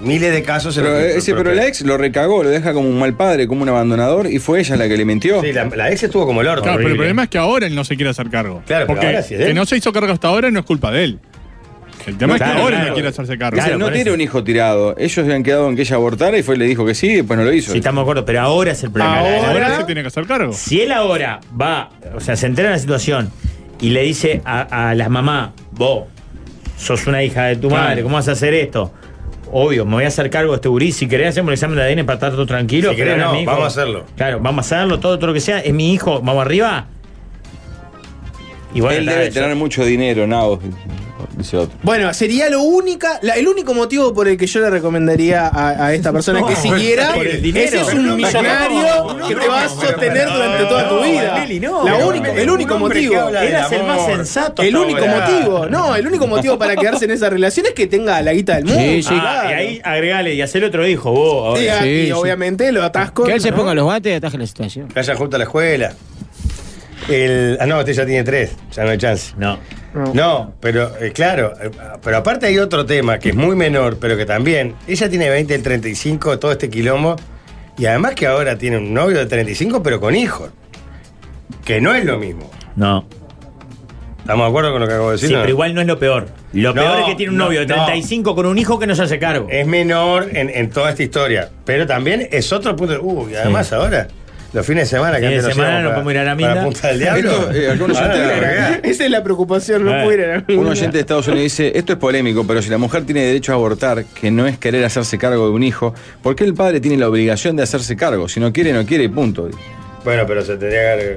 E: miles de casos. en
G: Pero,
E: los que-
G: ese, pero
E: que-
G: la ex lo recagó, lo deja como un mal padre, como un abandonador, y fue ella la que le mintió. Sí,
E: la, ex estuvo como el orto.
I: Claro, pero el problema es que ahora él no se quiere hacer cargo.
G: Claro, pero
I: porque
G: ahora
F: ¿Eh?
G: sí es de
E: ¿eh?
I: que
G: él.
I: no se hizo cargo hasta ahora no es culpa de él. El tema es que ahora no quiere hacerse cargo.
G: Dice, no tiene un hijo tirado. Ellos habían quedado en que ella abortara y fue le dijo que sí, y después no lo hizo.
H: Sí, estamos de acuerdo, pero ahora es el problema.
I: Ahora se tiene que hacer cargo.
H: Si él ahora va, o sea, se entera en la situación y le dice a, a las mamás, vos, sos una hija de tu
G: Claro.
H: madre, ¿cómo vas a hacer esto? Obvio, me voy a hacer cargo de este gurí. Si querés, hacemos el examen de ADN para estar todo tranquilo.
E: Si querés,
H: pero
E: no,
H: mi hijo.
E: vamos a hacerlo.
H: Claro, vamos a hacerlo, todo, todo lo que sea. Es mi hijo, vamos arriba. Igual
G: él
H: está
G: debe
H: eso.
G: tener mucho dinero, Nao, dice otro.
F: Bueno, sería lo única, la- el único motivo por el que yo le recomendaría a, a esta persona
G: No,
F: que siguiera.
G: por el dinero.
F: ese es
G: Pero no,
F: un millonario
G: no,
F: que
G: no,
F: te va a
G: no,
F: sostener
G: no,
F: durante
G: no,
F: toda tu
G: no,
F: vida.
G: Meli, no.
F: La
G: Pero,
F: única-
G: Meli,
F: el
G: un
F: único
G: hombre que
F: motivo.
G: habla del
F: Eras el más
G: amor.
H: sensato
F: El
H: hasta
F: único
H: ahora.
F: motivo. No, el único motivo para quedarse en esa relación es que tenga la guita del mundo.
H: Sí, sí.
F: Claro.
G: Ah,
H: Y ahí agregale y hacer otro hijo, vos. ahora.
F: Sí, ah, y obviamente lo atasco.
J: Que él se
F: ¿no?
J: ponga los guantes y ataje la situación.
E: Que haya junto a la escuela. El, ah, no, usted ya tiene tres, ya no hay chance.
H: No.
E: No, pero eh, claro, eh, pero aparte hay otro tema que es muy menor, pero que también, ella tiene 20, el 35, todo este quilombo, y además que ahora tiene un novio de 35, pero con hijos, que no es lo mismo.
H: No.
E: ¿Estamos de acuerdo con lo que acabo de
H: Sí,
E: decir? no?
H: pero igual no es lo peor. Lo
E: No,
H: peor es que tiene un
E: no,
H: novio de
E: no.
H: 35 con un hijo que no se hace cargo.
E: Es menor en, en toda esta historia, pero también es otro punto, de- uh, y además
H: Sí.
E: ahora... Los fines de semana que
H: Fines de
E: antes
H: semana
E: íbamos
H: no
E: para-
H: podemos ir a la
E: para
H: mina.
E: Punta del Diablo.
G: Esto, eh, algunos
E: Ahora,
G: oyentes-
E: la verdad.
F: Esa es la preocupación, no
G: Ah.
F: pudiera.
G: Un oyente de Estados Unidos dice, esto es polémico, pero si la mujer tiene derecho a abortar, que no es querer hacerse cargo de un hijo, ¿por qué el padre tiene la obligación de hacerse cargo? Si no quiere, no quiere y punto.
E: Bueno, pero se tendría que haber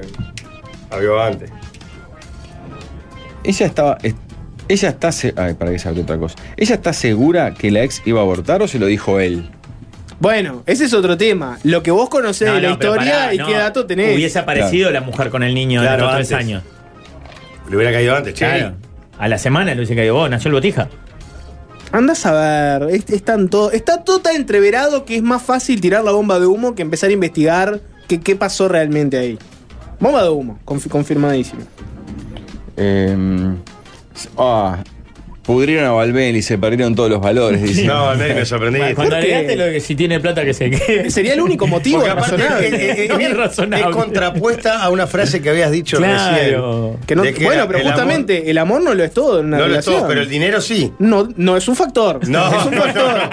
E: avivado antes.
G: Ella estaba... es- Ella está... se- Ay, para que se abrió otra cosa. ¿Ella está segura que la ex iba a abortar o se lo dijo él?
F: Bueno, ese es otro tema. Lo que vos conocés
H: No,
F: de la
H: no, pero
F: historia
H: pará,
F: y
H: no.
F: qué dato tenés.
H: Hubiese aparecido la mujer con el niño
E: Claro,
H: de los tres
E: antes.
H: años.
E: Le hubiera caído antes, che.
H: Claro. A la semana le hubiese caído vos, nació el
F: Eh,
H: botija.
F: Andás a ver, es, es tan todo- está todo tan entreverado que es más fácil tirar la bomba de humo que empezar a investigar que- qué pasó realmente ahí. Bomba de humo, confi- confirmadísimo.
G: Eh, ah, pudrieron a Valbel y se perdieron todos los valores, dice.
E: No, Valbel, me sorprendí.
H: Cuando
F: ¿Por
H: le
F: qué?
H: daste lo de que si tiene plata que se quede.
F: Sería el único motivo
E: Porque aparte eh,
F: razonable.
E: es, es- es-
H: No es
E: es
H: razonable.
E: contrapuesta a una frase que habías dicho
H: Claro.
E: recién.
F: Que no-
E: eh, de que
F: bueno, pero
E: el amor-
F: justamente el amor no lo es todo en una
E: no lo es
F: relación.
E: todo, pero el dinero sí.
F: No, no es un factor.
E: No.
F: Es un factor.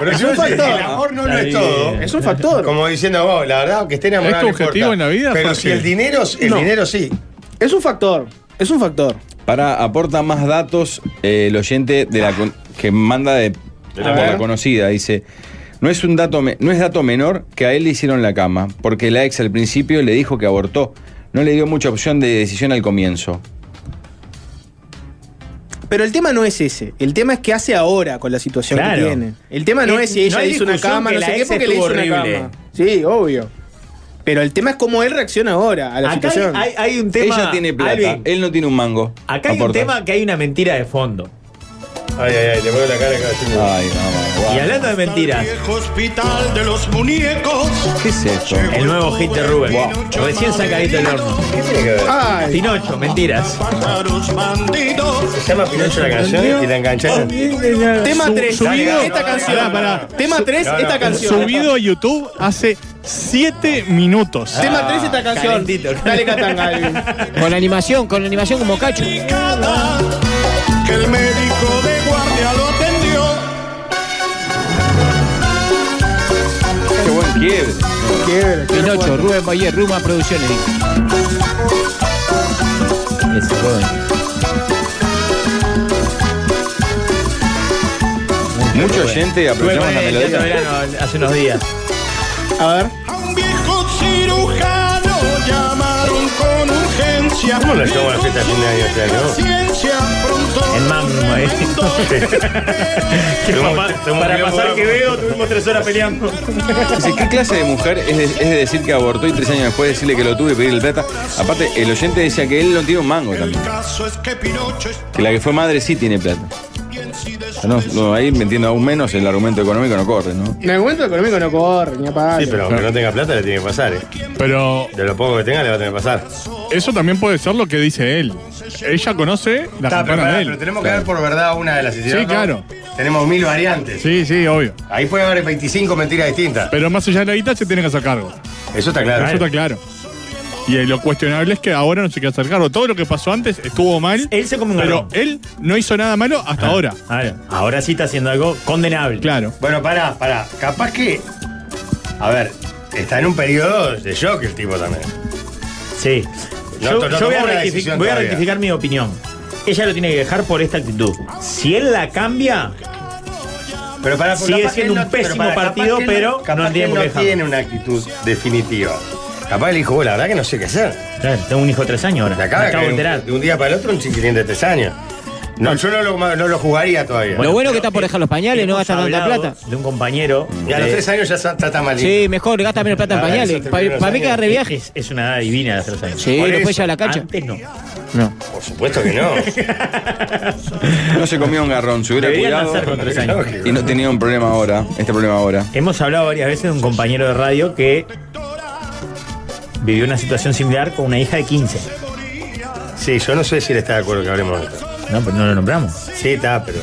E: Pero
F: Es
E: yo
F: un
E: sé,
F: factor.
E: el amor no lo es
H: Está
E: todo.
H: bien.
F: Es un factor.
E: Como diciendo vos, la verdad, aunque esté enamorado.
I: ¿Es tu
E: no importa.
I: objetivo en la vida,
E: Pero
I: Jorge?
E: si el dinero, el
F: No.
E: dinero sí.
F: Es un factor. Es un factor.
G: Para aporta más datos eh, el oyente de la con- que manda de, por
E: ver.
G: la conocida, dice. No es, un dato me- no es dato menor que a él le hicieron la cama, porque la ex al principio le dijo que abortó. No le dio mucha opción de decisión al comienzo.
F: Pero el tema no es ese. El tema es qué hace ahora con la situación
H: Claro.
F: que tiene. El tema no
H: Eh,
F: es si ella
H: no hay
F: hizo una
H: discusión
F: cama,
H: que
F: no
H: la
F: sé qué,
H: ex
F: porque le hizo
H: estuvo horrible.
F: una cama. Sí, obvio. Pero el tema es cómo él reacciona ahora a la
H: Acá hay,
F: situación.
H: hay- hay un tema.
G: Ella tiene plata,
H: Alvin,
G: él no tiene un mango.
H: acá hay
G: Aporta.
H: un tema que hay una mentira de fondo.
E: Ay, ay, ay, le pongo la cara acá. así.
G: Ay, no, guau.
H: Y hablando de mentiras,
C: hospital de los muñecos.
G: ¿Qué es esto?
H: el nuevo hit de Rubén.
C: Wow.
H: Recién sacadito del horno.
E: ¿Qué tiene que ver?
F: Ay,
H: Pinocho, mentiras.
C: Bárbaros bandidos.
E: Se llama Pinocho la canción y la
I: Ah,
E: engancharon.
F: tema 3,
E: subido-
F: esta
E: no,
F: canción.
E: no, no, no, no.
F: Tema 3,
E: No, no,
F: esta
E: no.
F: canción.
I: Subido a YouTube hace 7 minutos. Ah.
F: Tema 3, esta canción.
H: calentito.
F: Dale Catanga. Alvin.
J: Con la animación, con la animación como cacho.
C: Que el médico de guardia lo atendió.
G: Qué buen quiebre.
J: Pinocho, Rubén Bayer, Ruma Producciones.
H: Ese, Rubén.
G: Mucha gente
H: Rubén,
G: aprovechamos la
H: el teatro
G: melodía.
H: verano hace unos días.
F: A ver.
C: A un viejo cirujano llamaron con urgencia.
E: ¿Cómo lo llevamos a la fiesta de fin de año este año?
C: Ciencia pronto.
H: En Magnum, ¿eh? Que
E: Tuvimos-
H: para-
E: tuvimos
H: para
E: que
H: pasar
E: vamos.
H: que veo, tuvimos tres horas peleando.
G: Dice, ¿qué clase de mujer es de, es de decir que abortó y tres años después decirle que lo tuve y pedirle plata? Aparte, el oyente decía que él no tiene un mango también.
C: Caso es que Pinocho está
G: Que la que fue madre sí tiene plata. Ah, No, no, ahí me entiendo aún menos el argumento económico no corre, ¿no?
F: En el momento económico no corre, ni apaga.
E: Sí, pero aunque no tenga plata le tiene que pasar, ¿eh?
I: Pero
E: De lo poco que tenga le va a tener que pasar.
I: eso también puede ser lo que dice él. Ella conoce la
E: Está, pero,
I: campana de
E: pará,
I: él.
E: pero tenemos que ver por verdad una de las
I: Sí,
E: ideas.
I: claro.
E: Tenemos mil variantes.
I: Sí, sí, obvio.
E: Ahí puede haber 25 mentiras distintas.
I: Pero más allá de la guita se tiene que hacer cargo.
E: Eso está claro.
I: Eso está claro. Y eh, lo cuestionable es que ahora no se quiere hacer cargo. Todo lo que pasó antes estuvo mal,
H: Él se come un
I: pero
H: garrón.
I: él no hizo nada malo hasta ahora.
H: Ahora, ahora sí está haciendo algo condenable.
I: Claro.
E: Bueno, pará, pará. Capaz que. A ver, está en un periodo de shock el tipo también.
H: Sí.
E: No,
H: Yo,
E: no
H: yo
E: tomó
H: voy, a
E: una
H: rectific-
E: decisión
H: voy a
E: todavía.
H: rectificar mi opinión. Ella lo tiene que dejar por esta actitud. Si él la cambia,
E: Pero pará, porque
H: Sigue
E: capaz que
H: siendo
E: él
H: un pésimo
E: pará, capaz
H: partido,
E: que él
H: pero no
E: capaz que
H: tiene
E: él
H: por
E: no
H: qué dejarlo.
E: tiene una actitud definitiva. Capaz que le dijo, bueno, la verdad que no sé qué hacer.
H: claro, tengo un hijo de tres años ahora.
E: Te
H: Me
E: acaba de
H: acabo de
E: caer un-
H: enterar.
E: de un día para el otro un chiquitín de tres años. No, yo no lo, no lo jugaría todavía.
J: lo bueno que está por dejar los pañales, no
H: Hemos
J: gastar tanta
H: hablado
J: plata.
H: De un compañero.
E: y a los
H: de-
E: tres años ya sa- está tan mal.
J: Sí, mejor gasta menos plata en
E: Ah, eso
J: pañales.
E: terminó
J: Para
E: los
J: mí que
E: años.
J: agarre viajes.
H: Es, es una edad divina de los tres años.
J: Sí,
E: Por
J: después
E: eso,
J: ya la cacha.
H: Antes no.
J: No.
E: Por supuesto que no.
G: No se comió un garrón, se hubiera
H: Deberían
G: cuidado
H: lanzar con tres años.
G: y no tenía un problema ahora, este problema ahora.
H: Hemos hablado varias veces de un compañero de radio que vivió una situación similar con una hija de 15.
E: Sí, yo no sé si él está de acuerdo que hablemos de esto.
H: No, pero no lo nombramos.
E: Sí, está, pero.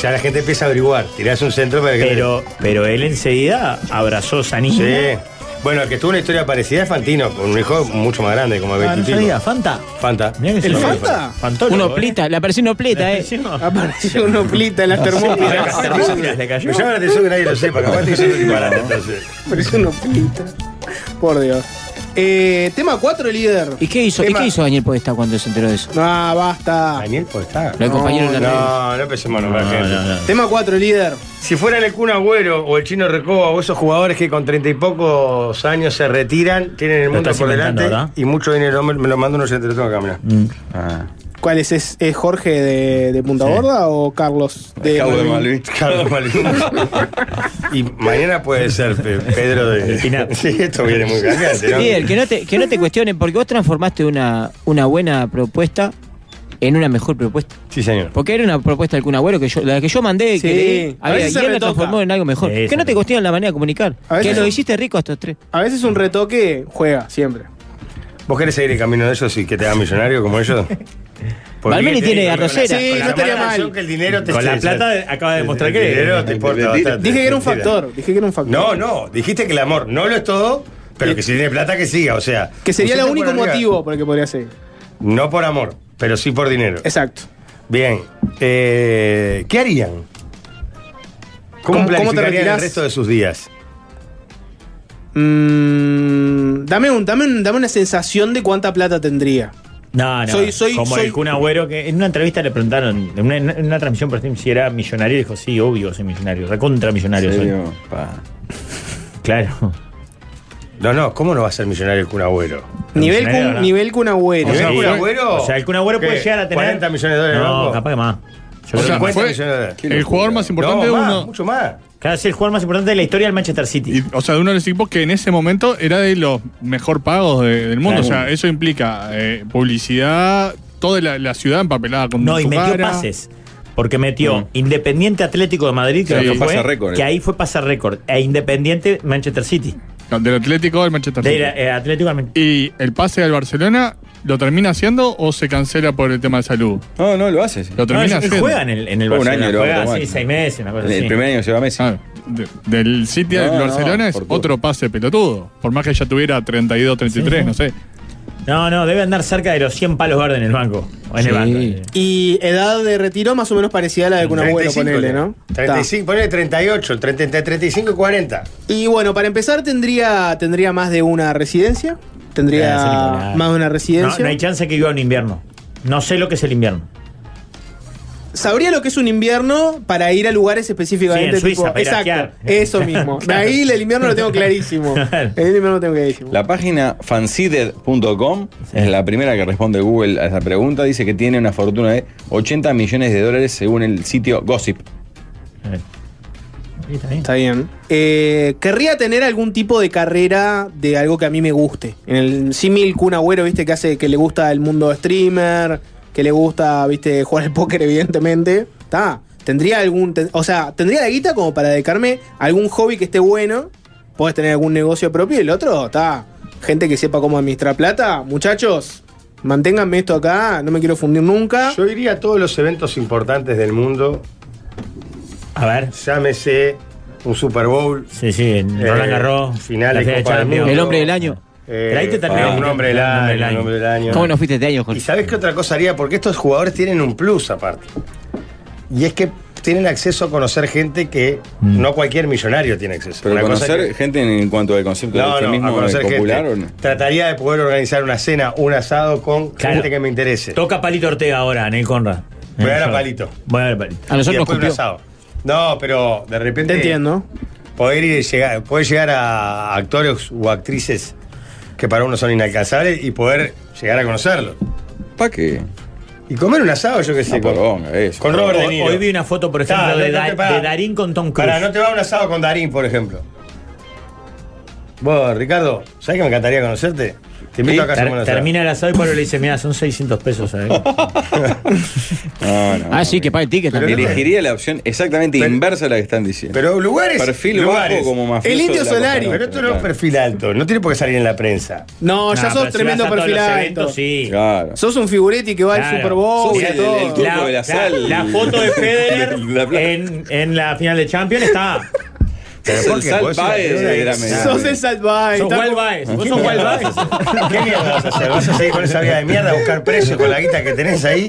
E: Ya la gente empieza a averiguar. Tirás un centro para que.
H: Pero, pero él enseguida abrazó a esa niña.
E: Sí. Bueno, el que tuvo una historia parecida es Fantino, con un hijo mucho más grande, como de
H: Ah, no
E: 25.
H: sabía, Fanta.
E: Fanta.
H: Mirá que
E: Sí,
H: se lo-
F: Fanta?
H: Fantólogo,
J: Un
H: ¿eh?
J: oplita, la persona oplita, eh.
H: Sí, no.
F: Apareció una oplita en las
H: Ah,
F: termópilas.
H: las termópilas le cayó.
E: Me llama la atención que nadie lo sepa, capaz te diciendo disparate, entonces.
F: Apareció una oplita. Por Dios. Eh, tema 4, líder.
J: ¿Y qué hizo? ¿Y
F: Tema-
J: qué hizo Daniel Podestá cuando se enteró de eso?
F: Ah, basta.
E: Daniel, pues está.
J: Lo acompañaron en la red.
E: No, no empecemos a nombrar
H: No,
E: gente.
H: no, no.
F: Tema 4, líder.
E: Si fueran el Kun Agüero o el Chino Recoba o esos jugadores que con treinta y pocos años se retiran, tienen el
H: Lo
E: mundo
H: estás
E: por
H: inventando, Mm.
E: delante
H: ¿verdad?
E: y mucho dinero me, me lo manda uno, yo te lo tengo que caminar.
G: Ah.
F: ¿Cuál es? ¿Es, es Jorge de, de Punta Gorda o Carlos de
G: Cabo de
F: Malvin?
G: Malvin.
E: Carlos Malvin. y mañana puede ser Pe- Pedro de.
H: El Pinar.
E: Sí, esto viene muy caliente, ¿no?
J: Líder, que no te, que no te cuestionen, porque vos transformaste una, una buena propuesta en una mejor propuesta.
E: Sí, señor.
J: Porque era una propuesta de algún agüero que yo, la que yo mandé,
F: Sí.
J: que leí,
F: A
J: había-
F: veces
J: y
F: se
J: él la
F: retoca.
J: transformó en algo mejor.
H: Sí, se
J: que no te
H: retoca.
J: cuestionen la manera de comunicar.
F: A veces
J: Que lo
F: no.
J: hiciste rico a estos tres.
F: A veces un retoque juega, siempre.
E: ¿Vos querés seguir el camino de ellos y que te hagan millonario como ellos?
J: Balmini tiene
E: arrocera.
J: arrocera.
F: Sí, no estaría mal.
E: Que el dinero te
H: Con la plata acaba de demostrar
E: el
H: que-
E: dinero te importa bastante.
F: Dije que era un
E: Mentira.
F: factor. Dije que era un factor.
E: No, no, dijiste que el amor no lo es todo, pero que si tiene plata que siga, o sea.
F: Que sería el
E: pusiste
F: único
E: por arriba.
F: motivo por el que podría seguir.
E: No por amor, pero sí por dinero.
F: Exacto.
E: Bien, eh, ¿qué harían? ¿Cómo,
F: ¿Cómo- cómo te
E: planificarían el
F: retirás?
E: resto de sus días?
F: Mm, dame, un, dame, un- dame una sensación de cuánta plata tendría.
H: No, no.
F: Soy- soy-
H: como
F: soy-
H: el Kun Agüero, que en una entrevista le preguntaron, en una, en una transmisión por stream, si era millonario. y Dijo, sí, obvio, soy millonario. Recontra millonario
G: ¿En
H: soy.
G: serio? Pa.
H: Claro.
E: No, no, ¿cómo no va a ser millonario el Kun Agüero?
F: Nivel
H: millonario,
F: Kun,
H: ¿verdad?
F: nivel Kun Agüero.
E: O sea,
H: Sí.
E: ¿Kun Agüero?
H: O sea, el Kun Agüero
E: ¿Qué?
H: puede llegar a tener.
E: 40 millones de dólares,
H: No,
E: ¿no?
H: capaz que más. Yo
I: O
H: creo
I: sea,
H: que más.
I: fue-
E: millones de dólares.
G: Qué
I: El
G: locura.
I: jugador más importante
E: no,
I: de
E: más,
I: uno.
E: mucho más.
H: Claro, es el jugador más importante de la historia del Manchester City.
I: y, o sea, de uno de los equipos que en ese momento era de los mejor pagos de- del mundo.
H: Claro.
I: O sea, eso implica eh, publicidad, toda la, la ciudad empapelada con
H: No, y
I: su
H: metió
I: cara.
H: pases. Porque metió
G: Mm.
H: Independiente Atlético de Madrid, que,
G: Sí,
H: lo que
G: fue
H: fue,
G: pasa récord,
H: que
G: eh.
H: ahí fue pasa récord. E Independiente Manchester City.
I: Del Atlético del Manchester
H: De
I: City.
H: ir a- eh, Atlético al Man-
I: ¿Y el pase al Barcelona lo termina haciendo o se cancela por el tema de salud?
G: No, no, lo hace. sí.
I: Lo
H: No,
I: termina
H: él- él
I: haciendo.
H: juega en el, en el
G: Juega un
H: Barcelona.
G: año, lo
H: juega
G: automático.
H: así, seis meses, una cosa
G: El,
H: así.
G: primer año se va Messi.
I: Ah, de- del City al
G: No, no,
I: Barcelona es
G: por todo.
I: otro pase pelotudo. Por más que ya tuviera 32, 33, no sé.
H: No, no, debe andar cerca de los 100 palos verdes en el banco. O en
J: Sí.
H: el banco. eh.
F: Y edad de retiro más o menos parecida a la de Kun Agüero,
E: 35,
F: ponele, ¿no? Ta.
E: 35, ponele 38, 30, entre 35 y 40.
F: Y bueno, para empezar tendría, tendría más de una residencia. Tendría
H: Ah, San Nicolás.
F: más de una
H: No,
F: residencia.
H: no hay chance que viva un invierno. No sé lo que es el invierno.
F: Sabría lo que es un invierno para ir a lugares específicamente.
H: Sí, en Suiza, para ir a
F: exacto,
H: esquiar.
F: eso mismo.
H: Claro.
F: Ahí el invierno lo tengo clarísimo.
G: Claro.
F: El invierno lo tengo clarísimo.
G: La página fansided.com es la primera que responde Google a esa pregunta. Dice que tiene una fortuna de 80 millones de dólares según el sitio Gossip.
F: Está bien. Eh, querría tener algún tipo de carrera de algo que a mí me guste. En el símil Kun Agüero, viste, que hace que le gusta el mundo streamer, que le gusta, viste, jugar al póker, evidentemente. Está. Tendría algún. ten- o sea, tendría la guita como para dedicarme a algún hobby que esté bueno. Podés tener algún negocio propio y el otro, está. Gente que sepa cómo administrar plata. Muchachos, manténganme esto acá, no me quiero fundir nunca.
E: Yo iría a todos los eventos importantes del mundo.
H: A ver.
E: Llámese un Super Bowl.
H: Sí, sí, en
E: eh,
H: Roland Garros.
E: Final
H: la
E: de
H: Feria de
E: Copa del
H: Champions.
E: Mundo.
J: El hombre del año.
E: Eh,
H: Pero ahí te terminó.
E: ah, un hombre del
H: Hombre
E: año,
H: del
E: un
H: año.
E: hombre del año.
J: ¿Cómo no fuiste este año, Jorge?
E: Y sabes qué otra cosa haría, porque estos jugadores tienen un plus aparte. Y es que tienen acceso a conocer gente que no cualquier millonario tiene acceso.
G: Mm. Pero
E: Una cosa
G: conocer
E: que-
G: gente en en cuanto al concepto
E: No,
G: del
E: no, a
G: feminismo
E: conocer
G: popular
E: gente.
G: o no.
E: Trataría de poder organizar una cena, un asado con
H: Claro.
E: gente que me interese.
H: Toca Palito Ortega ahora, Nel Conrad.
E: Voy a dar a
H: Yo-
E: Palito. Ah,
H: Voy a dar a Palito.
J: A
E: y
J: nosotros nos
E: después un
J: cumplió.
E: asado. No, pero de repente.
F: Te entiendo.
H: Eh,
E: Poder ir, llegar, poder llegar a actores o actrices que para uno son inalcanzables y poder llegar a conocerlos.
G: ¿Para qué?
E: Y comer un asado, yo qué sé.
G: Una poronga, eso.
E: con Robert De
H: Hoy,
E: Niro.
H: hoy vi una foto, por
E: Está, no
H: ejemplo, de,
E: te-
H: Da-
E: te- pará.
H: de Darín con Tom Cruise.
E: Para, no te va a un asado con Darín, por ejemplo. Vos, Ricardo, ¿sabes que me encantaría conocerte? Te invito a casa
H: Ter-
E: a un asado.
H: termina el asado y Pablo le dice, mira, son 600 pesos. ¿sabes?
G: No, no,
J: Ah, sí, que pague el ticket
E: Pero
J: también.
E: no-
G: Elegiría la opción exactamente
E: Pero-
G: inversa a la que están diciendo.
E: Pero lugares.
G: perfil
E: lugares.
G: bajo como mafioso
F: El Indio
G: de la Costa
F: Solari.
G: Norte,
E: Pero esto no es
G: claro.
E: perfil alto, no tiene por qué salir en la prensa.
F: No, ya
H: Nah, pero
F: sos
H: si
F: tremendo
H: vas a todos
F: perfil
H: los
F: alto.
H: eventos, sí.
G: Claro.
F: Sos un figuretti que va al
H: Claro.
F: Super Bowl
G: Sos
F: y a
G: el-
F: todo.
G: el turco
H: La,
G: de la
H: la-
G: sal.
H: la foto de Federer
G: De La Plata.
H: en, en la final de Champions está.
E: Pero
G: Es
E: ¿por
G: el
E: qué?
G: Sal
E: Vos decís,
G: Baez
E: "Ah,
G: de la media".
F: Sos el Salvay.
H: Sos Wild Bias. Vos sos Wild Bias.
E: ¿Qué mierda vas a hacer? ¿Vas a seguir con esa vida de mierda a buscar precios con la guita que tenés ahí?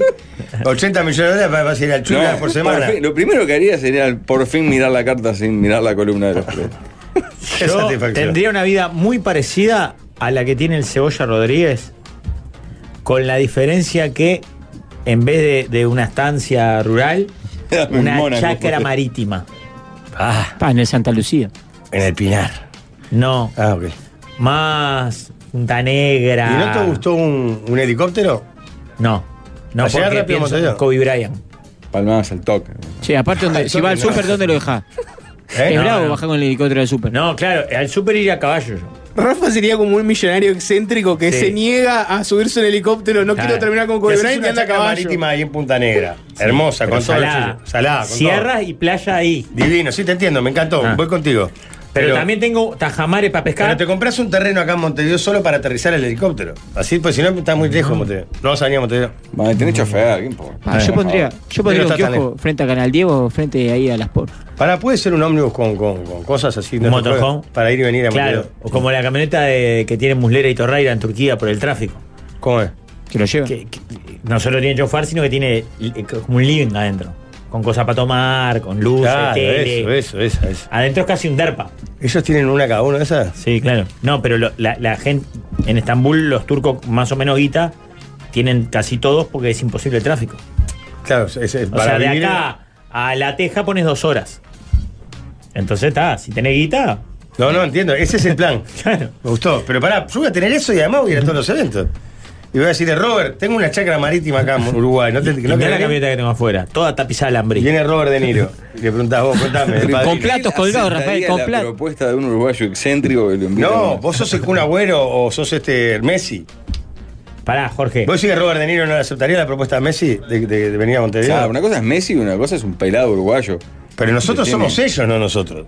E: 80 millones de dólares para- vas a ir al
G: No,
E: chula por semana.
G: por fin, lo primero que haría sería por fin mirar la carta sin mirar la columna de los tres.
E: Qué
H: Yo
E: satisfacción.
H: tendría una vida muy parecida a la que tiene el Cebolla Rodríguez, con la diferencia que en vez de, de una estancia rural,
G: Dame un
H: una
G: Mónaco,
H: chacra
G: porque-
H: marítima.
J: Pa, en el Santa Lucía.
E: En el Pinar.
H: No,
E: Ah, ok.
H: más Punta Negra.
E: ¿Y no te gustó un, un helicóptero?
H: No, no
E: Para llegar
H: porque
E: rápido a
H: pienso
E: Montevideo.
H: en Kobe Bryant.
G: Palmadas al toque.
J: Che, aparte,
H: Ah,
J: donde, si va al súper, ¿dónde lo deja?
E: ¿Eh?
J: Es
H: No,
J: bravo
H: no.
J: bajar con el helicóptero del súper.
H: Pues No, claro, al super ir a caballo yo.
F: Rafa sería como un millonario excéntrico que
H: Sí.
F: se niega a subirse en helicóptero. No
H: Claro.
F: quiero terminar con
E: Te
F: Kobe
E: haces
F: Bryant y
E: una
F: anda a
E: chacra
F: caballo.
E: marítima ahí en Punta Negra. Hermosa,
H: Pero
E: con todo el
H: salada.
E: chullo. Salada, con
H: Sierras y playa ahí.
E: todo. Divino, sí te entiendo, me encantó.
H: Ah.
E: Voy contigo.
H: Pero, también tengo tajamares para pescar.
E: Pero te compras un terreno acá en Montevideo solo para aterrizar el helicóptero. Así, pues si no, estás muy lejos, Montevideo. No vas a venir a Montevideo.
G: Vale, tenés chofer, ¿qué importa?
J: Pa, yo pondría, yo
E: Pero
J: pondría un
E: está tan
J: kiosco frente a Canal Diego, frente ahí a las por.
E: Para, puede ser un ómnibus con, con- con cosas así.
H: Un
E: te preocupes,
H: motorhome.
E: Para ir y venir a
H: Claro,
E: Montevideo.
H: o como la camioneta de- que tiene Muslera y Torreira en Turquía por el tráfico.
E: ¿Cómo es?
J: Que lo lleva.
H: Que, que no solo tiene chofer, sino que tiene eh, como un living adentro. Con cosas para tomar, con luces,
E: Claro,
H: tele.
E: eso, eso, esa, esa.
H: Adentro es casi un derpa.
E: ¿Ellos tienen una cada uno de esas?
H: Sí, claro. No, pero lo- la, la gente en Estambul, los turcos más o menos guita, tienen casi todos porque es imposible el tráfico.
E: Claro, es, es-
H: O sea, de acá a La Teja pones dos horas. Entonces está, si tenés guita,
E: No, no, entiendo. Ese es el plan.
H: claro.
E: Me gustó. Pero pará, yo voy a tener eso y además voy a ir a todos los eventos. Y voy a decirle, Robert, tengo una chacra marítima acá en Uruguay. No te,
H: Y mirá
E: no
H: la
E: querés venir?
H: camioneta que tengo afuera, toda tapizada de
E: Y
H: alambril.
E: Viene Robert De Niro. Y le preguntás vos, contame. el padrino.
J: Con platos colgados, Rafael,
G: Aceptaría
J: con
G: la
J: platos.
G: propuesta de un uruguayo excéntrico que lo invita a
E: No,
G: una-
E: vos sos el Kun Agüero o sos este Messi.
H: Pará, Jorge.
E: ¿Vos decís que Robert De Niro no le aceptaría la propuesta de Messi de, de- de venir a Montevideo?
G: Claro, una cosa es Messi y una cosa es un pelado uruguayo.
E: Pero nosotros
G: Que
E: somos
G: tiene-
E: ellos, no nosotros.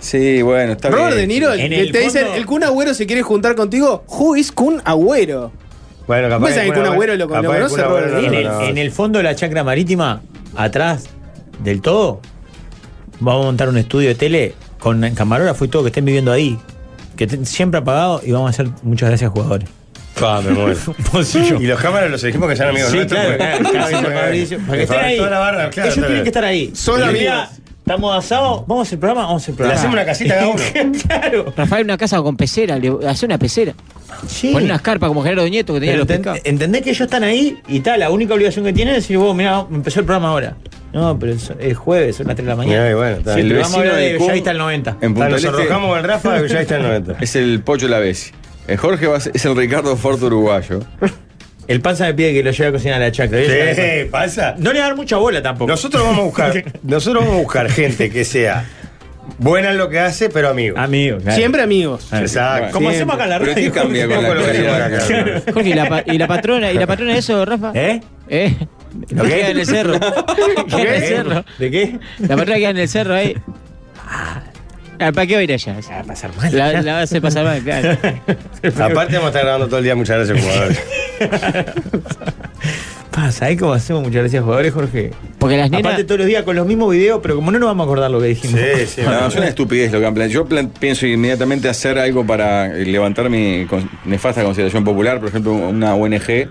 G: Sí, bueno, está
F: Robert De
G: bien.
F: Niro,
H: En
F: que
H: el
F: te dicen,
H: fondo-
F: el Kun Agüero se quiere juntar contigo. Who is Kun Agüero?
E: Bueno, capaz.
F: ¿Vos sabés que
E: el
F: Kun Agüero lo-
E: capaz
F: lo
E: que el
F: conoce,
E: Kun Agüero
F: Robert
E: no
H: en,
E: lo
H: el,
E: conoce.
H: en el fondo de la chacra marítima, atrás del todo, vamos a montar un estudio de tele con camarógrafo y todo que estén viviendo ahí. Que estén siempre apagado y vamos a hacer muchas gracias jugadores.
E: Pa, Ah, me muero.
H: Vos y yo.
E: Y los cámaras los dijimos que sean amigos
H: Sí,
E: nuestros.
H: claro,
E: porque-
H: claro, Casino Fabricio, para que estén ahí.
E: Toda la barra, claro,
H: Ellos
E: está
H: tienen
E: bien.
H: que estar ahí.
F: Solo
H: Y mira,
F: amigos.
H: ¿Estamos asados? ¿Vamos a hacer programa? Vamos a hacer programa.
J: Le hacemos una casita cada uno.
H: claro.
J: Rafael, una casa con pecera, le hace una pecera.
H: Sí.
J: Pon unas carpas como Gerardo Nieto que tenía
H: Pero
J: los
H: enten-
J: pescados.
H: entendés que ellos están ahí y tal, la única obligación que tienen es decir, vos, mirá, empezó el programa ahora. No, pero es, es jueves, son las 3 de la mañana.
E: Mirá, y bueno, está.
H: Sí, el
E: El
H: programa
E: vecino
H: ahora de
E: de Cum-
H: Bellavista al 90.
G: En Punta
E: Nos
G: del Este-
E: arrojamos con el Rafa de Bellavista del 90.
G: Es el Pocho Lavesi. El Jorge va a ser- es el Ricardo Forte uruguayo.
H: El panza me pide que lo lleve a cocinar a la chacra.
E: Sí, pasa.
H: No le va a dar mucha bola tampoco.
E: Nosotros vamos a buscar, nosotros vamos a buscar gente que sea buena en lo que hace, pero amigos.
H: Amigos,
F: Siempre amigos.
E: Exacto.
H: Como hacemos acá en la
G: Pero
H: radio.
G: ¿qué cambia con la
E: Lo que hacemos acá.
G: actualidad?
J: Jorge, ¿y la, pa- y la patrona, ¿y la patrona de eso, Rafa?
H: ¿Eh?
J: ¿Eh?
H: ¿Lo qué?
J: Queda en el cerro. Queda en el cerro.
H: ¿De qué?
J: La patrona queda en el cerro ahí. Ah, ¿Para qué va a ir allá?
H: Va a pasar mal.
J: La, la hace pasar mal, claro.
E: Aparte vamos a estar grabando todo el día, muchas gracias, jugadores.
H: Pasa, ahí cómo hacemos muchas gracias, jugadores, Jorge.
J: Porque las nenas.
H: Aparte todos los días con los mismos videos, pero como no nos vamos a acordar lo que dijimos.
E: Sí, sí.
G: No, es una estupidez lo que han planteado. Yo plan- pienso inmediatamente hacer algo para eh, levantar mi con- nefasta consideración popular, por ejemplo, una ONG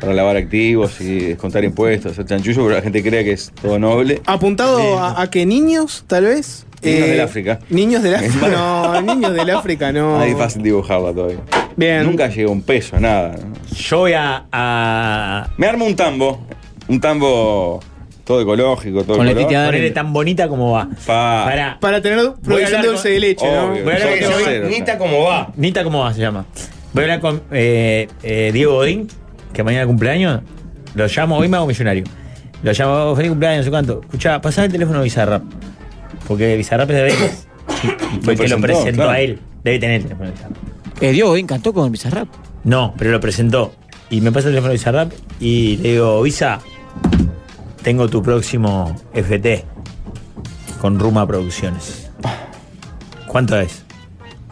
G: para lavar activos y descontar impuestos, hacer chanchullo, pero la gente cree que es todo noble.
F: Apuntado a, a que niños, tal vez. Eh,
G: Niños del África.
F: Niños del África. No, niños del África, no.
G: Ahí es fácil dibujarla todavía.
F: Ah. Bien.
G: Nunca llega un peso, nada. ¿no?
H: Yo voy a, a
G: Me armo un tambo, un tambo todo ecológico, todo
J: Con la
G: color.
J: tita-
H: ponerle tan bonita como va.
G: Pa.
H: Pará.
F: Para tener producción
H: hablar
F: de
H: con-
F: dulce de leche,
G: Obvio.
F: ¿no?
H: Voy a hablar
G: Yo
H: con-
G: que
H: voy a-
G: cero,
E: Nita
G: no.
E: como va.
H: Nita, ¿cómo va? Se llama. Voy a hablar con eh, eh, Diego Godín, que mañana cumpleaños. Lo llamo hoy, me hago millonario. Lo llamo, "Oh, feliz cumpleaños, no sé cuánto. Escuchá, pasá el teléfono a Bizarrap. Porque Bizarrap es de Vélez. Y fue
G: Lo
H: el que lo
G: presentó,
H: presentó
G: claro.
H: a él. Debe tener el teléfono de Bizarrap.
J: Eh, Diego Godín cantó con Bizarrap.
H: No, pero lo presentó. Y me pasa el teléfono de Bizarrap y le digo, Visa, tengo tu próximo FT con Ruma Producciones. ¿Cuánto es?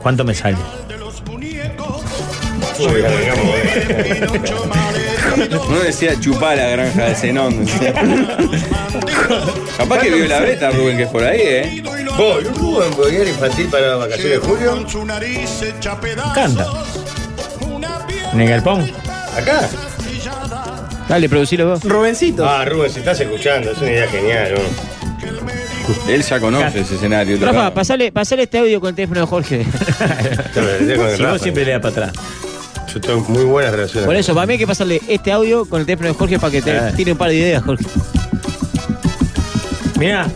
H: ¿Cuánto me sale?
G: No decía chupá la granja de Zenón. decía. Capaz que vio la breta, Rubén, que es por ahí, ¿eh?
E: Voy, un Rubén Boyer infantil para las vacaciones de julio.
H: Canta. En el galpón.
E: Acá.
J: Dale, producilo vos.
F: Rubencito.
E: Ah, Rubén, si estás escuchando, es una idea genial, ¿no?
G: Él ya conoce ese escenario.
J: Rafa,
G: tocaba.
J: pasale, pasale este audio con el teléfono de Jorge.
E: Yo me metí con el
H: Si no,
E: Rafa.
H: siempre le da para atrás.
E: Yo tengo muy buenas relaciones.
J: Por eso, para mí hay que pasarle este audio con el teléfono de Jorge para que te
H: Ah.
J: tire un par de ideas, Jorge.
H: Mirá,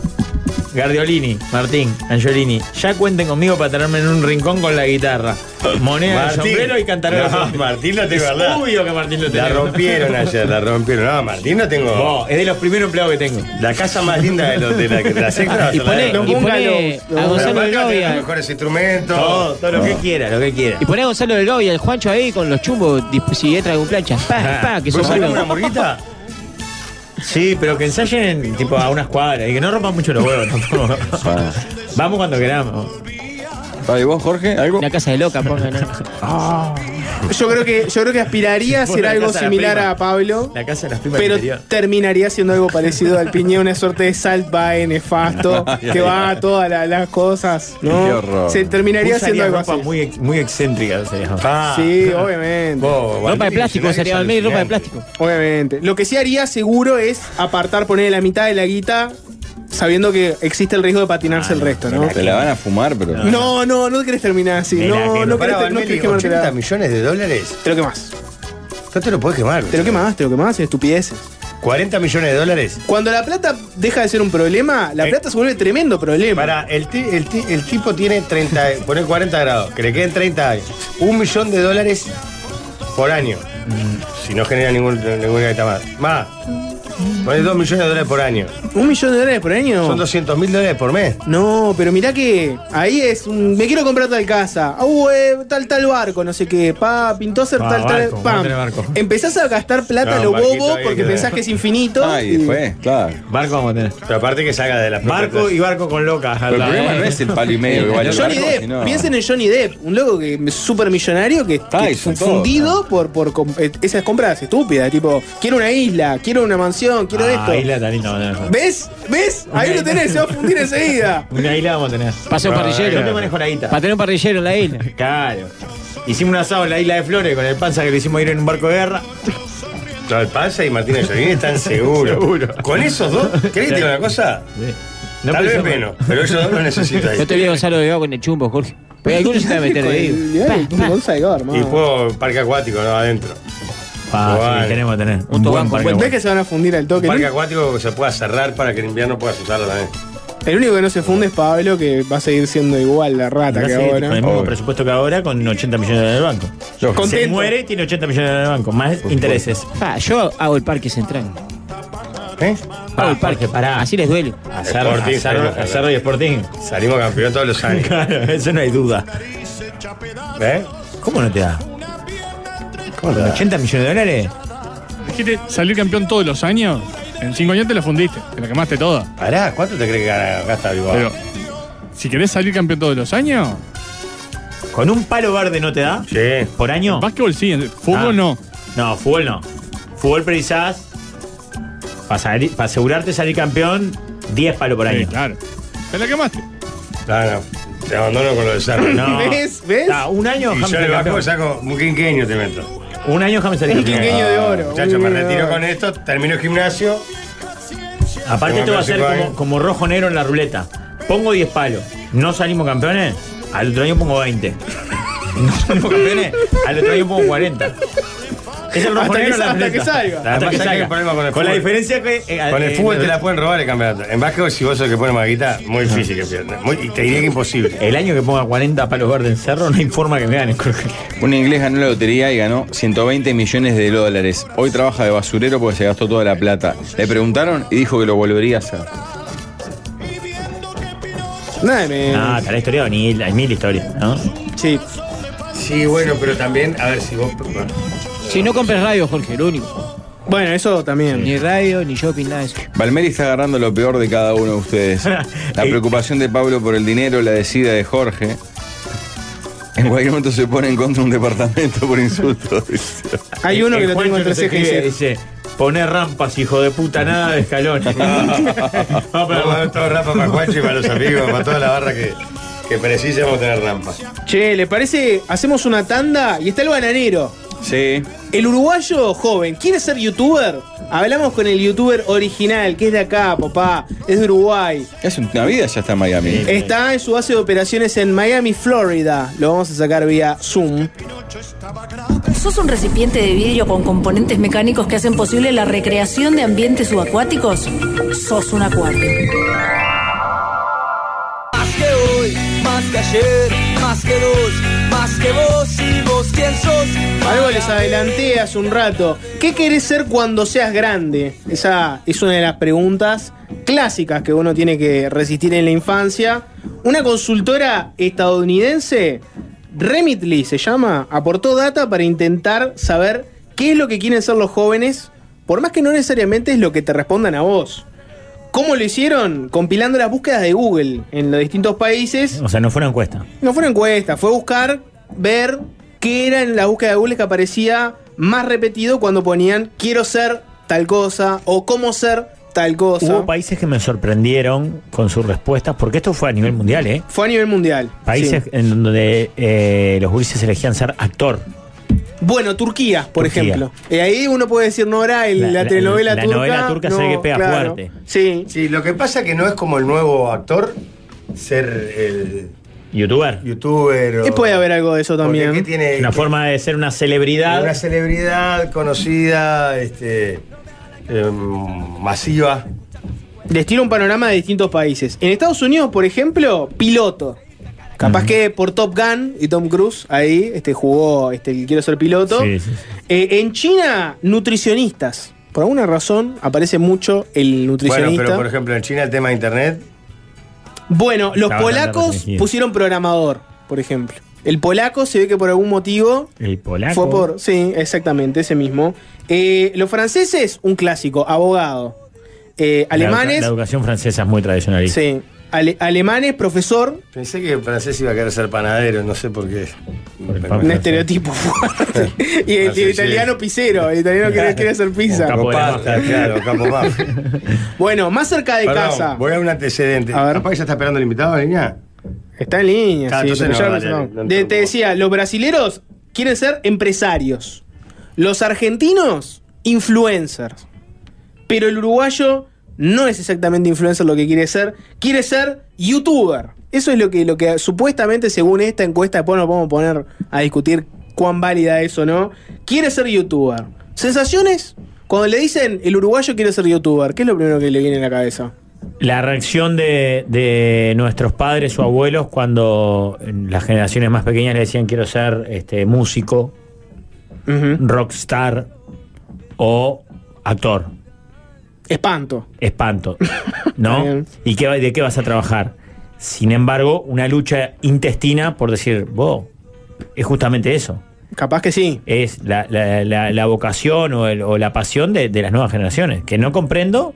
H: Gardiolini, Martín, Angiolini, ya cuenten conmigo para tenerme en un rincón con la guitarra. Moneda de
E: Martín.
H: sombrero y cantaré.
E: No, Martín lo tengo
H: Es
E: al lado.
H: obvio que Martín lo
E: La
H: tiene.
E: rompieron ayer, la rompieron. No, Martín no tengo.
H: Vos, es de los primeros empleados que tengo.
E: La casa más linda de, los- de la, de la secta.
J: Y
E: se la
J: pone,
E: dejo.
J: y pone
F: Póngalos.
J: a
E: Pero
J: Gonzalo del
E: Marca tiene los
J: Gaudia.
E: mejores instrumentos.
H: Todo, todo lo que quiera, lo que quiera.
J: Y pone a Gonzalo del Gaudia, el Juancho ahí con los chumbos, disp- si entra algún plancha. Pa, pa, que sos
E: ¿Vos
J: algo.
E: una hamburguita?
H: Sí, pero que ensayen tipo a unas cuadras y que no rompan mucho los huevos tampoco. Vamos cuando queramos.
G: Pa, ¿Y vos, Jorge? ¿Algo?
J: Una casa de loca, pongan. ¿no?
F: Yo creo que, yo creo que aspiraría a
H: Si
F: hacer
H: fuera
F: algo
H: casa de la
F: similar
H: prima.
F: a Pablo.
H: La casa de las primas del
F: Pero
H: interior.
F: terminaría siendo algo parecido al piñé, una suerte de salt by nefasto, que va a todas la- las cosas,
G: Qué
F: ¿no?
G: horror.
F: Se terminaría haciendo
H: Usaría
F: algo
H: ropa
F: así.
H: muy, ex- muy excéntrica. Oh, sería.
F: Sí, obviamente.
J: Ropa de plástico, sería dormir ropa de plástico.
F: Obviamente. Lo que sí haría seguro es apartar, poner la mitad de la guita, sabiendo que existe el riesgo de patinarse el resto, ¿no?
G: Te la van a fumar, pero.
F: No, no, no querés terminar así.
H: Mira, que
F: No,
H: no
F: no
E: Pará,
F: querés, te- no
E: Valmeli,
F: querés quemarte
E: 80
F: la-
E: millones de dólares.
F: Te lo quemás.
E: No te lo podés quemar.
F: Te lo quemás, te lo quemás, estupideces.
E: 40 millones de dólares.
F: Cuando la plata deja de ser un problema, la
E: Eh.
F: plata se vuelve tremendo problema.
E: Para, el, ti- el, ti- el tipo tiene 30, poner 40 grados, que le queden 30 años. Un millón de dólares por año. Si no genera ningún, ninguna gaita más. Más. Poner 2 millones de dólares por año.
F: ¿Un millón de dólares por año?
E: Son 200 mil dólares por mes.
F: No, pero mirá que ahí es un, me quiero comprar tal casa, ah, uh, eh, tal tal barco, no sé qué, pa, pintó hacer
H: Pa,
F: tal tal,
H: barco, vamos a
F: pam.
H: tener barco.
F: Empezás a gastar plata
E: No,
F: a lo
E: barquito
F: bobo
E: ahí
F: porque
E: queda.
F: pensás que es infinito.
G: Ay,
F: y-
G: después, claro.
H: Barco vamos a tener.
E: Pero aparte que salga de la
H: Barco y barco con locas. Ah,
G: Pero
H: al
G: el
H: lado.
G: problema no es el palo y medio que vale el
F: Johnny
G: barco,
F: Depp,
G: sino-
F: piensen en Johnny Depp, un loco que es súper millonario que, que fue
G: Tyson, todo,
F: fundido por, por com- eh, esas compras estúpidas, tipo, quiero una isla, quiero una mansión, quiero
H: Ah,
F: esto.
H: Isla también no, no, no.
F: ¿Ves? ¿Ves? Ahí lo tenés, se va a fundir enseguida.
H: Una isla vamos a tener.
J: Pasó un
E: No,
H: Yo te
J: parrillero.
H: manejo la guita.
J: Para tener un parrillero en la isla.
H: Claro. Hicimos un asado en la isla de Flores con el panza que le hicimos ir en un barco de guerra.
E: No, el Panza y Martín Angelini están seguros.
H: Seguro.
E: Con esos dos, ¿crees que te digo una cosa?
H: No
E: Tal vez
H: pensamos-
E: menos, pero ellos dos lo necesitan.
J: Yo te vi a Gonzalo de Gago con el chumbo, Jorge. Pero alguno se va a meter de ahí.
F: Bolsa de gorma.
E: Y juego parque acuático, ¿no? Adentro.
H: Ah,
E: Igual.
H: sí, tenemos que tener. Un,
J: tobogán
H: buen
J: con
H: parque.
F: ¿Ves que se van a fundir al toque?
E: Un parque acuático que se pueda cerrar para que en invierno puedas usarlo también.
F: El único que no se funde es Pablo, que va a seguir siendo igual la rata
H: Va a
F: que
H: seguir Con
F: ahora.
I: ¿eh?
H: el mismo
G: Obvio.
H: presupuesto que ahora, con 80 millones de dólares en el banco. Se
F: Contento.
H: muere y tiene 80 millones de dólares en el banco, más intereses.
J: Pa, yo hago el parque central.
E: ¿Eh?
J: Hago el parque, pará. Así les duele.
H: A Cerro,
E: Sporting,
H: a Cerro-
E: salimos
H: a Cerro y Sporting.
E: Salimos campeón todos los años.
H: Claro, eso no hay duda.
E: ¿Eh?
H: ¿Cómo no te da?
E: ¿Cómo te
H: ¿Con
E: da?
H: 80 millones de dólares?
I: Dijiste salir campeón todos los años. En cinco años te la fundiste, te la quemaste toda.
E: Pará, ¿cuánto te crees que gana, gasta Bilbao?
I: Pero si querés salir campeón todos los años,
H: ¿Con un palo verde no te da?
E: Sí.
H: ¿Por año?
I: básquetbol sí, en fútbol
H: Ah.
I: no.
H: No, fútbol no. Fútbol precisás. Para, salir- para asegurarte salir campeón, 10 palos por
I: Sí,
H: año.
I: claro. Te la quemaste.
E: No, no. Te abandono con lo de Cerro.
H: No.
F: ¿Ves? ¿Ves?
H: Ah, un año
E: Y
H: jamás
E: yo
H: salir
E: le bajo,
H: campeón.
E: saco un quinqueño te meto.
H: Un año jamás salir
F: Un
H: campeón.
F: quinqueño de oro.
E: Muchachos,
F: un
E: me
F: quinqueño de
E: retiro
F: oro.
E: con esto, termino el gimnasio. Como
H: Aparte esto va a ser
E: clásico,
H: como,
E: ¿eh?
H: como rojo negro en la ruleta. Pongo 10 palos. ¿No salimos campeones? Al otro año pongo 20. ¿No salimos campeones? Al otro año pongo 40. Es el rojo
F: Hasta que
H: negro en la
F: sa- hasta
H: ruleta.
F: que salga.
H: Hasta
E: Además,
H: que
E: ¿sabes qué es el problema con
H: salga.
E: el
H: Con la
E: fútbol?
H: diferencia que... eh,
E: Con el
H: eh,
E: fútbol te
H: eh,
E: la pueden robar el campeonato. En básquetbol, si vos sos el que pone más guita, muy difícil que pierdas. Muy- Y te diría que imposible.
H: El año que ponga 40 palos verdes en cerro, no hay forma que me gane.
G: Un inglés ganó la lotería y ganó 120 millones de dólares. Hoy trabaja de basurero porque se gastó toda la plata. Le preguntaron y dijo que lo volvería a hacer.
F: Nada, me...
I: Ah.
H: No, está la historia de O'Neill, hay mil historias, ¿no?
F: Sí.
E: Sí, bueno, pero también, a ver si vos. bueno,
J: Si no compres radio, Jorge, lo único.
F: Bueno, eso también.
J: Ni radio, ni shopping, nada de eso.
G: Valmeri está agarrando lo peor de cada uno de ustedes. La preocupación de Pablo por el dinero, la decida de Jorge. En cualquier momento se pone en contra un departamento por insultos. dice.
F: Hay uno
H: El-
F: que
H: el
F: lo tengo entre
H: Juancho nos
F: ceja y
H: escribe,
F: ceja.
H: dice, poner rampas, hijo de puta, nada de escalones. No,
E: Vamos a
H: pero-
E: dar todo rampa para Juancho y para los amigos, para toda la barra que, que precise, vamos a tener rampa.
F: Che, ¿le parece? Hacemos una tanda y está el bananero.
G: Sí.
F: El uruguayo joven, ¿quiere ser youtuber? Hablamos con el youtuber original, que es de acá, papá, es de Uruguay.
G: Hace una vida ya está en Miami.
F: Está en su base de operaciones en Miami, Florida. Lo vamos a sacar vía Zoom.
L: ¿Sos un recipiente de vidrio con componentes mecánicos que hacen posible la recreación de ambientes subacuáticos? Sos un acuario.
B: Más que hoy, más que ayer, más que dos, más que vos y vos quién sos.
F: Algo les adelanté hace un rato. ¿Qué querés ser cuando seas grande? Esa es una de las preguntas clásicas que uno tiene que resistir en la infancia. Una consultora estadounidense, Remitly se llama, aportó data para intentar saber qué es lo que quieren ser los jóvenes, por más que no necesariamente es lo que te respondan a vos. ¿Cómo lo hicieron? Compilando las búsquedas de Google en los distintos países.
H: O sea, no fue una encuesta.
F: No fue una encuesta, fue buscar, ver qué era en la búsqueda de Google que aparecía más repetido cuando ponían quiero ser tal cosa o cómo ser tal cosa.
H: Hubo países que me sorprendieron con sus respuestas, porque esto fue a nivel mundial, ¿eh?
F: Fue a nivel mundial.
H: Países
F: sí.
H: en donde eh, los gurises elegían ser actor.
F: Bueno, Turquía, por
H: Turquía.
F: ejemplo. Y ahí uno puede decir, no, era el-
H: La-
F: la,
H: la-
F: telenovela
H: la
F: turca.
H: novela turca se ve que pega fuerte.
F: Sí.
E: Sí, lo que pasa que no es como el nuevo actor ser el
H: Youtuber.
E: youtuber o.
F: Y puede haber algo de eso
E: porque
F: también.
E: ¿qué tiene,
H: Una
E: qué-
H: forma de ser una celebridad.
E: Una celebridad conocida, este, em, masiva.
F: Les tiro un panorama de distintos países. En Estados Unidos, por ejemplo, piloto. Capaz que por Top Gun y Tom Cruise ahí este, jugó este, el Quiero ser piloto.
H: Sí, sí, sí.
F: Eh, en China, nutricionistas. Por alguna razón aparece mucho el
E: Bueno,
F: nutricionista.
E: pero por
F: Bueno,
E: ejemplo en China el tema de internet,
F: los
H: Estaba bastante
F: polacos
H: restringido.
F: pusieron programador, por ejemplo. El polaco se ve que por algún motivo
H: El polaco.
F: fue por. Sí, exactamente, ese mismo. Eh, los franceses, un clásico, abogado. Eh,
H: La educa-
F: alemanes,
H: La, educación francesa es muy tradicionalista.
F: sí. Ale- alemanes, profesor,
E: pensé que el francés iba a querer ser panadero, no sé por qué.
H: Por
E: Pero-
H: el pan.
F: Un
H: Francés.
F: estereotipo fuerte. y el,
E: No sé,
F: y el
E: sí.
F: italiano pisero, el italiano quiere, quiere hacer pizza.
H: Capo
E: Capo
H: de la
E: pasta, claro, capo pasta.
F: Bueno, más cerca de
E: Perdón,
F: casa.
E: Voy a un antecedente.
F: A ver.
E: Capaz que ya está esperando el invitado, la niña.
F: Está en línea.
E: Claro,
F: sí,
E: entonces
F: pero
E: no,
F: ya
E: dale,
F: no.
E: dale, no te
F: De- te
E: preocupes.
F: decía, los brasileros quieren ser empresarios. Los argentinos, influencers. Pero el uruguayo no es exactamente influencer lo que quiere ser, quiere ser youtuber. Eso es lo que, lo que supuestamente, según esta encuesta, después nos vamos a poner a discutir cuán válida es o no, quiere ser youtuber. ¿Sensaciones? Cuando le dicen el uruguayo quiere ser youtuber, ¿qué es lo primero que le viene a la cabeza?
H: La reacción de, de nuestros padres o abuelos cuando en las generaciones más pequeñas le decían quiero ser este, músico, rockstar o actor.
F: Espanto.
H: Espanto. ¿No? ¿Y qué, va- de qué vas a trabajar? Sin embargo, una lucha intestina por decir, wow, es justamente eso.
F: Capaz que sí.
H: Es la, la- la- la vocación o, el- o la pasión de, de las nuevas generaciones, que no comprendo,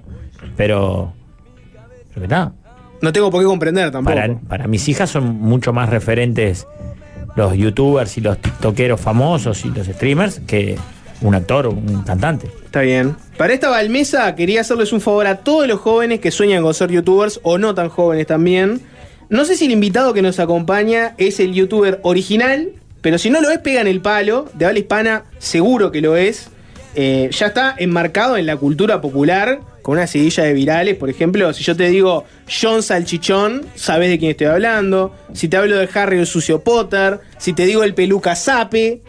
H: pero... pero que está.
F: No tengo por qué comprender tampoco.
H: Para, para mis hijas son mucho más referentes los youtubers y los tiktokeros famosos y los streamers que un actor o un cantante.
F: Está bien. Para esta balmesa quería hacerles un favor a todos los jóvenes que sueñan con ser youtubers o no tan jóvenes también. No sé si el invitado que nos acompaña es el youtuber original, pero si no lo es, pegan el palo. De habla hispana, seguro que lo es. Eh, ya está enmarcado en la cultura popular, con una seguilla de virales, por ejemplo. Si yo te digo John Salchichón, sabes de quién estoy hablando. Si te hablo de Harry el sucio Potter. Si te digo el peluca Sape,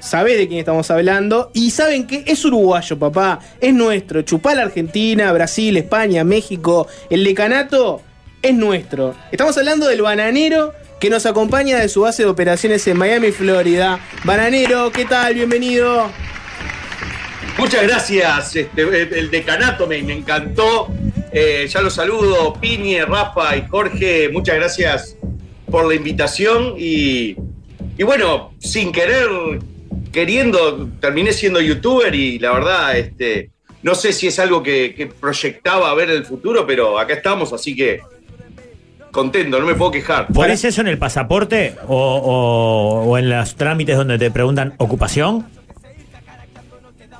F: Sabés de quién estamos hablando y saben que es uruguayo, papá. Es nuestro. Chupá la Argentina, Brasil, España, México. El decanato es nuestro. Estamos hablando del bananero que nos acompaña de su base de operaciones en Miami, Florida. Bananero, ¿qué tal? Bienvenido.
M: Muchas gracias, este, el el decanato me, me encantó. Eh, ya los saludo, Piñe, Rafa y Jorge, muchas gracias por la invitación y, y bueno, sin querer, queriendo, terminé siendo youtuber y la verdad, este, no sé si es algo que, que proyectaba ver en el futuro, pero acá estamos, así que contento, no me puedo quejar.
H: ¿Ponés eso en el pasaporte o, o- o en los trámites donde te preguntan ocupación?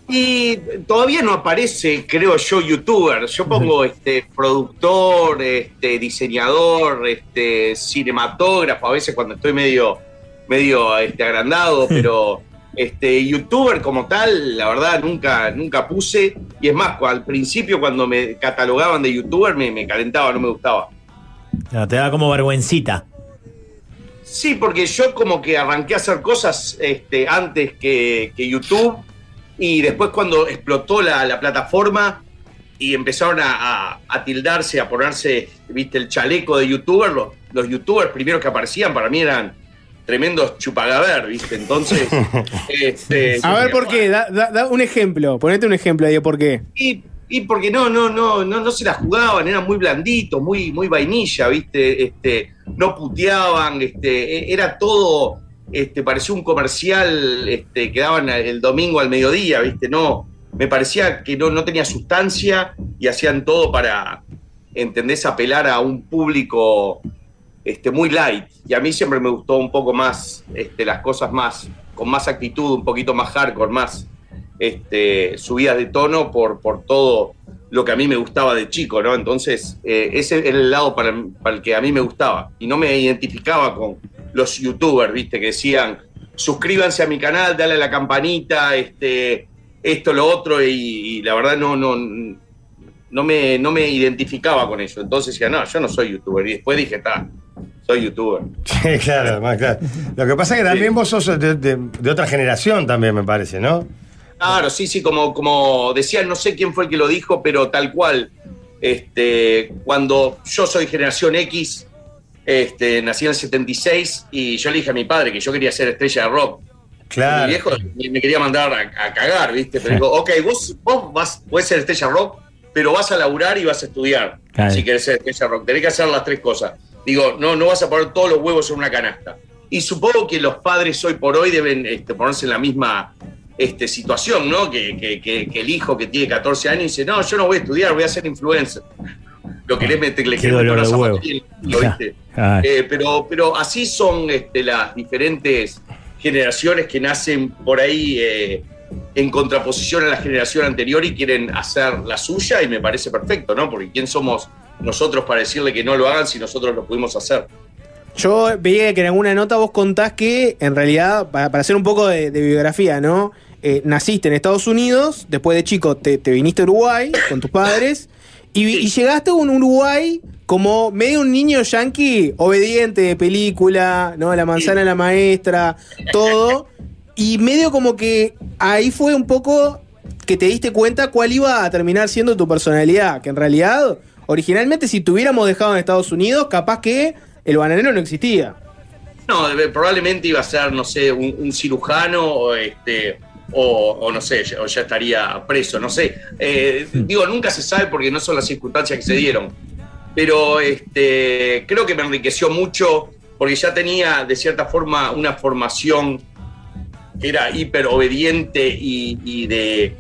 M: Y todavía no aparece, creo yo, youtuber. Yo pongo este productor, este diseñador, este cinematógrafo, a veces cuando estoy medio, medio este, agrandado, pero este youtuber como tal, la verdad, nunca, nunca puse. Y es más, cu- al principio cuando me catalogaban de youtuber me, me calentaba, no me gustaba.
H: No, te da como vergüencita.
M: Sí, porque yo como que arranqué a hacer cosas este, antes que, que YouTube y después cuando explotó la, la plataforma y empezaron a, a- a tildarse, a ponerse, viste, el chaleco de youtuber, los, los youtubers primeros que aparecían para mí eran tremendos chupagaber, viste, entonces... este,
F: A ver por qué, da, da- da un ejemplo, ponete un ejemplo ahí de por qué.
M: y, y porque no, no, no, no, no se la jugaban, eran muy blanditos, muy, muy vainilla, viste, este, no puteaban, este, e- era todo, este, parecía un comercial este, que daban a- el domingo al mediodía, viste, no, me parecía que no, no tenía sustancia y hacían todo para, ¿entendés?, apelar a un público este, muy light. Y a mí siempre me gustó un poco más este, las cosas más, con más actitud, un poquito más hardcore, más este, subidas de tono por, por todo lo que a mí me gustaba de chico, ¿no? Entonces, eh, ese era el lado para, para el que a mí me gustaba. Y no me identificaba con los youtubers, ¿viste? Que decían, suscríbanse a mi canal, dale a la campanita, este, esto, lo otro, y, y la verdad no, no, no me, no me identificaba con eso. Entonces decía, no, yo no soy youtuber. Y después dije, está, soy youtuber.
E: Sí, claro, más claro. Lo que pasa es que también vos sos de, de- de otra generación también, me parece, ¿no?
M: Claro, sí, sí, como, como decía, no sé quién fue el que lo dijo, pero tal cual. Este, cuando yo soy generación X, este, nací en el 76 y yo le dije a mi padre que yo quería ser estrella de rock.
E: Claro.
M: Este, Mi viejo me me quería mandar a, a cagar, ¿viste? Pero digo, ok, vos, vos vas, podés ser estrella de rock, pero vas a laburar y vas a estudiar.
H: Claro.
M: Si querés ser estrella de rock, tenés que hacer las tres cosas. Digo, no, no vas a poner todos los huevos en una canasta. Y supongo que los padres hoy por hoy deben este, ponerse en la misma este, situación, ¿no? Que, que- que- que el hijo que tiene 14 años dice, no, yo no voy a estudiar, voy a ser influencer. Lo querés meter, le
H: Qué
M: querés meter
H: dolor
M: una
H: de huevo.
M: zapatilla en el culo, ¿viste?
H: Ah,
M: Eh, pero, pero así son este, las diferentes generaciones que nacen por ahí eh, en contraposición a la generación anterior y quieren hacer la suya y me parece perfecto, ¿no? Porque ¿quién somos nosotros para decirle que no lo hagan si nosotros lo pudimos hacer?
F: Yo veía que en alguna nota vos contás que, en realidad, para, para hacer un poco de, de biografía, ¿no? Eh, naciste en Estados Unidos, después de chico te, te viniste a Uruguay con tus padres, Y, y llegaste a un Uruguay como medio un niño yanqui obediente de película, ¿no? La manzana de la maestra, todo. Y medio como que ahí fue un poco que te diste cuenta cuál iba a terminar siendo tu personalidad. Que en realidad, originalmente, si te hubiéramos dejado en Estados Unidos, capaz que el bananero no existía.
M: No, de- probablemente iba a ser, no sé, un, un cirujano o, este, o, o no sé, ya- o ya estaría preso, no sé. Eh, digo, nunca se sabe porque no son las circunstancias que se dieron. Pero este, creo que me enriqueció mucho porque ya tenía, de cierta forma, una formación que era hiper obediente y, y de,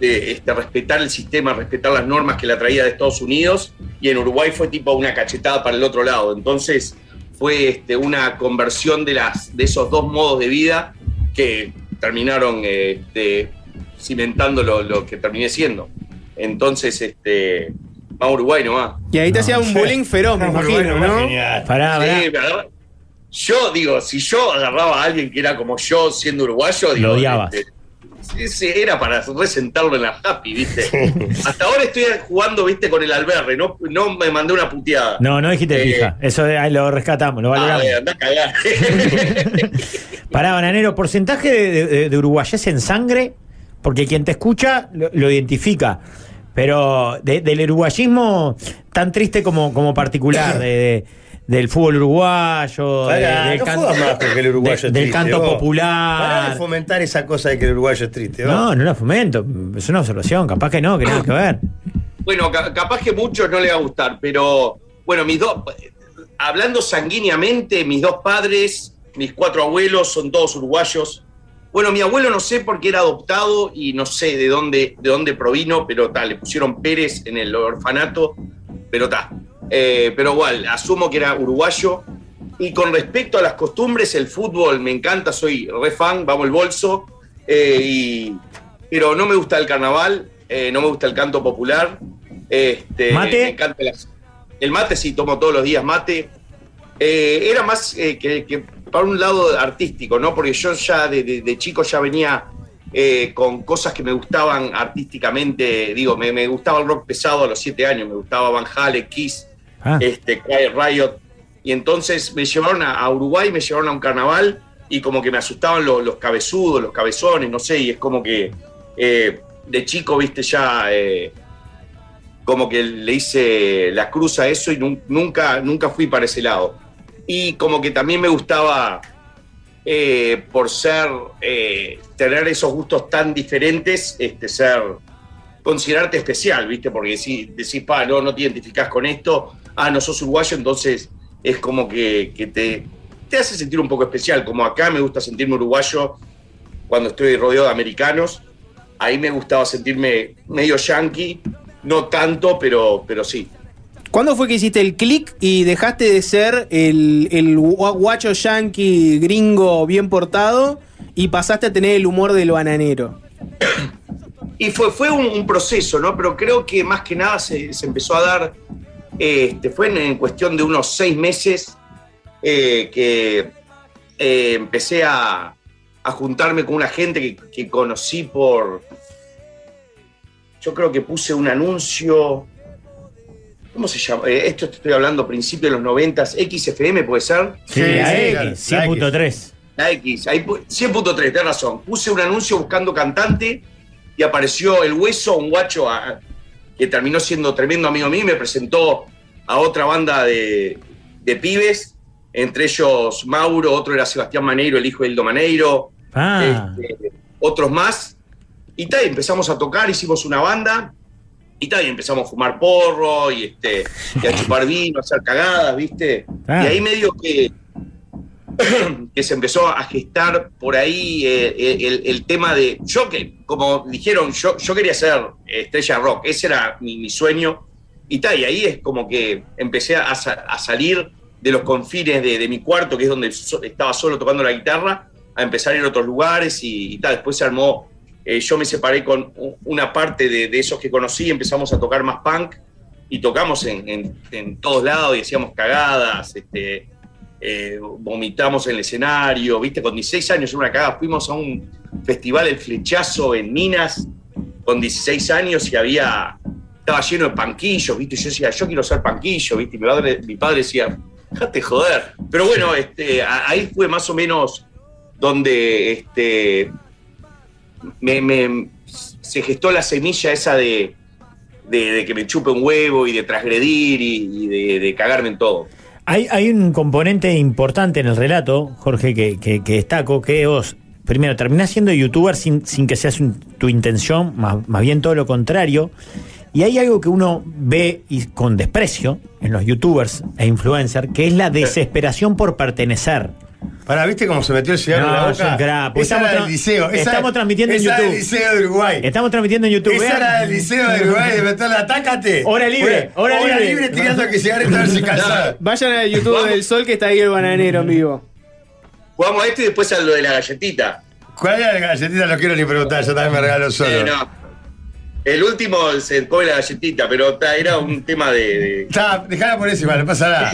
M: de, este, respetar el sistema, respetar las normas que la traía de Estados Unidos. Y en Uruguay fue tipo una cachetada para el otro lado. Entonces fue este, una conversión de, las, de esos dos modos de vida que terminaron eh, este, cimentando lo, lo que terminé siendo. Entonces, este, va a Uruguay nomás.
F: Y ahí te hacía un bullying feroz, me imagino, ¿no?
H: Pará,
M: Sí, me agarra- Yo digo, si yo agarraba a alguien que era como yo siendo uruguayo, digo,
H: odiabas.
M: este, ese era para resentarlo en la happy, ¿viste? Hasta ahora estoy jugando, ¿viste? Con el alberre, no, no me mandé una puteada.
H: No, no dijiste
M: Eh,
H: pija. Eso de- ahí lo rescatamos, lo
M: Ah,
H: valoramos.
M: eh, andá a cagar.
H: Pará, bananero, porcentaje de, de- de uruguayés en sangre, porque quien te escucha lo, lo identifica. Pero de- del uruguayismo tan triste como, como particular, de- de- del fútbol uruguayo, de-
E: Pará,
H: del
E: no
H: canto-
E: jodas más con que el uruguayo
H: de-
E: es
H: del
E: triste,
H: canto
E: vos. Pará de
H: popular.
E: fomentar esa cosa de que el uruguayo es triste. vos.
H: No, no la fomento. Es una observación, capaz que no, que nada que ver.
M: Bueno, ca- capaz que muchos no les va a gustar, pero bueno, mis dos, hablando sanguíneamente, mis dos padres, mis cuatro abuelos son todos uruguayos. Bueno, mi abuelo no sé por qué era adoptado y no sé de dónde, de dónde provino, pero tal, le pusieron Pérez en el orfanato, pero tal. pero igual, asumo que era uruguayo. Y con respecto a las costumbres, el fútbol me encanta, soy re fan, vamos el bolso. eh, y, pero no me gusta el carnaval, eh, no me gusta el canto popular. Este,
H: ¿Mate?
M: me encanta las- el mate sí, tomo todos los días mate. Eh, era más eh, que, que para un lado artístico, ¿no? Porque yo ya de, de- de chico ya venía eh, con cosas que me gustaban artísticamente. Digo, me, me gustaba el rock pesado a los siete años, me gustaba Van Halen, Kiss,
H: Ah.
E: Eh,
M: este, Quiet Riot. Y entonces me llevaron a, a Uruguay, me llevaron a un carnaval y como que me asustaban lo- los cabezudos, los cabezones, no sé, y es como que eh, de chico, viste, ya eh, como que le hice la cruz a eso y nun- nunca, nunca fui para ese lado. Y como que también me gustaba, eh, por ser, eh, tener esos gustos tan diferentes, este, ser, considerarte especial, viste, porque decís, decís pa, no, no te identificás con esto, ah, no sos uruguayo, entonces es como que, que te, te hace sentir un poco especial, como acá me gusta sentirme uruguayo cuando estoy rodeado de americanos, ahí me gustaba sentirme medio yankee, no tanto, pero, pero sí.
F: ¿Cuándo fue que hiciste el clic y dejaste de ser el, el gua- guacho yankee gringo bien portado y pasaste a tener el humor del bananero?
M: Y fue, fue un, un proceso, ¿no? Pero creo que más que nada se, se empezó a dar, este, fue en, en cuestión de unos seis meses eh, que eh, empecé a, a juntarme con una gente que, que conocí por, yo creo que puse un anuncio, ¿cómo se llama? Eh, esto te estoy hablando a principios de los noventas, XFM puede ser.
H: Sí, la X, 100.3.
M: La X, ahí pu- 100.3, tenés razón. Puse un anuncio buscando cantante y apareció el hueso, un guacho a- que terminó siendo tremendo amigo mío y me presentó a otra banda de, de pibes, entre ellos Mauro, otro era Sebastián Maneiro, el hijo de Hildo Maneiro,
H: Ah,
M: este, otros más. Y tal, y empezamos a tocar, hicimos una banda y tal, y empezamos a fumar porro y, este, y a chupar vino, a hacer cagadas, ¿viste?
H: Ah.
M: Y ahí medio que, que se empezó a gestar por ahí eh, el, el tema de. Yo que, como dijeron, yo, yo quería ser estrella rock, ese era mi, mi sueño. Y tal, y ahí es como que empecé a, sa- a salir de los confines de, de mi cuarto, que es donde so- estaba solo tocando la guitarra, a empezar a ir a otros lugares y, y tal. Después se armó, eh, yo me separé con u- una parte de, de esos que conocí, empezamos a tocar más punk y tocamos en, en- en todos lados y hacíamos cagadas, este, eh, vomitamos en el escenario, viste, con 16 años en una cagada, fuimos a un festival, el flechazo en Minas, con 16 años y había estaba lleno de panquillos, ¿viste? Yo decía, yo quiero ser panquillo, ¿viste? Y mi padre, mi padre decía, déjate joder. Pero bueno, este, a- ahí fue más o menos donde este, me- me- se gestó la semilla esa de, de- de que me chupe un huevo y de transgredir y, y de, de cagarme en todo.
H: Hay, hay un componente importante en el relato, Jorge, que, que, que destaco, que vos, primero, terminás siendo youtuber sin, sin que sea tu intención, más, más bien todo lo contrario. Y hay algo que uno ve y con desprecio en los youtubers e influencers, que es la desesperación por pertenecer.
E: Para, ¿viste cómo se metió el cigarro
H: No,
E: en la
H: es un
E: boca?
H: crapo.
E: Esa
H: Estamos
E: era del
H: tra-
E: liceo. esa-
H: estamos transmitiendo en
E: esa era
H: YouTube.
E: del liceo de Uruguay.
H: Estamos transmitiendo en YouTube. ¿eh?
E: Esa
H: vean.
E: era del liceo de Uruguay de meterla, atácate.
H: Hora libre,
E: Fue-
H: hora libre.
E: tirando que cigarro y estarse cansado.
F: Vayan al YouTube del Sol que está ahí el bananero en vivo.
M: Jugamos a este y después a lo de la galletita.
E: ¿Cuál era la galletita? No quiero ni preguntar, yo también me regalo solo.
M: Eh, no. El último se come la galletita, pero ta- era un tema de- de,
E: Está, dejala por eso igual, no pasa nada.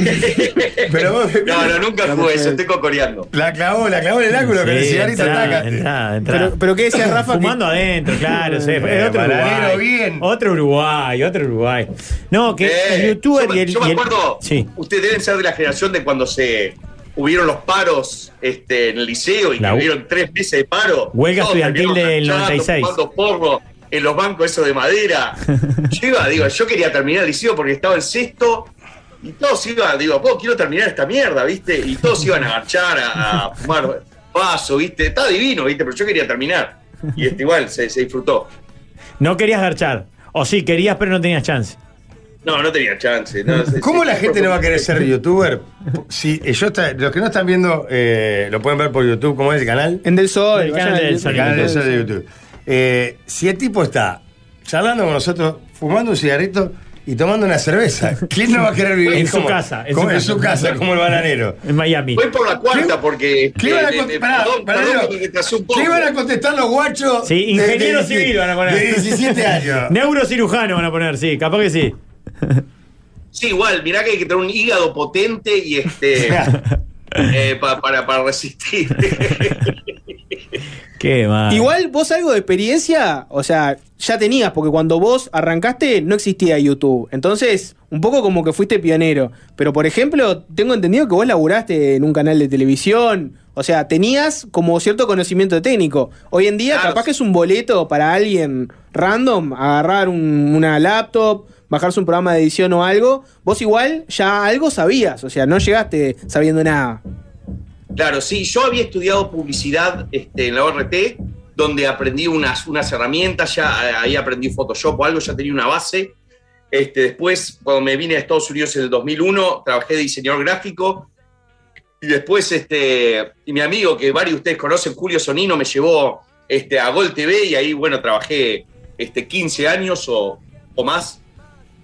E: Pero vos-
M: No, no, nunca jugué eso, estoy cocoreando.
E: La clavó, la clavó en el ángulo con el cigarrito, atácate.
H: Pero,
F: qué decía Rafa?
H: Fumando adentro, claro. sí, es
E: Eh,
H: otro
E: bananero,
H: Uruguay. Otro Uruguay, otro Uruguay. No, que el youtuber
M: Eh, yo,
H: y
M: me-
H: el.
M: yo
H: y
M: me
H: el-
M: acuerdo,
H: sí.
M: ustedes deben ser de la generación de cuando se hubieron los paros este, en el liceo y
H: La
M: que
H: u-
M: hubieron tres meses de paro.
H: Huelga
M: Todos
H: estudiantil
M: terminaron
H: del
M: manchando,
H: 96.
M: fumando porro en los bancos esos de madera. yo iba, digo, yo quería terminar el liceo porque estaba en sexto y todos iban, digo, vos quiero terminar esta mierda, ¿viste? Y todos iban a agachar, a, a fumar paso, ¿viste? Está divino, ¿viste? Pero yo quería terminar. Y este, igual se- se disfrutó.
H: No querías garchar. O sí, querías, pero no tenías chance.
M: No, no tenía chance. no, sí,
E: ¿Cómo
M: sí,
E: la
M: sí,
E: gente
M: fue-
E: no va a querer ser youtuber? Si eh, yo está- los que no están viendo, eh, lo pueden ver por YouTube, ¿cómo es el canal?
F: En Del Sol.
E: El
F: vayan
E: canal
F: al
E: del
F: YouTube.
E: Sol, canal del Sol de YouTube. Eh, si el tipo está charlando con nosotros, fumando un cigarrito y tomando una cerveza, ¿quién no va a querer vivir
H: En su
E: como-
H: casa, en
E: como,
H: su
E: en su
H: casa.
E: casa, como el bananero?
H: En Miami.
M: Voy por la cuarta porque.
E: ¿Qué
M: eh,
E: iban a
M: me- me-
E: contestar? Pará,
M: perdón,
E: pará,
M: perdón
E: Leo.
M: que me atrasé un poco.
E: ¿Qué iban a contestar los guachos?
H: Sí,
E: de- de
H: ingeniero
E: 17
H: civil van a poner.
E: De 17 años.
H: Neurocirujano van a poner, sí, capaz que sí.
M: Sí, igual, mirá que hay que tener un hígado potente y este. eh, pa- para, para resistir.
H: Qué mal.
F: Igual vos algo de experiencia, o sea, ya tenías, porque cuando vos arrancaste no existía YouTube. Entonces, un poco como que fuiste pionero. Pero, por ejemplo, tengo entendido que vos laburaste en un canal de televisión. O sea, tenías como cierto conocimiento técnico. Hoy en día, capaz que es un boleto para alguien random, agarrar un- una laptop, bajarse un programa de edición o algo. Vos igual ya algo sabías, o sea, no llegaste sabiendo nada.
M: Claro, sí, yo había estudiado publicidad este, en la ORT, donde aprendí unas, unas herramientas, ya eh, ahí aprendí Photoshop o algo, ya tenía una base. Este, después, cuando me vine a Estados Unidos en el 2001, trabajé de diseñador gráfico. Y después, este, y mi amigo, que varios de ustedes conocen, Julio Sonino, me llevó este, a Gol TV y ahí, bueno, trabajé este, 15 años o, o más.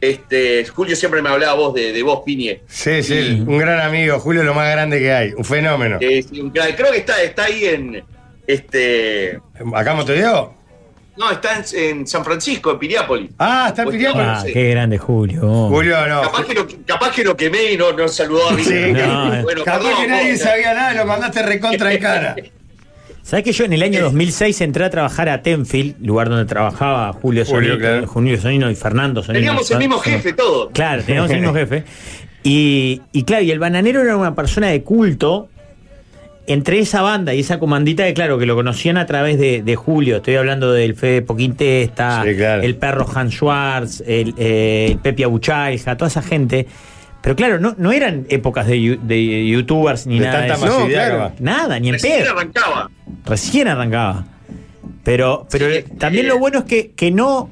M: Este, Julio siempre me hablaba vos de, de vos, Piñe.
E: Sí, sí, un gran amigo, Julio, lo más grande que hay, un fenómeno.
M: Eh, sí, un crack. creo que está, está ahí en. Este,
E: ¿Acá en Montevideo?
M: No, está en, en San Francisco, en Piriápolis.
E: Ah, está en Piriápolis.
H: Ah, qué grande, Julio.
E: Julio, no.
M: Capaz que, lo, capaz que lo quemé y no, no saludó a mí.
H: Sí. No,
M: bueno,
E: Capaz
M: perdón,
E: que nadie
M: vos.
E: sabía nada, lo mandaste recontra en cara.
H: ¿Sabes que yo en el año 2006 entré a trabajar a Tenfield, lugar donde trabajaba Julio
E: Julio,
H: Sonino,
E: claro.
H: Julio Sonino y Fernando Sonino?
M: Teníamos el mismo jefe, todo.
H: Claro, teníamos el mismo jefe. Y, y claro, y el bananero era una persona de culto. Entre esa banda y esa comandita, que claro, que lo conocían a través de, de Julio. Estoy hablando del Fede Poquintesta, el perro Hans Schwartz, el, eh, el Pepe Abuchalja, toda esa gente. Pero claro, no, no eran épocas de, yu- de youtubers ni
E: De
H: nada
E: tanta
H: de eso.
E: masividad,
H: claro,
E: capaz.
H: Nada, ni en
M: Recién
H: pedo.
M: arrancaba.
H: Recién arrancaba. Pero, pero eh, también
E: eh,
H: lo bueno es que, que no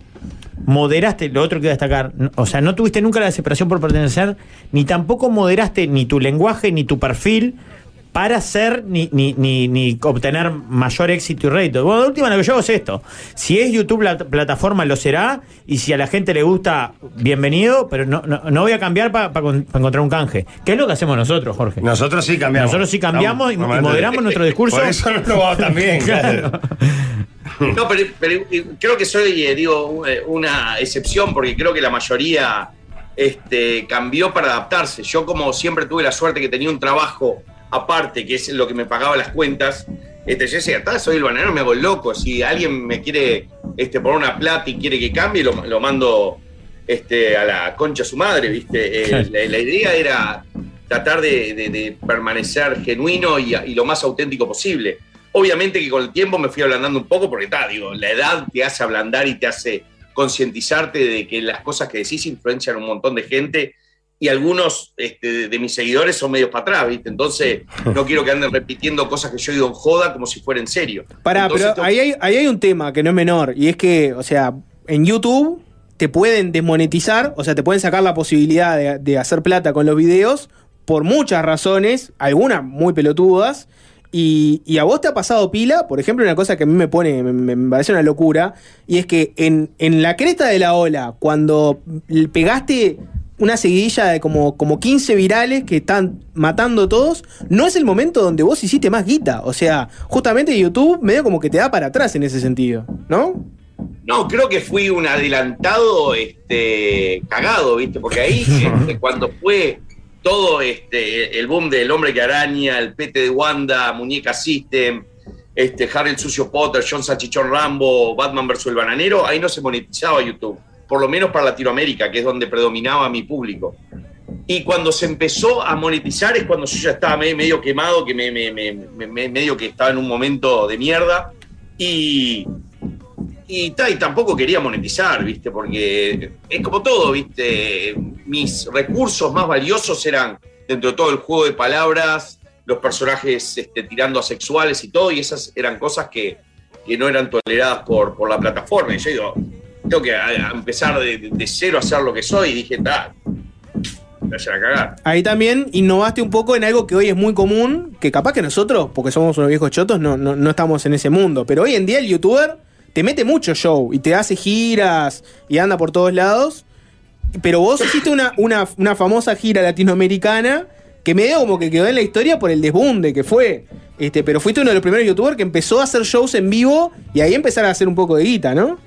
H: moderaste, lo otro que iba a destacar, n- o sea, no tuviste nunca la desesperación por pertenecer, ni tampoco moderaste ni tu lenguaje, ni tu perfil para ser ni, ni, ni, ni obtener mayor éxito y rédito. Bueno, de última lo que yo hago es esto. Si es YouTube la plataforma, lo será, y si a la gente le gusta, bienvenido, pero no, no, no voy a cambiar para encontrar un canje. ¿Qué es lo que hacemos nosotros, Jorge?
E: Nosotros sí cambiamos.
H: Nosotros sí cambiamos y- y
E: Estamos-
H: moderamos nuestro discurso.
E: Por eso no lo vamos también. claro.
M: No, pero, pero, eh, creo que soy, eh, digo, u- eh, una excepción porque creo que la mayoría este, cambió para adaptarse. Yo como siempre tuve la suerte que tenía un trabajo aparte, que es lo que me pagaba las cuentas, este, yo decía, "Tá, soy el bananero, me hago el loco. Si alguien me quiere este, poner una plata y quiere que cambie, lo, lo mando este, a la concha a su madre, ¿viste? Eh,
H: Claro.
M: la, la idea era tratar de, de- de permanecer genuino y, y lo más auténtico posible. Obviamente que con el tiempo me fui ablandando un poco porque, está, digo, la edad te hace ablandar y te hace concientizarte de que las cosas que decís influencian a un montón de gente y algunos este, de, de mis seguidores son medios para atrás, ¿viste? Entonces, no quiero que anden repitiendo cosas que yo digo en joda como si fuera en serio.
F: Pará,
M: Entonces,
F: pero ahí hay, ahí hay un tema que no es menor, y es que, o sea, en YouTube te pueden desmonetizar, o sea, te pueden sacar la posibilidad de, de hacer plata con los videos por muchas razones, algunas muy pelotudas, y, y a vos te ha pasado pila, por ejemplo, una cosa que a mí me pone, me, me parece una locura, y es que en, en la cresta de la ola, cuando l- pegaste una seguidilla de como, como 15 virales que están matando a todos, no es el momento donde vos hiciste más guita. O sea, justamente YouTube medio como que te da para atrás en ese sentido, ¿no?
M: No, creo que fui un adelantado este, cagado, ¿viste? Porque ahí, este, cuando fue todo este, el boom del hombre que araña, el pete de Wanda, Muñeca System, este, Harry el sucio Potter, John Sachichón Rambo, Batman vs. el bananero, ahí no se monetizaba YouTube, por lo menos para Latinoamérica, que es donde predominaba mi público. Y cuando se empezó a monetizar es cuando yo ya estaba me- medio quemado, que me- me- me- me- me- medio que estaba en un momento de mierda. Y, y, ta, y tampoco quería monetizar, ¿viste? Porque es como todo, ¿viste? Mis recursos más valiosos eran, dentro de todo, el juego de palabras, los personajes este, tirando a sexuales y todo, y esas eran cosas que, que no eran toleradas por, por la plataforma. Y yo digo, tengo que a- a empezar de, de cero a hacer lo que soy, y dije, ta, vayan a cagar.
F: Ahí también innovaste un poco en algo que hoy es muy común, que capaz que nosotros, porque somos unos viejos chotos, no, no, no estamos en ese mundo. Pero hoy en día el youtuber te mete mucho show y te hace giras y anda por todos lados. Pero vos hiciste una, una, una famosa gira latinoamericana que medio como que quedó en la historia por el desbunde que fue. Este, pero fuiste uno de los primeros youtubers que empezó a hacer shows en vivo y ahí empezar a hacer un poco de guita, ¿no?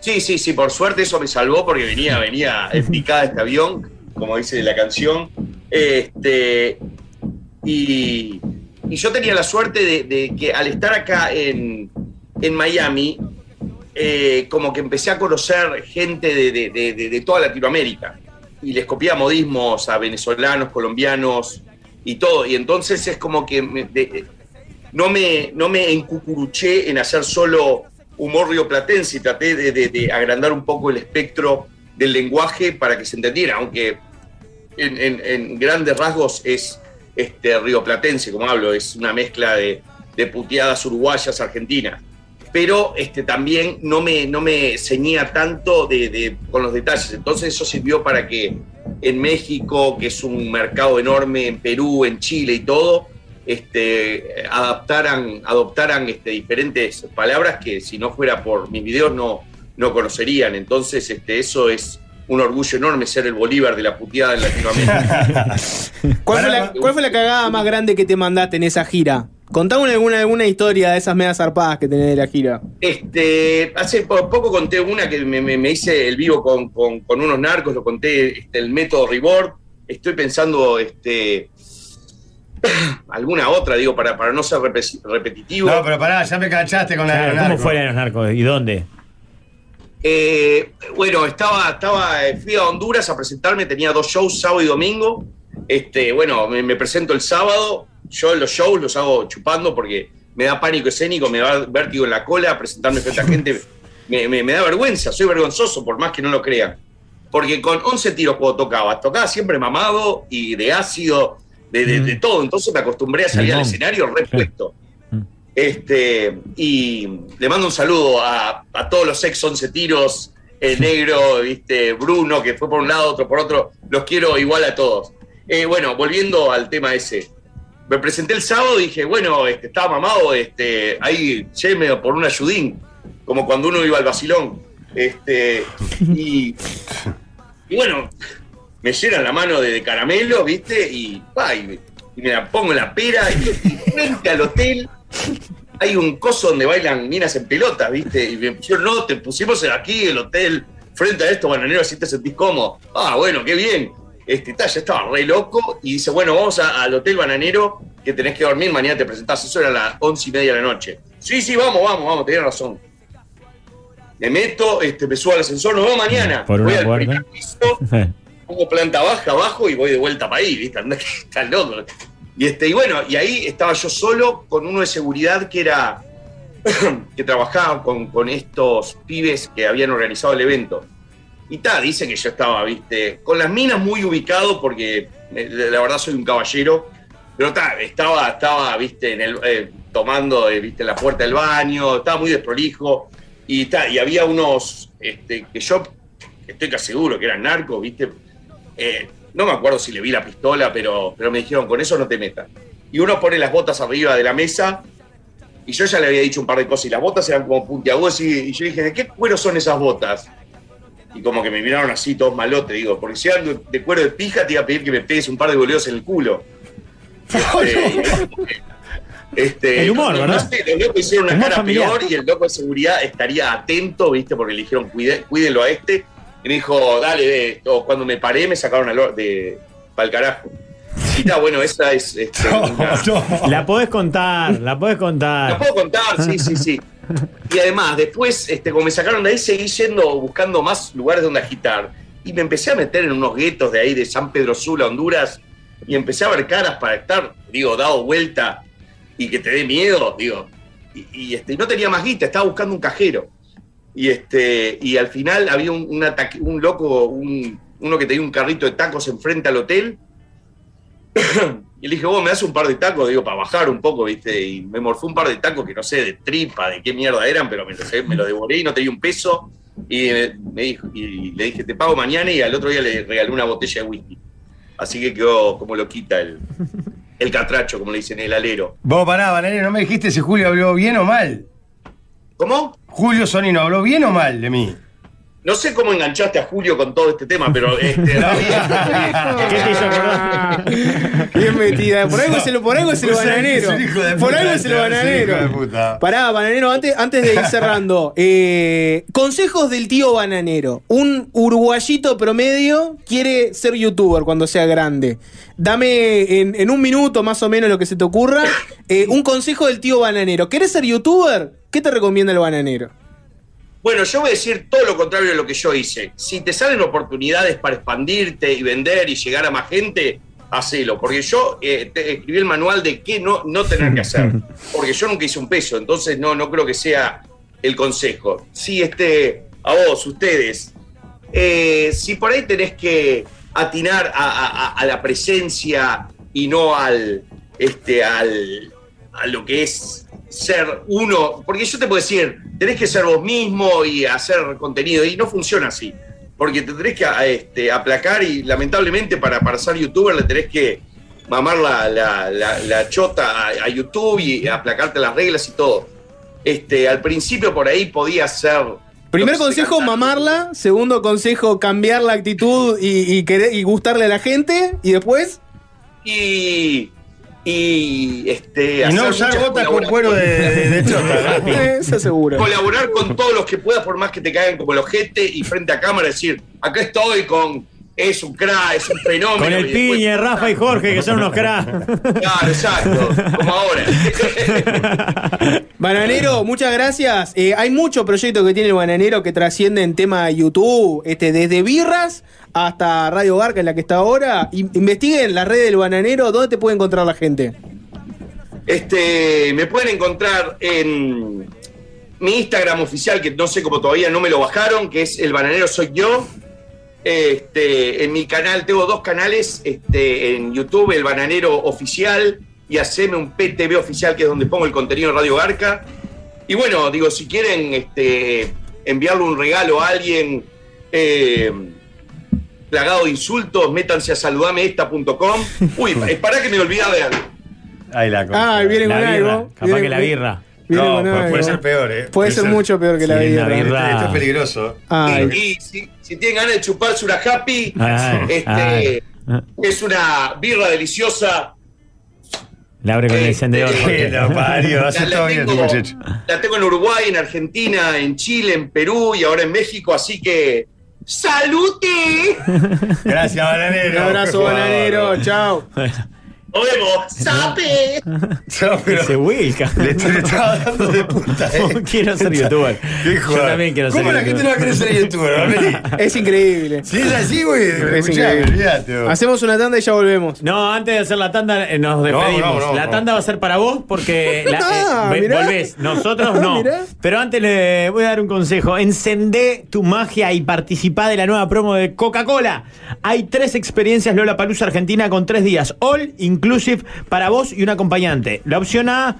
M: Sí, sí, sí, por suerte eso me salvó porque venía, venía en picada este avión, como dice la canción. Este, y, y yo tenía la suerte de, de que al estar acá en, en Miami, eh, como que empecé a conocer gente de, de- de- de- de toda Latinoamérica. Y les copié modismos a venezolanos, colombianos y todo. Y entonces es como que me- de- no, me, no me encucuruché en hacer solo humor rioplatense y traté de, de- de agrandar un poco el espectro del lenguaje para que se entendiera, aunque en, en- en grandes rasgos es este rioplatense, como hablo, es una mezcla de, de puteadas uruguayas argentinas. Pero este, también no me, no me ceñía tanto de- de- con los detalles. Entonces eso sirvió para que en México, que es un mercado enorme, en Perú, en Chile y todo, este, adaptaran, adoptaran este, diferentes palabras que si no fuera por mis videos no, no conocerían. Entonces, este, eso es un orgullo enorme ser el Bolívar de la puteada en Latinoamérica.
F: ¿Cuál fue, la, cuál fue la cagada más grande que te mandaste en esa gira? Contame alguna, alguna historia de esas medias zarpadas que tenés de la gira.
M: Este, hace po- poco conté una que me, me- me hice el vivo con, con- con unos narcos, lo conté este, el método Reward. Estoy pensando este, alguna otra, digo, para, para no ser repes- repetitivo.
E: No, pero pará, ya me cachaste con la.
H: Claro,
E: con
H: ¿Cómo
E: narco.
H: fue la de los narcos? ¿Y dónde?
M: Eh, bueno, estaba, estaba, eh, fui a Honduras a presentarme, tenía dos shows, sábado y domingo. Este, bueno, me, me presento el sábado, yo los shows los hago chupando porque me da pánico escénico, me da vértigo en la cola, presentarme frente a gente me, me- me da vergüenza, soy vergonzoso, por más que no lo crean. Porque con 11 tiros cuando tocaba, tocaba siempre mamado y de ácido, de, de- de todo, entonces me acostumbré a salir al
H: Limón.
M: escenario repuesto. Este, y le mando un saludo a, a todos los ex 11 tiros, el negro, viste, Bruno, que fue por un lado, otro por otro. Los quiero igual a todos. Eh, bueno, volviendo al tema ese. Me presenté el sábado y dije, bueno, este, estaba mamado, este, ahí yeme por un ayudín, como cuando uno iba al vacilón. Este, y, y bueno, me llenan la mano de, de caramelo, ¿viste? Y, pa, y, me- y me la pongo en la pera y, y frente al hotel hay un coso donde bailan minas en pelotas, ¿viste? Y me pusieron, no, te pusimos aquí el hotel frente a esto, bananero, así te sentís cómodo. Ah, bueno, qué bien. Este, ta, ya estaba re loco y dice, bueno, vamos a- al hotel bananero que tenés que dormir, mañana te presentás. Eso era a las once y media de la noche. Sí, sí, vamos, vamos, vamos, tenés razón. me meto, este, me subo al ascensor, nos vemos mañana.
H: Por
M: voy
H: una
M: al
H: puerta.
M: primer piso, pongo planta baja abajo y voy de vuelta para ahí, ¿viste? Andá que estás loco. Y, este, y bueno, y ahí estaba yo solo con uno de seguridad que era que trabajaba con, con estos pibes que habían organizado el evento. Y ta, dice que yo estaba, viste, con las minas muy ubicado porque eh, la verdad soy un caballero, pero ta, estaba, estaba, viste, en el, eh, tomando, eh, viste, en la puerta del baño, estaba muy desprolijo y ta, y había unos, este, que yo estoy casi seguro que eran narcos, viste, Eh, no me acuerdo si le vi la pistola, pero, pero me dijeron, con eso no te metas. Y uno pone las botas arriba de la mesa y yo ya le había dicho un par de cosas y las botas eran como puntiagudas y, y yo dije, ¿de qué cuero son esas botas? Y como que me miraron así todos malote, digo, porque si eran de- de cuero de pija te iba a pedir que me pegues un par de goleos en el culo. Este, este,
N: El humor,
M: no- no
N: ¿verdad?
M: sé, los locos hicieron una
N: Humor
M: cara
N: familiar.
M: peor y el loco de seguridad estaría atento, ¿viste? Porque le dijeron, "Cuide- cuídenlo a este. Y me dijo, dale, ve. O cuando me paré me sacaron al or- de pa'l carajo. Y está, bueno, esa es... este, una-
H: La podés contar, la podés contar.
M: la puedo contar, sí, sí, sí. Y además, después, este, como me sacaron de ahí, seguí yendo buscando más lugares donde agitar. Y me empecé a meter en unos guetos de ahí, de San Pedro Sula, Honduras, y empecé a ver caras para estar, digo, dado vuelta y que te dé miedo, digo. Y, y, este, y no tenía más guita, estaba buscando un cajero. Y, este, y al final había un, un, ataque- un loco, un- uno que tenía un carrito de tacos enfrente al hotel, y le dije, vos me das un par de tacos, digo, para bajar un poco, ¿viste? Y me morfó un par de tacos que no sé de tripa, de qué mierda eran, pero me los, me los devoré y no tenía un peso. Y, eh, me dijo, y le dije, te pago mañana y al otro día le regalé una botella de whisky. Así que quedó como lo quita el, el catracho, como le dicen, el alero.
E: Vos pará, Valerio, no me dijiste si Julio habló bien o mal.
M: ¿Cómo?
E: Julio Sonino, ¿habló bien o mal de mí?
M: No sé cómo enganchaste a Julio con todo este tema, pero... Este,
H: ¿Qué te hizo
E: Ah.
H: acordar?
F: Bien metida. Por algo se lo, por algo se lo
E: Es un
F: bananero.
E: hijo de
F: Por
E: puta,
F: algo se lo
E: es un hijo de
F: bananero.
E: puta.
F: Pará, bananero, antes, antes de ir cerrando. eh, consejos del tío bananero. Un uruguayito promedio quiere ser youtuber cuando sea grande. Dame en, en un minuto más o menos lo que se te ocurra. eh, un consejo del tío bananero. ¿Querés ser youtuber? ¿Qué te recomienda el bananero?
M: Bueno, yo voy a decir todo lo contrario de lo que yo hice. Si te salen oportunidades para expandirte y vender y llegar a más gente, hacelo. Porque yo eh, te- escribí el manual de qué no, no tener que hacer. Porque yo nunca hice un peso, entonces no, no creo que sea el consejo. Si este, a vos, ustedes, eh, si por ahí tenés que atinar a, a- a- a la presencia y no al, este, al, a lo que es ser uno, porque yo te puedo decir, tenés que ser vos mismo y hacer contenido, y no funciona así, porque te tenés que a- este, aplacar y lamentablemente para, para ser youtuber le tenés que mamar la, la- la- la chota a, a YouTube y aplacarte las reglas y todo. Este, al principio por ahí podía ser...
F: Primer consejo, mamarla. Segundo consejo, cambiar la actitud y, y querer- y gustarle a la gente. Y después.
M: Y, y este,
F: Y no
M: hacer
F: usar
M: muchas
F: botas con cuero de- de- de chota, ¿no? Eso seguro.
M: Colaborar con todos los que puedas, por más que te caigan como el ojete y frente a cámara decir, acá estoy con. Es un crack, es un fenómeno.
H: Con el
M: y después-
H: piñe, Rafa y Jorge, que son unos cracks.
M: Claro, exacto. Como ahora.
F: Bananero, muchas gracias. Eh, hay muchos proyectos que tiene el Bananero que trascienden en tema YouTube, este, desde birras hasta Radio Garca, en la que está ahora. In- investiguen la red del Bananero, ¿dónde te puede encontrar la gente?
M: Este, me pueden encontrar en mi Instagram oficial, que no sé cómo todavía no me lo bajaron, que es El Bananero Soy Yo. Este, en mi canal, tengo dos canales, este, en YouTube, El Bananero Oficial y Haceme un PTV Oficial, que es donde pongo el contenido de Radio Garca. Y bueno, digo, si quieren este, enviarle un regalo a alguien eh, plagado de insultos, métanse a saludameesta.com. Uy, para que me olvidaba de algo.
E: Ahí la
F: Ah, viene con
H: La birra,
F: algo.
H: capaz
F: Viene
H: que la
F: con-
H: birra.
F: viene
E: No,
F: con
E: puede-
F: algo.
E: puede ser peor, ¿eh?
F: Puede, ser, mucho peor que la
H: Sí,
F: birra.
H: la birra.
E: Esto es peligroso.
F: Ay.
M: Y, y si, si tienen ganas de chuparse una happy,
H: Ay,
M: este,
H: ay.
M: es una birra deliciosa.
H: La abre con el encendedor. Jorge.
M: La- la tengo-
E: este
M: La tengo en Uruguay, en Argentina, en Chile, en Perú y ahora en México, así que. ¡Salute!
E: Gracias, bananero.
F: Un abrazo,
E: Por favor.
F: Bananero. Chao.
M: Nos vemos. ¡Sape!
H: Ese Wilca.
E: Le, le estaba dando de puta. eh.
H: Quiero ser youtuber.
E: Qué
H: Yo también quiero ser
E: ¿Cómo la gente no va a querer ser youtuber? Valerie?
F: Es increíble.
E: Si es así, güey,
F: Es
E: escuchá,
F: increíble.
E: olvídate, vos.
F: Hacemos una tanda y ya volvemos.
H: No, antes de hacer la tanda eh, nos despedimos.
E: no, no,
H: la
E: no.
H: tanda va a ser para vos porque la, eh,
F: Ah,
H: ve-
F: mirá.
H: volvés.
E: Ah,
H: Nosotros no.
F: Mirá.
H: Pero antes le voy a dar un consejo. Encendé tu magia y participá de la nueva promo de Coca-Cola. Hay tres experiencias Lola Palusa Argentina con tres días. All inclusive para vos y un acompañante. La opción A.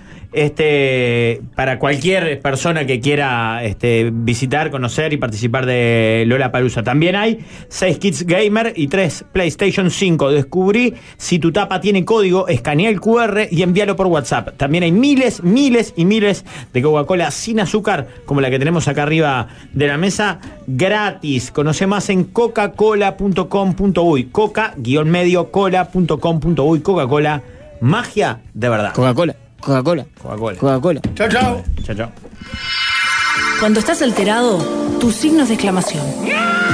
H: Este, para cualquier persona que quiera este, visitar, conocer y participar de Lola Palusa. También hay 6 kits gamer y 3 PlayStation 5. Descubrí si tu tapa tiene código, escanea el QR y envíalo por WhatsApp. También hay miles, miles y miles de Coca-Cola sin azúcar, como la que tenemos acá arriba de la mesa, gratis. Conoce más en coca-cola.com.uy. Coca-medio-cola.com.uy. Coca-Cola, magia de verdad.
J: Coca-Cola, Coca-Cola,
H: Coca-Cola.
J: Coca-Cola.
E: Chau, chau.
H: Chao, chao.
L: Cuando estás alterado, tus signos de exclamación.